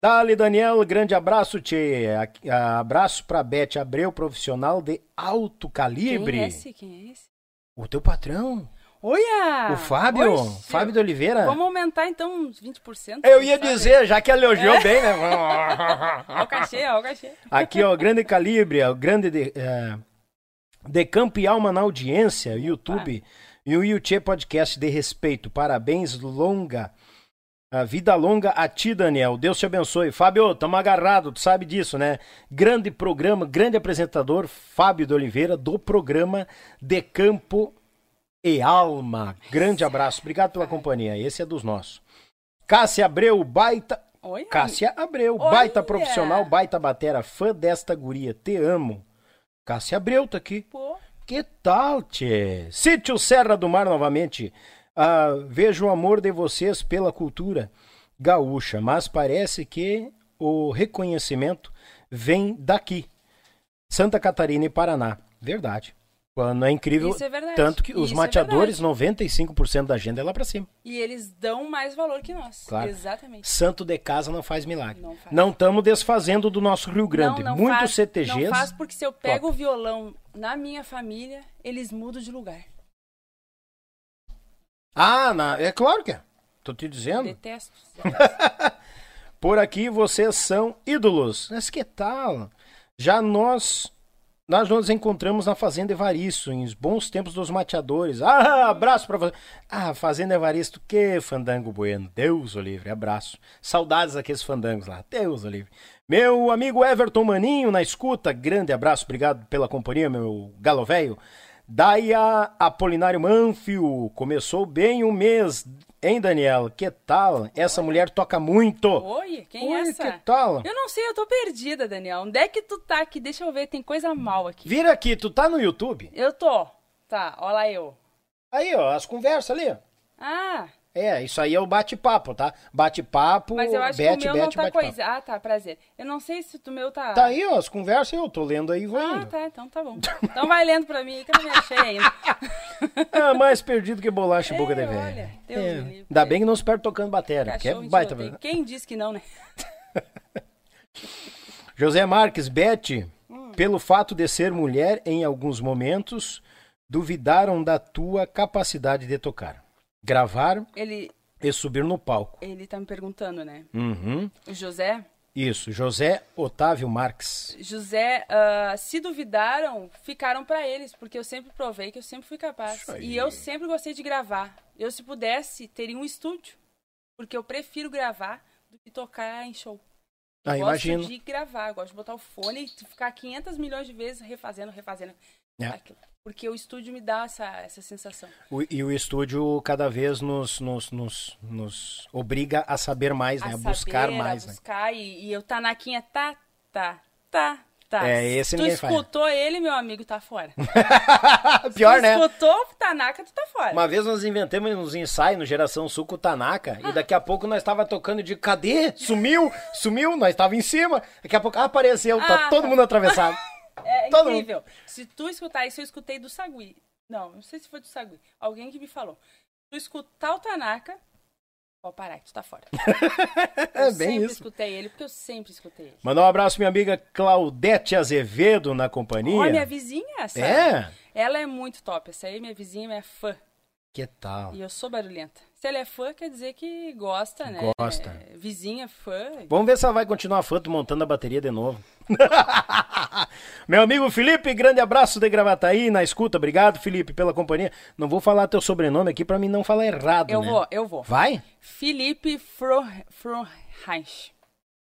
Dali, Daniel, grande abraço, Tchê. Aqui, ah, Abraço pra Beth Abreu, profissional de alto calibre. Quem é esse? Quem é esse? O teu patrão, Olha! o Fábio, Oxe! Fábio de Oliveira. Ah, Vamos aumentar então uns 20%. Eu ia assim, sabe? dizer, já que elogiou bem, né? É. Ó o cachê, ó o cachê. Aqui, ó, grande calibre, ó, grande de, é, de campo e alma na audiência, YouTube e o Yuchê Podcast de respeito. Parabéns, longa. A vida longa a ti, Daniel. Deus te abençoe. Fábio, tamo agarrado, tu sabe disso, né? Grande programa, grande apresentador, Fábio de Oliveira, do programa De Campo e Alma. Grande abraço. Obrigado pela companhia. Esse é dos nossos. Cássia Abreu, baita. Olha! Cássia Abreu, Olha! baita profissional, baita batera, fã desta guria, te amo. Cássia Abreu tá aqui. Pô, Que tal, tchê? Sítio Serra do Mar novamente. Ah, vejo o amor de vocês pela cultura gaúcha, mas parece que o reconhecimento vem daqui. Santa Catarina e Paraná. Verdade. Quando é incrível, Isso é verdade. tanto que os Isso é mateadores, 95% da agenda é lá pra cima. e eles dão mais valor que nós. Claro. Exatamente. Santo de casa não faz milagre. Não faz. Não estamos desfazendo do nosso Rio Grande. Não, não Muitos faz- CTGs. Não faz porque se eu pego o violão na minha família, eles mudam de lugar. Ah, na- é claro que é. Tô te dizendo. Detesto. Por aqui vocês são ídolos. Mas que tal? Já nós nós nos encontramos na Fazenda Evaristo, em bons tempos dos mateadores. Ah, abraço pra você. Ah, Fazenda Evaristo, que fandango bueno. Deus o livre, abraço. Saudades daqueles fandangos lá. Deus o livre. Meu amigo Everton Maninho, na escuta, grande abraço, obrigado pela companhia, meu galo velho. Daia Apolinário Manfio, começou bem o mês, hein, Daniel? Que tal? Essa mulher toca muito. Oi, quem é Oi, essa? que tal? Eu não sei, eu tô perdida, Daniel. Onde é que tu tá aqui? Deixa eu ver, tem coisa mal aqui. Vira aqui, tu tá no YouTube? Eu tô. Tá, ó lá eu. Aí, ó, as conversas ali, ó. Ah, É, isso aí é o bate-papo, tá? Bate-papo, mas eu acho bete, que o meu não bete, tá bate-papo. coisa. Ah, tá, prazer. Eu não sei se o meu tá. Tá aí, ó, as conversas, eu tô lendo aí e vou Ah, indo. tá, então tá bom. Então vai lendo pra mim, que eu não me achei ainda. Ah, mais perdido que bolacha e boca tá. É, de olha, velho. Deus me livre. Ainda bem que não se perde tocando batera, porque é Cachorro baita. tiroteio. Quem disse que não, né? José Marques, Bete, Hum. pelo fato de ser mulher, em alguns momentos, duvidaram da tua capacidade de tocar, gravar Ele, e subir no palco. ele tá me perguntando, né? Uhum. O José, Isso, José Otávio Marques. José, ah, se duvidaram, ficaram pra eles, porque eu sempre provei que eu sempre fui capaz. Isso aí. E eu sempre gostei de gravar. Eu, se pudesse, teria um estúdio, porque eu prefiro gravar do que tocar em show. Eu Ah, gosto imagino. de gravar, eu gosto de botar o fone e ficar 500 milhões de vezes refazendo, refazendo É. aquilo. Porque o estúdio me dá essa, essa sensação. O- e o estúdio cada vez nos, nos, nos, nos obriga a saber mais, né? A, saber, buscar mais, a né? buscar e, e eu tanaquinha tá, tá, tá, tá. É, esse tu ninguém faz. escutou ele, meu amigo, tá fora. Pior, tu né? escutou o Tanaka, tu tá fora. Uma vez nós inventamos uns ensaios no Geração Sul com o Tanaka e daqui a pouco nós estava tocando de cadê? Sumiu, sumiu, nós estava em cima. Daqui a pouco ah, apareceu, tá Ah, todo tá. mundo atravessado. é todo incrível. Se tu escutar isso, eu escutei do Sagui. Não, não sei se foi do Sagui. Alguém que me falou. Tu escutar o Tanaka, pode parar que tu tá fora. É eu bem sempre isso. escutei ele, porque eu sempre escutei ele. Mandar um abraço minha amiga Claudete Azevedo na companhia. Olha, minha vizinha, essa. é? Ela é muito top. Essa aí, minha vizinha, é fã. Que tal? E eu sou barulhenta. Se ela é fã, quer dizer que gosta, né? Gosta. Né? É, Vizinha, fã. Vamos ver se ela vai continuar fã, tu montando a bateria de novo. Meu amigo Felipe, grande abraço de Gravataí, na escuta. Obrigado, Felipe, pela companhia. Não vou falar teu sobrenome aqui pra mim não falar errado, Eu né? vou, eu vou. Vai? Felipe Fro- Frohreich.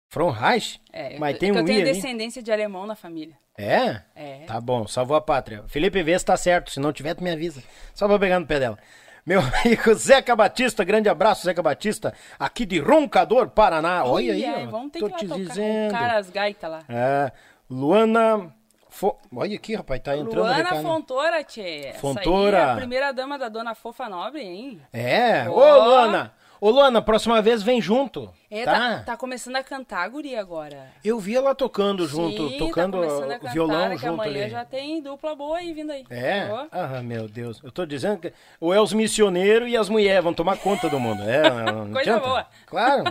Fronreich? É, eu- Mas é tem que um eu I tenho ali. descendência de alemão na família. É? É. Tá bom, salvou a pátria. Felipe, vê se tá certo. Se não tiver, tu me avisa. Só pra pegar no pé dela. Meu amigo Zeca Batista, grande abraço, Zeca Batista, aqui de Roncador, Paraná. Olha aí, E aí, ó, é, vamos ter tô que ir lá te tocar dizendo. o cara as gaitas lá. É, Luana. Fo- Olha aqui, rapaz, tá entrando o Luana recado. Fontoura, tchê. Essa aí Fontoura. é a primeira dama da dona Fofa Nobre, hein? É, ô Ó. Luana. Ô Luana, próxima vez vem junto. É, tá? tá, tá começando a cantar a guria agora. Eu vi ela tocando junto, Sim, tocando tá começando a cantar, violão daqui a junto amanhã ali. já tem dupla boa aí vindo aí. É? Ó. Ah, meu Deus. Eu tô dizendo que ou é os missioneiros e as mulheres vão tomar conta do mundo. É, não Coisa adianta. boa. Claro.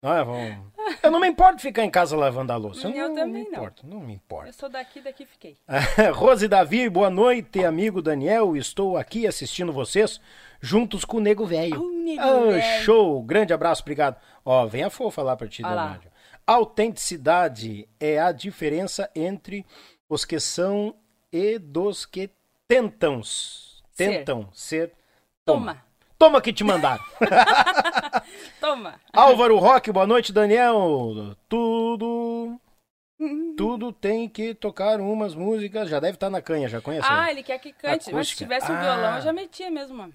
Não, é, vão- Eu não me importo ficar em casa lavando a louça. Eu não também me não. importo, não me importo. Eu sou daqui, daqui fiquei. Rose Davi, boa noite, amigo Daniel. Estou aqui assistindo vocês juntos com o Nego Velho. Au, Nego Ah, Velho. Show, grande abraço, obrigado. Ó, vem a fofa lá pra ti, Ó lá. Danado. Autenticidade é a diferença entre os que são e dos que tentam. Tentam ser. Toma. Toma que te mandaram. Toma. Álvaro Roque, boa noite, Daniel. Tudo. Hum. Tudo tem que tocar umas músicas. Já deve estar na canha, já conhece? né? Ah, ele quer que cante. Mas se Acústica. tivesse um Ah. violão, eu já metia mesmo, mano.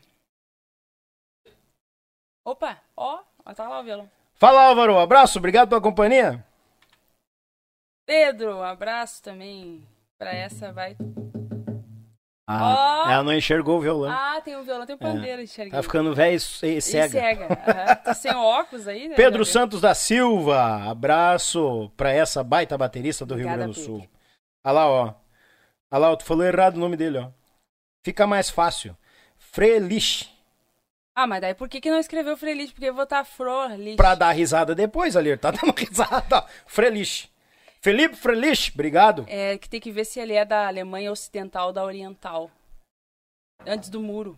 Opa, ó, ó, tá lá o violão. Fala Álvaro, um abraço, obrigado pela companhia. Pedro, um abraço também. Pra essa vai. Ah, Ó. ela não enxergou o violão. Ah, tem um violão, tem um pandeiro, enxerguei. tá ficando velho e cega. E cega. aham. Tá sem óculos aí, né? Pedro Já vi. Santos da Silva, abraço pra essa baita baterista do Rio Obrigada, Grande do Sul. Pedro. Olha lá, ó. Olha lá, tu falou errado o nome dele, ó. Fica mais fácil. Frelich, Ah, mas daí por que, que não escreveu Frelich? Porque eu vou botar Frorlich. pra dar risada depois ali, tá dando risada. Frelich. Felipe Frelich, obrigado. É que tem que ver se ele é da Alemanha Ocidental ou da Oriental. Antes do muro.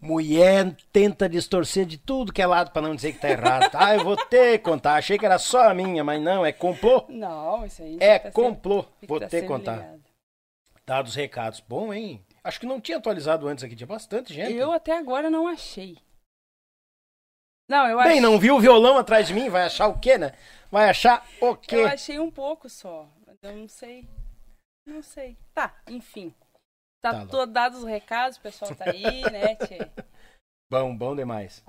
Mulher tenta distorcer de tudo que é lado pra não dizer que tá errado. Ah, eu vou ter que contar. Achei que era só a minha, mas não, é complô. Não, isso aí. É tem que tá sempre- complô. tem que Vou tá ter que sempre contar. ligado. Dados recados. Bom, hein? Acho que não tinha atualizado antes aqui. Tinha bastante gente. Eu até agora não achei. Não, eu Bem, achei. não viu o violão atrás de mim? Vai achar o quê, né? Vai achar o quê? Eu achei um pouco só. mas Eu não sei. Não sei. Tá, enfim. Tá Tá, bom. todo dados os recados, o pessoal tá aí, né, Tchê? Bom, bom demais.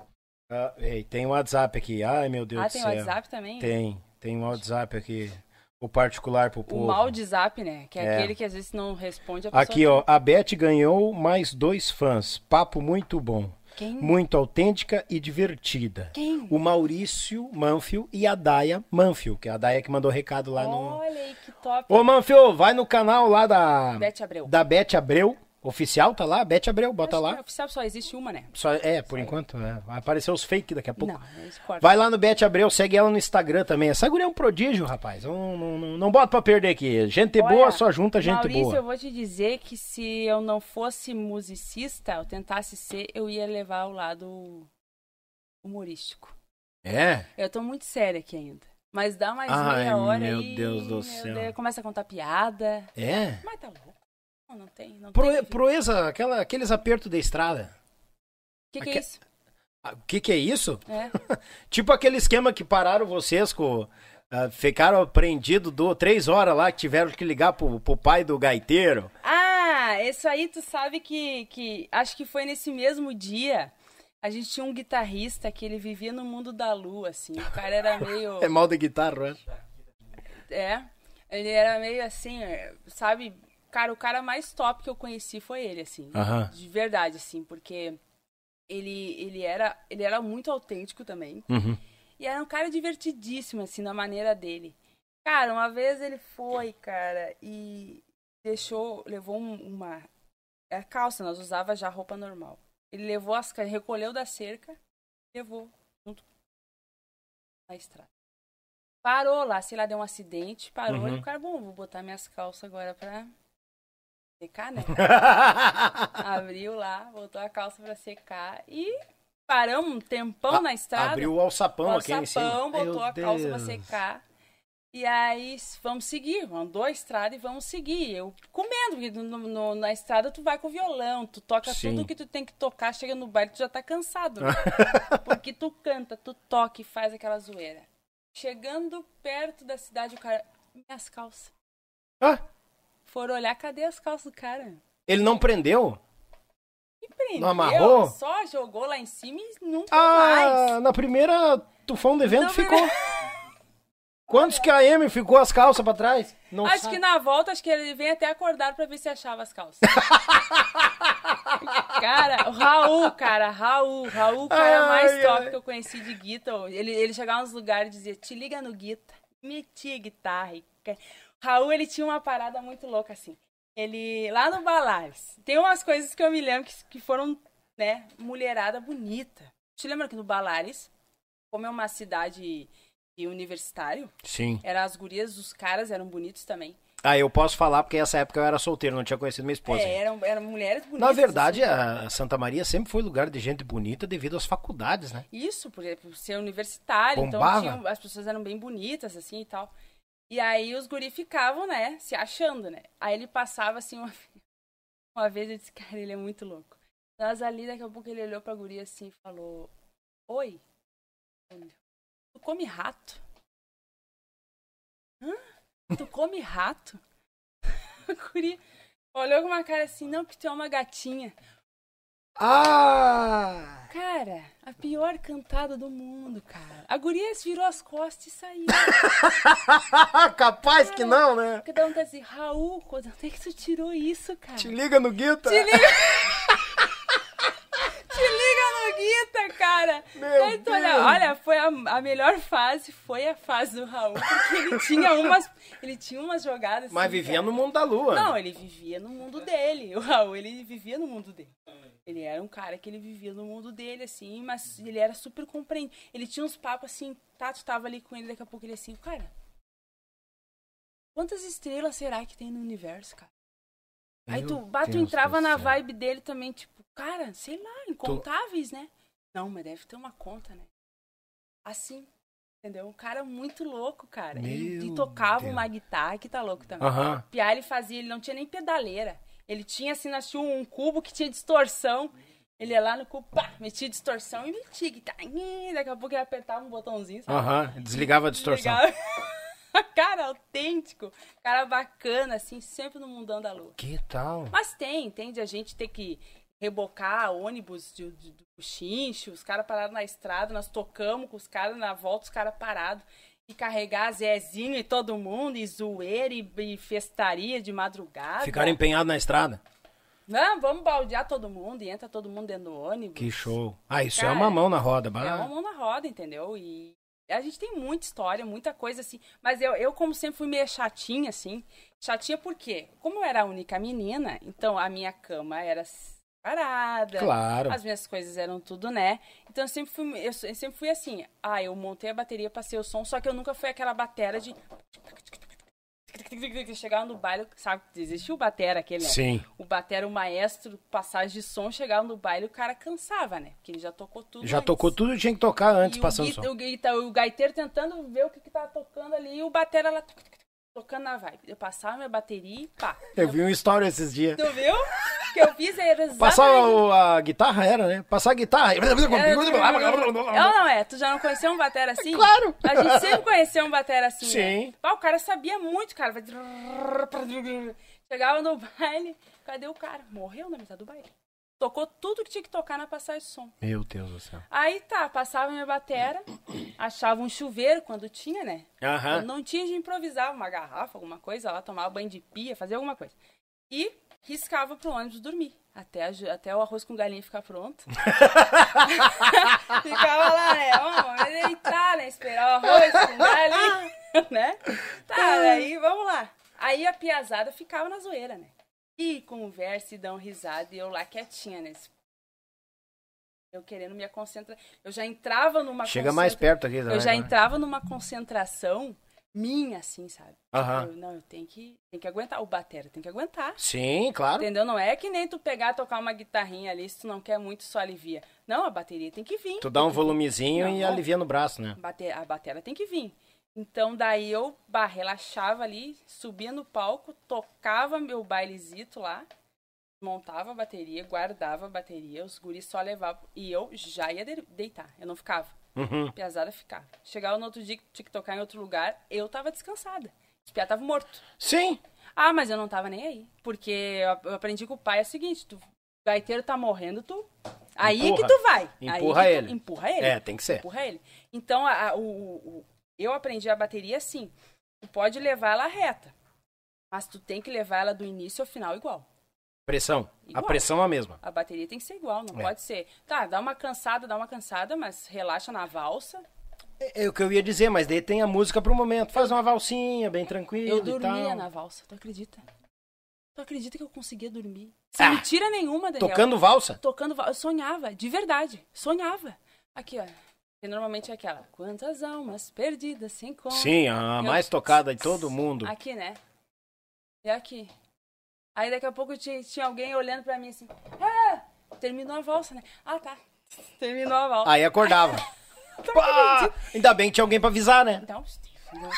Ah, ei, tem o WhatsApp aqui. Ai, meu Deus Ah, do tem céu. o WhatsApp também? Tem, tem um WhatsApp aqui. O particular pro O povo. mal de zap, né? Que é, É. aquele que às vezes não responde a pessoa. Aqui, ó. A Beth ganhou mais dois fãs. Papo muito bom. Quem? muito autêntica e divertida. Quem? O Maurício Manfio e a Daia Manfio, que é a Daia que mandou recado lá no. Olha aí, que top. Ô Manfio, vai no canal lá da. Oh. Beth Abreu. Da Beth Abreu. Oficial, tá lá? Beth Abreu, bota Acho que lá. é Oficial só existe uma, né? Só- é, por enquanto. é. Vai aparecer os fake daqui a pouco. Não, é eles cortam. Vai lá no Beth Abreu, segue ela no Instagram também. Essa guria é um prodígio, rapaz. Não, não, não, não bota pra perder aqui. Gente Olha, boa só junta gente Maurício, boa. eu vou te dizer que se eu não fosse musicista, eu tentasse ser, eu ia levar o lado humorístico. É? Eu tô muito séria aqui ainda. Mas dá mais Ai, meia hora meu aí. Deus do céu. começa a contar piada. É? Mas tá louco. Não, não tem. Não Pro, tem. proeza, aquela, aqueles apertos da estrada. que, que aque- é isso? Ah, O que, que é isso? É. Tipo aquele esquema que pararam vocês com. ah, ficaram prendidos do três horas lá que tiveram que ligar pro, pro pai do gaiteiro. Ah, isso aí tu sabe que, que acho que foi nesse mesmo dia. A gente tinha um guitarrista que ele vivia no mundo da lua, assim. O cara era meio. É mal da guitarra, né? É. Ele era meio assim, é, sabe? Cara, o cara mais top que eu conheci foi ele, assim. Aham. De verdade, assim, porque ele, ele, era, ele era muito autêntico também. Uhum. E era um cara divertidíssimo, assim, na maneira dele. Cara, uma vez ele foi, cara, e deixou, levou um- uma. Era calça, nós usava já roupa normal. Ele levou as calças, recolheu da cerca, levou junto na estrada. Parou lá, sei lá, deu um acidente, parou Uhum. e o cara, bom, vou botar minhas calças agora pra secar, né? Abriu lá, botou a calça pra secar e paramos um tempão na estrada. Abriu o alçapão Pão aqui em cima. botou Meu a calça pra Deus. secar. E aí, s- vamos seguir, andou a estrada e vamos seguir. Eu comendo, porque no- no- na estrada tu vai com o violão, tu toca Sim. tudo que tu tem que tocar, chega no baile, tu já tá cansado. né? porque tu canta, tu toca e faz aquela zoeira. Chegando perto da cidade, o cara. Minhas calças. Ah, Foram olhar, cadê as calças do cara? ele não prendeu? E prendeu, Não amarrou? só jogou lá em cima e nunca mais. Ah, na primeira tufão do evento Não, ficou. Quantos KM ficou as calças pra trás? Não Acho sabe. que na volta, acho que ele vem até acordar pra ver se achava as calças. cara, o Raul, cara, Raul, Raul, o cara Ai, mais top ai. que eu conheci de guitar. Ele, ele chegava nos lugares e dizia, te liga no guitar, metia a guitarra. e ca- Raul, ele tinha uma parada muito louca, assim. Ele, lá no Balares, tem umas coisas que eu me lembro que, que foram, né, mulherada bonita. Te lembra que no Balares, como é uma cidade de universitário, Sim. eram as gurias, os caras eram bonitos também. Ah, eu posso falar porque essa época eu era solteiro, não tinha conhecido minha esposa. É, ainda. eram, eram mulheres bonitas. assim. Na verdade, a Santa Maria sempre foi lugar de gente bonita devido às faculdades, né? assim. Isso, por, por ser universitário, Bombava. então tinham- as pessoas eram bem bonitas, assim, e tal. E aí os guri ficavam, né, se achando, né. Aí ele passava, assim, uma, uma vez eu disse, cara, ele é muito louco. Mas ali, daqui a pouco, ele olhou pra guria, assim, e falou, Oi, tu come rato? Hã? Tu come rato? A guria olhou com uma cara assim, não, porque tu é uma gatinha. Ah! Cara, a pior cantada do mundo, cara. A guria virou as costas e saiu. Capaz que não, né? Porque dá vontade de dizer, assim, Raul, quando é que tu tirou isso, cara? Te Te, liga no Guita. liga no Guita, cara! Meu Aí tu olha, Deus. olha, foi a, a melhor fase, foi a fase do Raul, porque ele tinha umas. Ele tinha umas jogadas. Mas assim, vivia cara. no mundo da lua. Não, ele vivia no mundo dele. O Raul, ele vivia no mundo dele. Ele era um cara que ele vivia no mundo dele, assim, mas ele era super compreendido. Ele tinha uns papos assim, Tato tava ali com ele, daqui a pouco ele assim, cara. Quantas estrelas será que tem no universo, cara? Aí tu, bah, tu entrava na vibe dele também, tipo, cara, sei lá, incontáveis, né? Não, mas deve ter uma conta, né? Assim, entendeu? Um cara muito louco, cara. E, Meu e tocava Deus. uma guitarra que tá louco também. Aham. Piá ele fazia, ele não tinha nem pedaleira. Ele tinha, assim, nós tinha um cubo que tinha distorção. Ele ia lá no cubo, pá, metia distorção e metia guitarra. Ih, Daqui a pouco ele apertava um botãozinho, sabe? Aham. Desligava a distorção. Ligava. cara autêntico, cara bacana, assim, sempre no mundão da lua. Que tal? Mas tem, entende? A gente ter que rebocar ônibus de- de- do chincho, os caras pararam na estrada, nós tocamos com os caras na volta, os caras parados. E carregar Zezinho e todo mundo, e zoeira e, e festaria de madrugada. Ficaram empenhados na estrada. Não, vamos baldear todo mundo e entra todo mundo dentro do ônibus. Que show. Ah, isso é Cara, uma mão na roda. bah. É uma mão na roda, entendeu? E a gente tem muita história, muita coisa assim. Mas eu, eu como sempre, fui meio chatinha, assim. Chatinha por quê? Como eu era a única menina, então a minha cama era separada. Claro. As minhas coisas eram tudo, né? Então eu sempre fui, eu, eu sempre fui assim. Ah, eu montei a bateria, passei o som, só que eu nunca fui aquela batera de. Chegava no baile, sabe? Existiu o batera aquele, né? Sim. O batera, o maestro, passagem de som, chegava no baile, o cara cansava, né? Porque ele já tocou tudo Já antes. tocou tudo, tinha que tocar antes, E passando o, som. gui- o, guita- o gaiteiro tentando ver o que, que tava tocando ali e o batera lá tuc, tuc, tuc, tocando na vibe. Eu passava minha bateria e pá. Eu vi um story esses dias. Tu viu? O que eu fiz era exatamente... Passar o- a guitarra era, né? Passar a guitarra. É, Ela não é, tu já não conheceu um batera assim? Claro. A gente sempre conheceu um batera assim. Sim. Né? Pá, o cara sabia muito, cara. Chegava no baile, cadê o cara? Morreu na metade do baile. Tocou tudo que tinha que tocar na passagem de som. Meu Deus do céu. Aí tá, passava minha batera, achava um chuveiro quando tinha, né? Aham. Quando não tinha, a gente improvisava uma garrafa, alguma coisa lá, tomava banho de pia, fazia alguma coisa. E riscava pro ônibus dormir. Até, a ju- até o arroz com galinha ficar pronto. Ficava lá, né? Ó, vamos deitar, né? Esperar o arroz com galinha, né? Tá, aí vamos lá. Aí a piazada ficava na zoeira, né? E conversa e dão risada e eu lá quietinha, né? Eu querendo me concentrar. Eu já entrava numa Chega mais concentra- perto aqui. né? eu já entrava numa concentração minha, assim, sabe? Aham. Eu, não, eu tenho que, tenho que aguentar. O batera tem que aguentar. Sim, claro. Entendeu? Não é que nem tu pegar tocar uma guitarrinha ali, se tu não quer muito, só alivia. Não, a bateria tem que vir. Tu dá um volumezinho Não, e não. alivia no braço, né? Bate- a batera tem que vir. Então daí eu bah, relaxava ali, subia no palco, tocava meu bailezito lá, montava a bateria, guardava a bateria, os guris só levavam e eu já ia de- deitar, eu não ficava. Uhum. Piazada ficava. Chegava no outro dia, tinha que tocar em outro lugar, eu tava descansada. Os piá estavam morto. Sim. Ah, mas eu não tava nem aí, porque eu- eu aprendi com o pai é o seguinte, tu gaiteiro tá morrendo, tu aí é Empurra. que tu vai. Empurra aí que tu- ele. Empurra ele É, tem que ser. empurra ele. Então, a- a- o, o- o- eu aprendi a bateria assim. Tu pode levar ela reta, mas tu tem que levar ela do início ao final igual. Pressão. A Igual. pressão é a mesma. A bateria tem que ser igual, não É. pode ser. Tá, dá uma cansada, dá uma cansada, mas relaxa na valsa. É, é o que eu ia dizer, mas daí tem a música pro momento. Faz uma valsinha bem tranquila Eu e dormia tal. na valsa, tu acredita? Tu acredita que eu conseguia dormir? Ah. Sem mentira nenhuma, Daniel. Tocando valsa? Tocando valsa. Eu sonhava, de verdade. Sonhava. Aqui, ó. Que normalmente é aquela. Quantas almas perdidas se encontram. Sim, a Eu- mais tocada de todo mundo. Aqui, né? E aqui. Aí daqui a pouco tinha, tinha alguém olhando pra mim assim. Ah, terminou a valsa, né? Ah, tá. Terminou a valsa. Aí acordava. Então, Pá! Ainda bem que tinha alguém pra avisar, né? Então, Steve, né?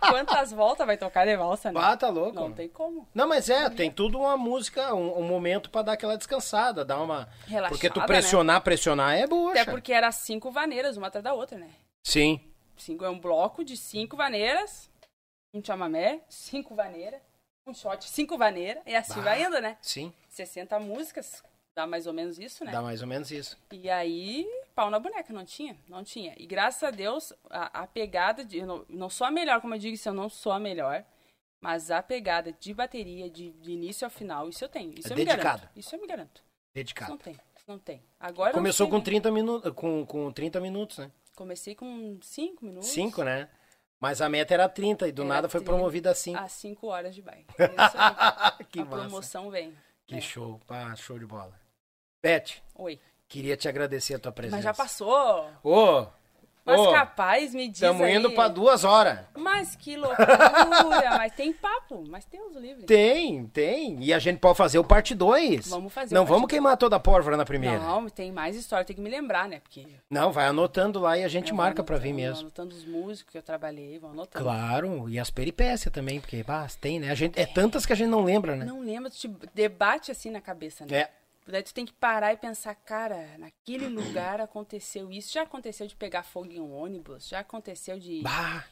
quantas voltas vai tocar de valsa, né? Ah, tá louco. Não tem como. Não, mas é, tem tudo uma música, um, um momento pra dar aquela descansada, dar uma. Relaxada, porque tu né? pressionar, pressionar é boa. Até porque era cinco vaneiras, uma atrás da outra, né? Sim. Cinco é um bloco de cinco vaneiras, um chamamé, cinco vaneiras, um shot, cinco vaneiras, e assim Bah. vai indo, né? Sim, 60 músicas, dá mais ou menos isso, né? dá mais ou menos isso. E aí, pau na boneca, não tinha, não tinha. E graças a Deus, a, a pegada de. Eu não, não sou a melhor, como eu digo, isso eu não sou a melhor. Mas a pegada de bateria, de, de início ao final, isso eu tenho. Isso É eu me dedicado. garanto. Isso eu me garanto. Isso Dedicado. não tem, isso não tem. Agora eu Começou não sei, né? com 30, minu com, com 30 minutos, né? Comecei com 5 minutos. 5, né? Mas a meta era 30 e do Era nada foi 30. promovida a 5. A 5 horas de baile. Isso aí. que Ah, a massa. promoção vem. Que É. show. Ah, show de bola. Beth, Oi. queria te agradecer a tua presença. Mas já passou. Ô, Mas ô, capaz, me diz estamos aí. indo pra duas horas. Mas que loucura. mas tem papo. Mas tem os livros. Tem, tem. E a gente pode fazer o parte 2. Vamos fazer Não o parte vamos queimar toda a pólvora na primeira. Não. Não, tem mais história, tem que me lembrar, né? Porque. vai anotando lá e a gente eu vou marca pra vir anotando, vou mesmo. Anotando os músicos que eu trabalhei, vou anotando. Claro, e as peripécias também, porque bah, tem, né? A gente, é tantas que a gente não lembra, né? Não lembro, tu te debate assim na cabeça, né? É. Daí tu tem que parar e pensar, cara, naquele lugar aconteceu isso. Já aconteceu de pegar fogo em um ônibus, já aconteceu de, Bah,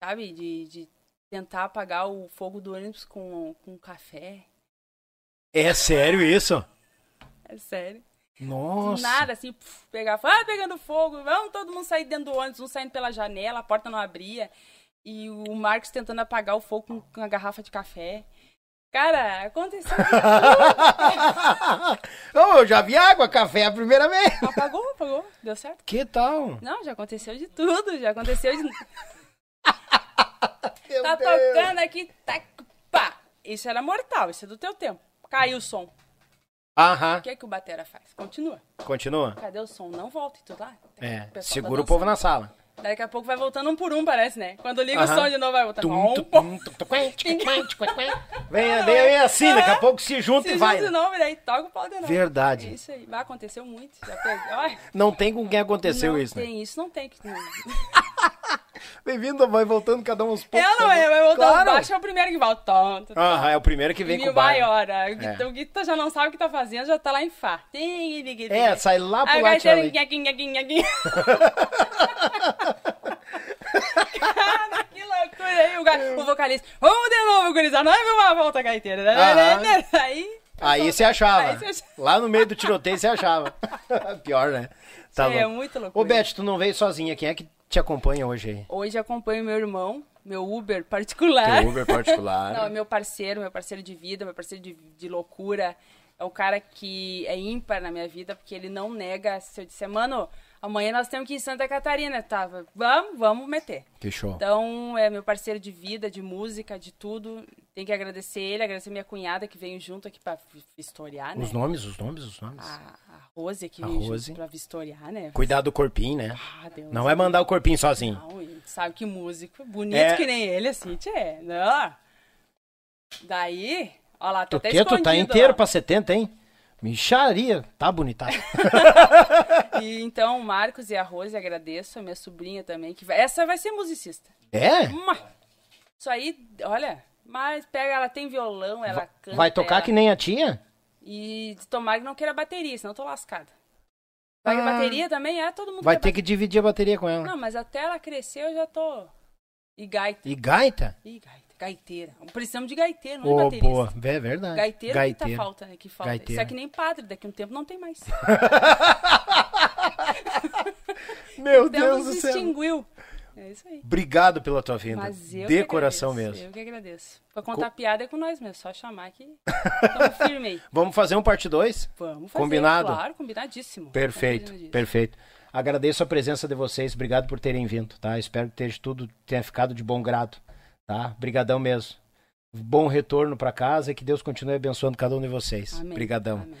sabe, de, de tentar apagar o fogo do ônibus com, com café. é sério isso? É sério. Nossa. Nada, assim, puf, pegar fogo, ah, pegando fogo, vamos todo mundo sair dentro do ônibus, um saindo pela janela, a porta não abria, e o Marcos tentando apagar o fogo com, com a garrafa de café. Cara, aconteceu, Ô, eu já vi água, café a primeira vez. apagou, apagou, deu certo. Que tal? Não, já aconteceu de tudo, já aconteceu de... Meu tá Deus. tocando aqui, tac, pá. Isso era mortal, isso é do teu tempo. Caiu o som. Aham, O que é que o batera faz? Continua. continua. Cadê o som? Não volta e tudo lá. É, pessoal tá segura o povo na sala. Daqui a pouco vai voltando um por um, parece, né? Quando liga Aham. o som de novo, vai voltando. Tum, um tum, por- tum, tum, tum, quen, tchic, quen, tchic, quen, quen. Vem, vem vem assim, daqui a pouco se junta Se e vai. junta de novo, e daí toca o pau de novo. É Verdade. isso aí. Vai, aconteceu muito. Já peguei. Ai, Não tem com quem aconteceu não isso, né? tem isso, não tem que... Bem-vindo, vai voltando cada um aos poucos. Ela não é, vai voltar Claro. o baixo, é o primeiro que volta. Tom, tom, Aham, é o primeiro que vem e com o o baile. maior, o Guita, É. o Guita já não sabe o que tá fazendo, já tá lá em Fá. Tem, É, sai lá pro Aí o lado gaiteiro, ali. nhaquim, nhaquim, nhaquim. Cara, que loucura aí, o, ga- o vocalista. Vamos de novo, gurizada, nós vamos uma volta, gaiteira. Né, Aham. Aí, Aí você achava. Aí você achava. Lá no meio do tiroteio você achava. Pior, né? Tá é louco. muito Ô, loucura. Beth, tu não veio sozinha. Quem é que te acompanha hoje aí? Hoje acompanho meu irmão, meu Uber particular. Uber particular. Não, é meu parceiro, meu parceiro de vida, meu parceiro de, de loucura. É um cara que é ímpar na minha vida, porque ele não nega. Se eu disser, mano, amanhã nós temos que ir em Santa Catarina, tá? Vamos, vamos meter. Que show. Então, é meu parceiro de vida, de música, de tudo. Tem que agradecer ele, agradecer minha cunhada que veio junto aqui pra vi- vistoriar, né? Ah. Os nomes, os nomes, os nomes. A, a Rose que A veio Rose. junto pra vistoriar, né? Cuidar do corpinho, né? Ah, Deus. Não é mandar o corpinho sozinho. Não, e sabe que músico bonito É. que nem ele, assim, tchê. Não. Daí, olha lá, tô Tu até que tu tá escondido inteiro lá. pra 70, hein? Micharia. Tá bonitado. E então, o Marcos e a Rose, agradeço, a minha sobrinha também, que vai... essa vai ser musicista. É? Mua! Isso aí, olha, mas pega, ela tem violão, ela canta. Vai tocar ela- que nem a tia? E tomara que não queira bateria, senão eu tô lascada. Vai que Ah. bateria também, é, todo mundo Vai quer ter que dividir a bateria com bateria. ela. Não, mas até ela crescer eu já tô... E gaita. E gaita? Ih, gaita, gaiteira. Precisamos de gaiteiro, não é Ô, baterista. boa. É verdade. Gaiteiro, que Gaiteiro. tá falta, né? Que falta. Isso Gaiteiro. é que nem padre, daqui a um tempo não tem mais. Meu Deus Deus do Então, nos céu. extinguiu. É isso aí. Obrigado pela tua vinda. Mas eu De que coração agradeço, mesmo. Eu que agradeço. Pra contar piada é com nós mesmo, só chamar que estamos firme aí. Vamos fazer um parte 2? Vamos fazer, Combinado? claro, combinadíssimo. Perfeito, Combinadíssimo. perfeito. Agradeço a presença de vocês, obrigado por terem vindo, tá? Espero que esteja tudo tenha ficado de bom grado, tá? Obrigadão mesmo. Bom retorno pra casa e que Deus continue abençoando cada um de vocês. Amém, Obrigadão. amém.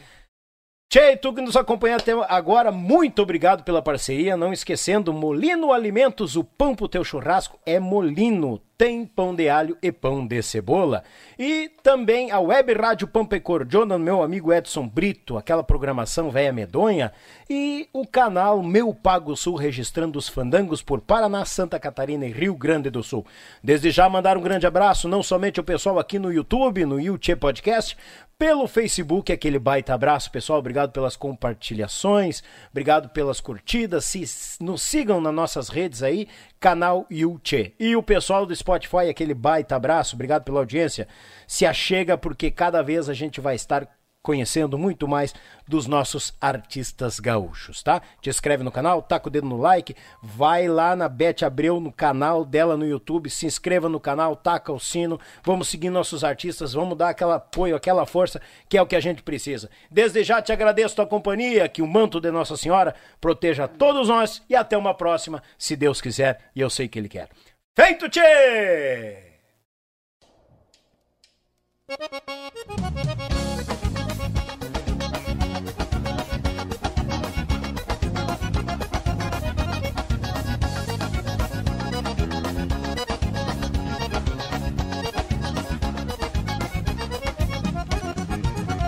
Tchê, tu que nos acompanha até agora, muito obrigado pela parceria. Não esquecendo, Molino Alimentos, o pão pro teu churrasco é Molino. Tem pão de alho e pão de cebola. E também a Web Rádio Pampa e Cordiona, meu amigo Edson Brito, aquela programação véia medonha. E o canal Meu Pago Sul, registrando os fandangos por Paraná, Santa Catarina e Rio Grande do Sul. Desde já mandar um grande abraço, não somente ao pessoal aqui no YouTube, no YouTube Podcast, pelo Facebook, aquele baita abraço, pessoal. Obrigado pelas compartilhações, obrigado pelas curtidas. Se nos sigam nas nossas redes aí, canal Yuchê. E o pessoal do Spotify, aquele baita abraço, obrigado pela audiência. Se achega, porque cada vez a gente vai estar conhecendo muito mais dos nossos artistas gaúchos, tá? Te inscreve no canal, taca o dedo no like, vai lá na Beth Abreu no canal dela no YouTube, se inscreva no canal, taca o sino, vamos seguir nossos artistas, vamos dar aquele apoio, aquela força que é o que a gente precisa. Desde já te agradeço tua companhia, que o manto de Nossa Senhora proteja todos nós e até uma próxima, se Deus quiser e eu sei que Ele quer. Feito, tchê!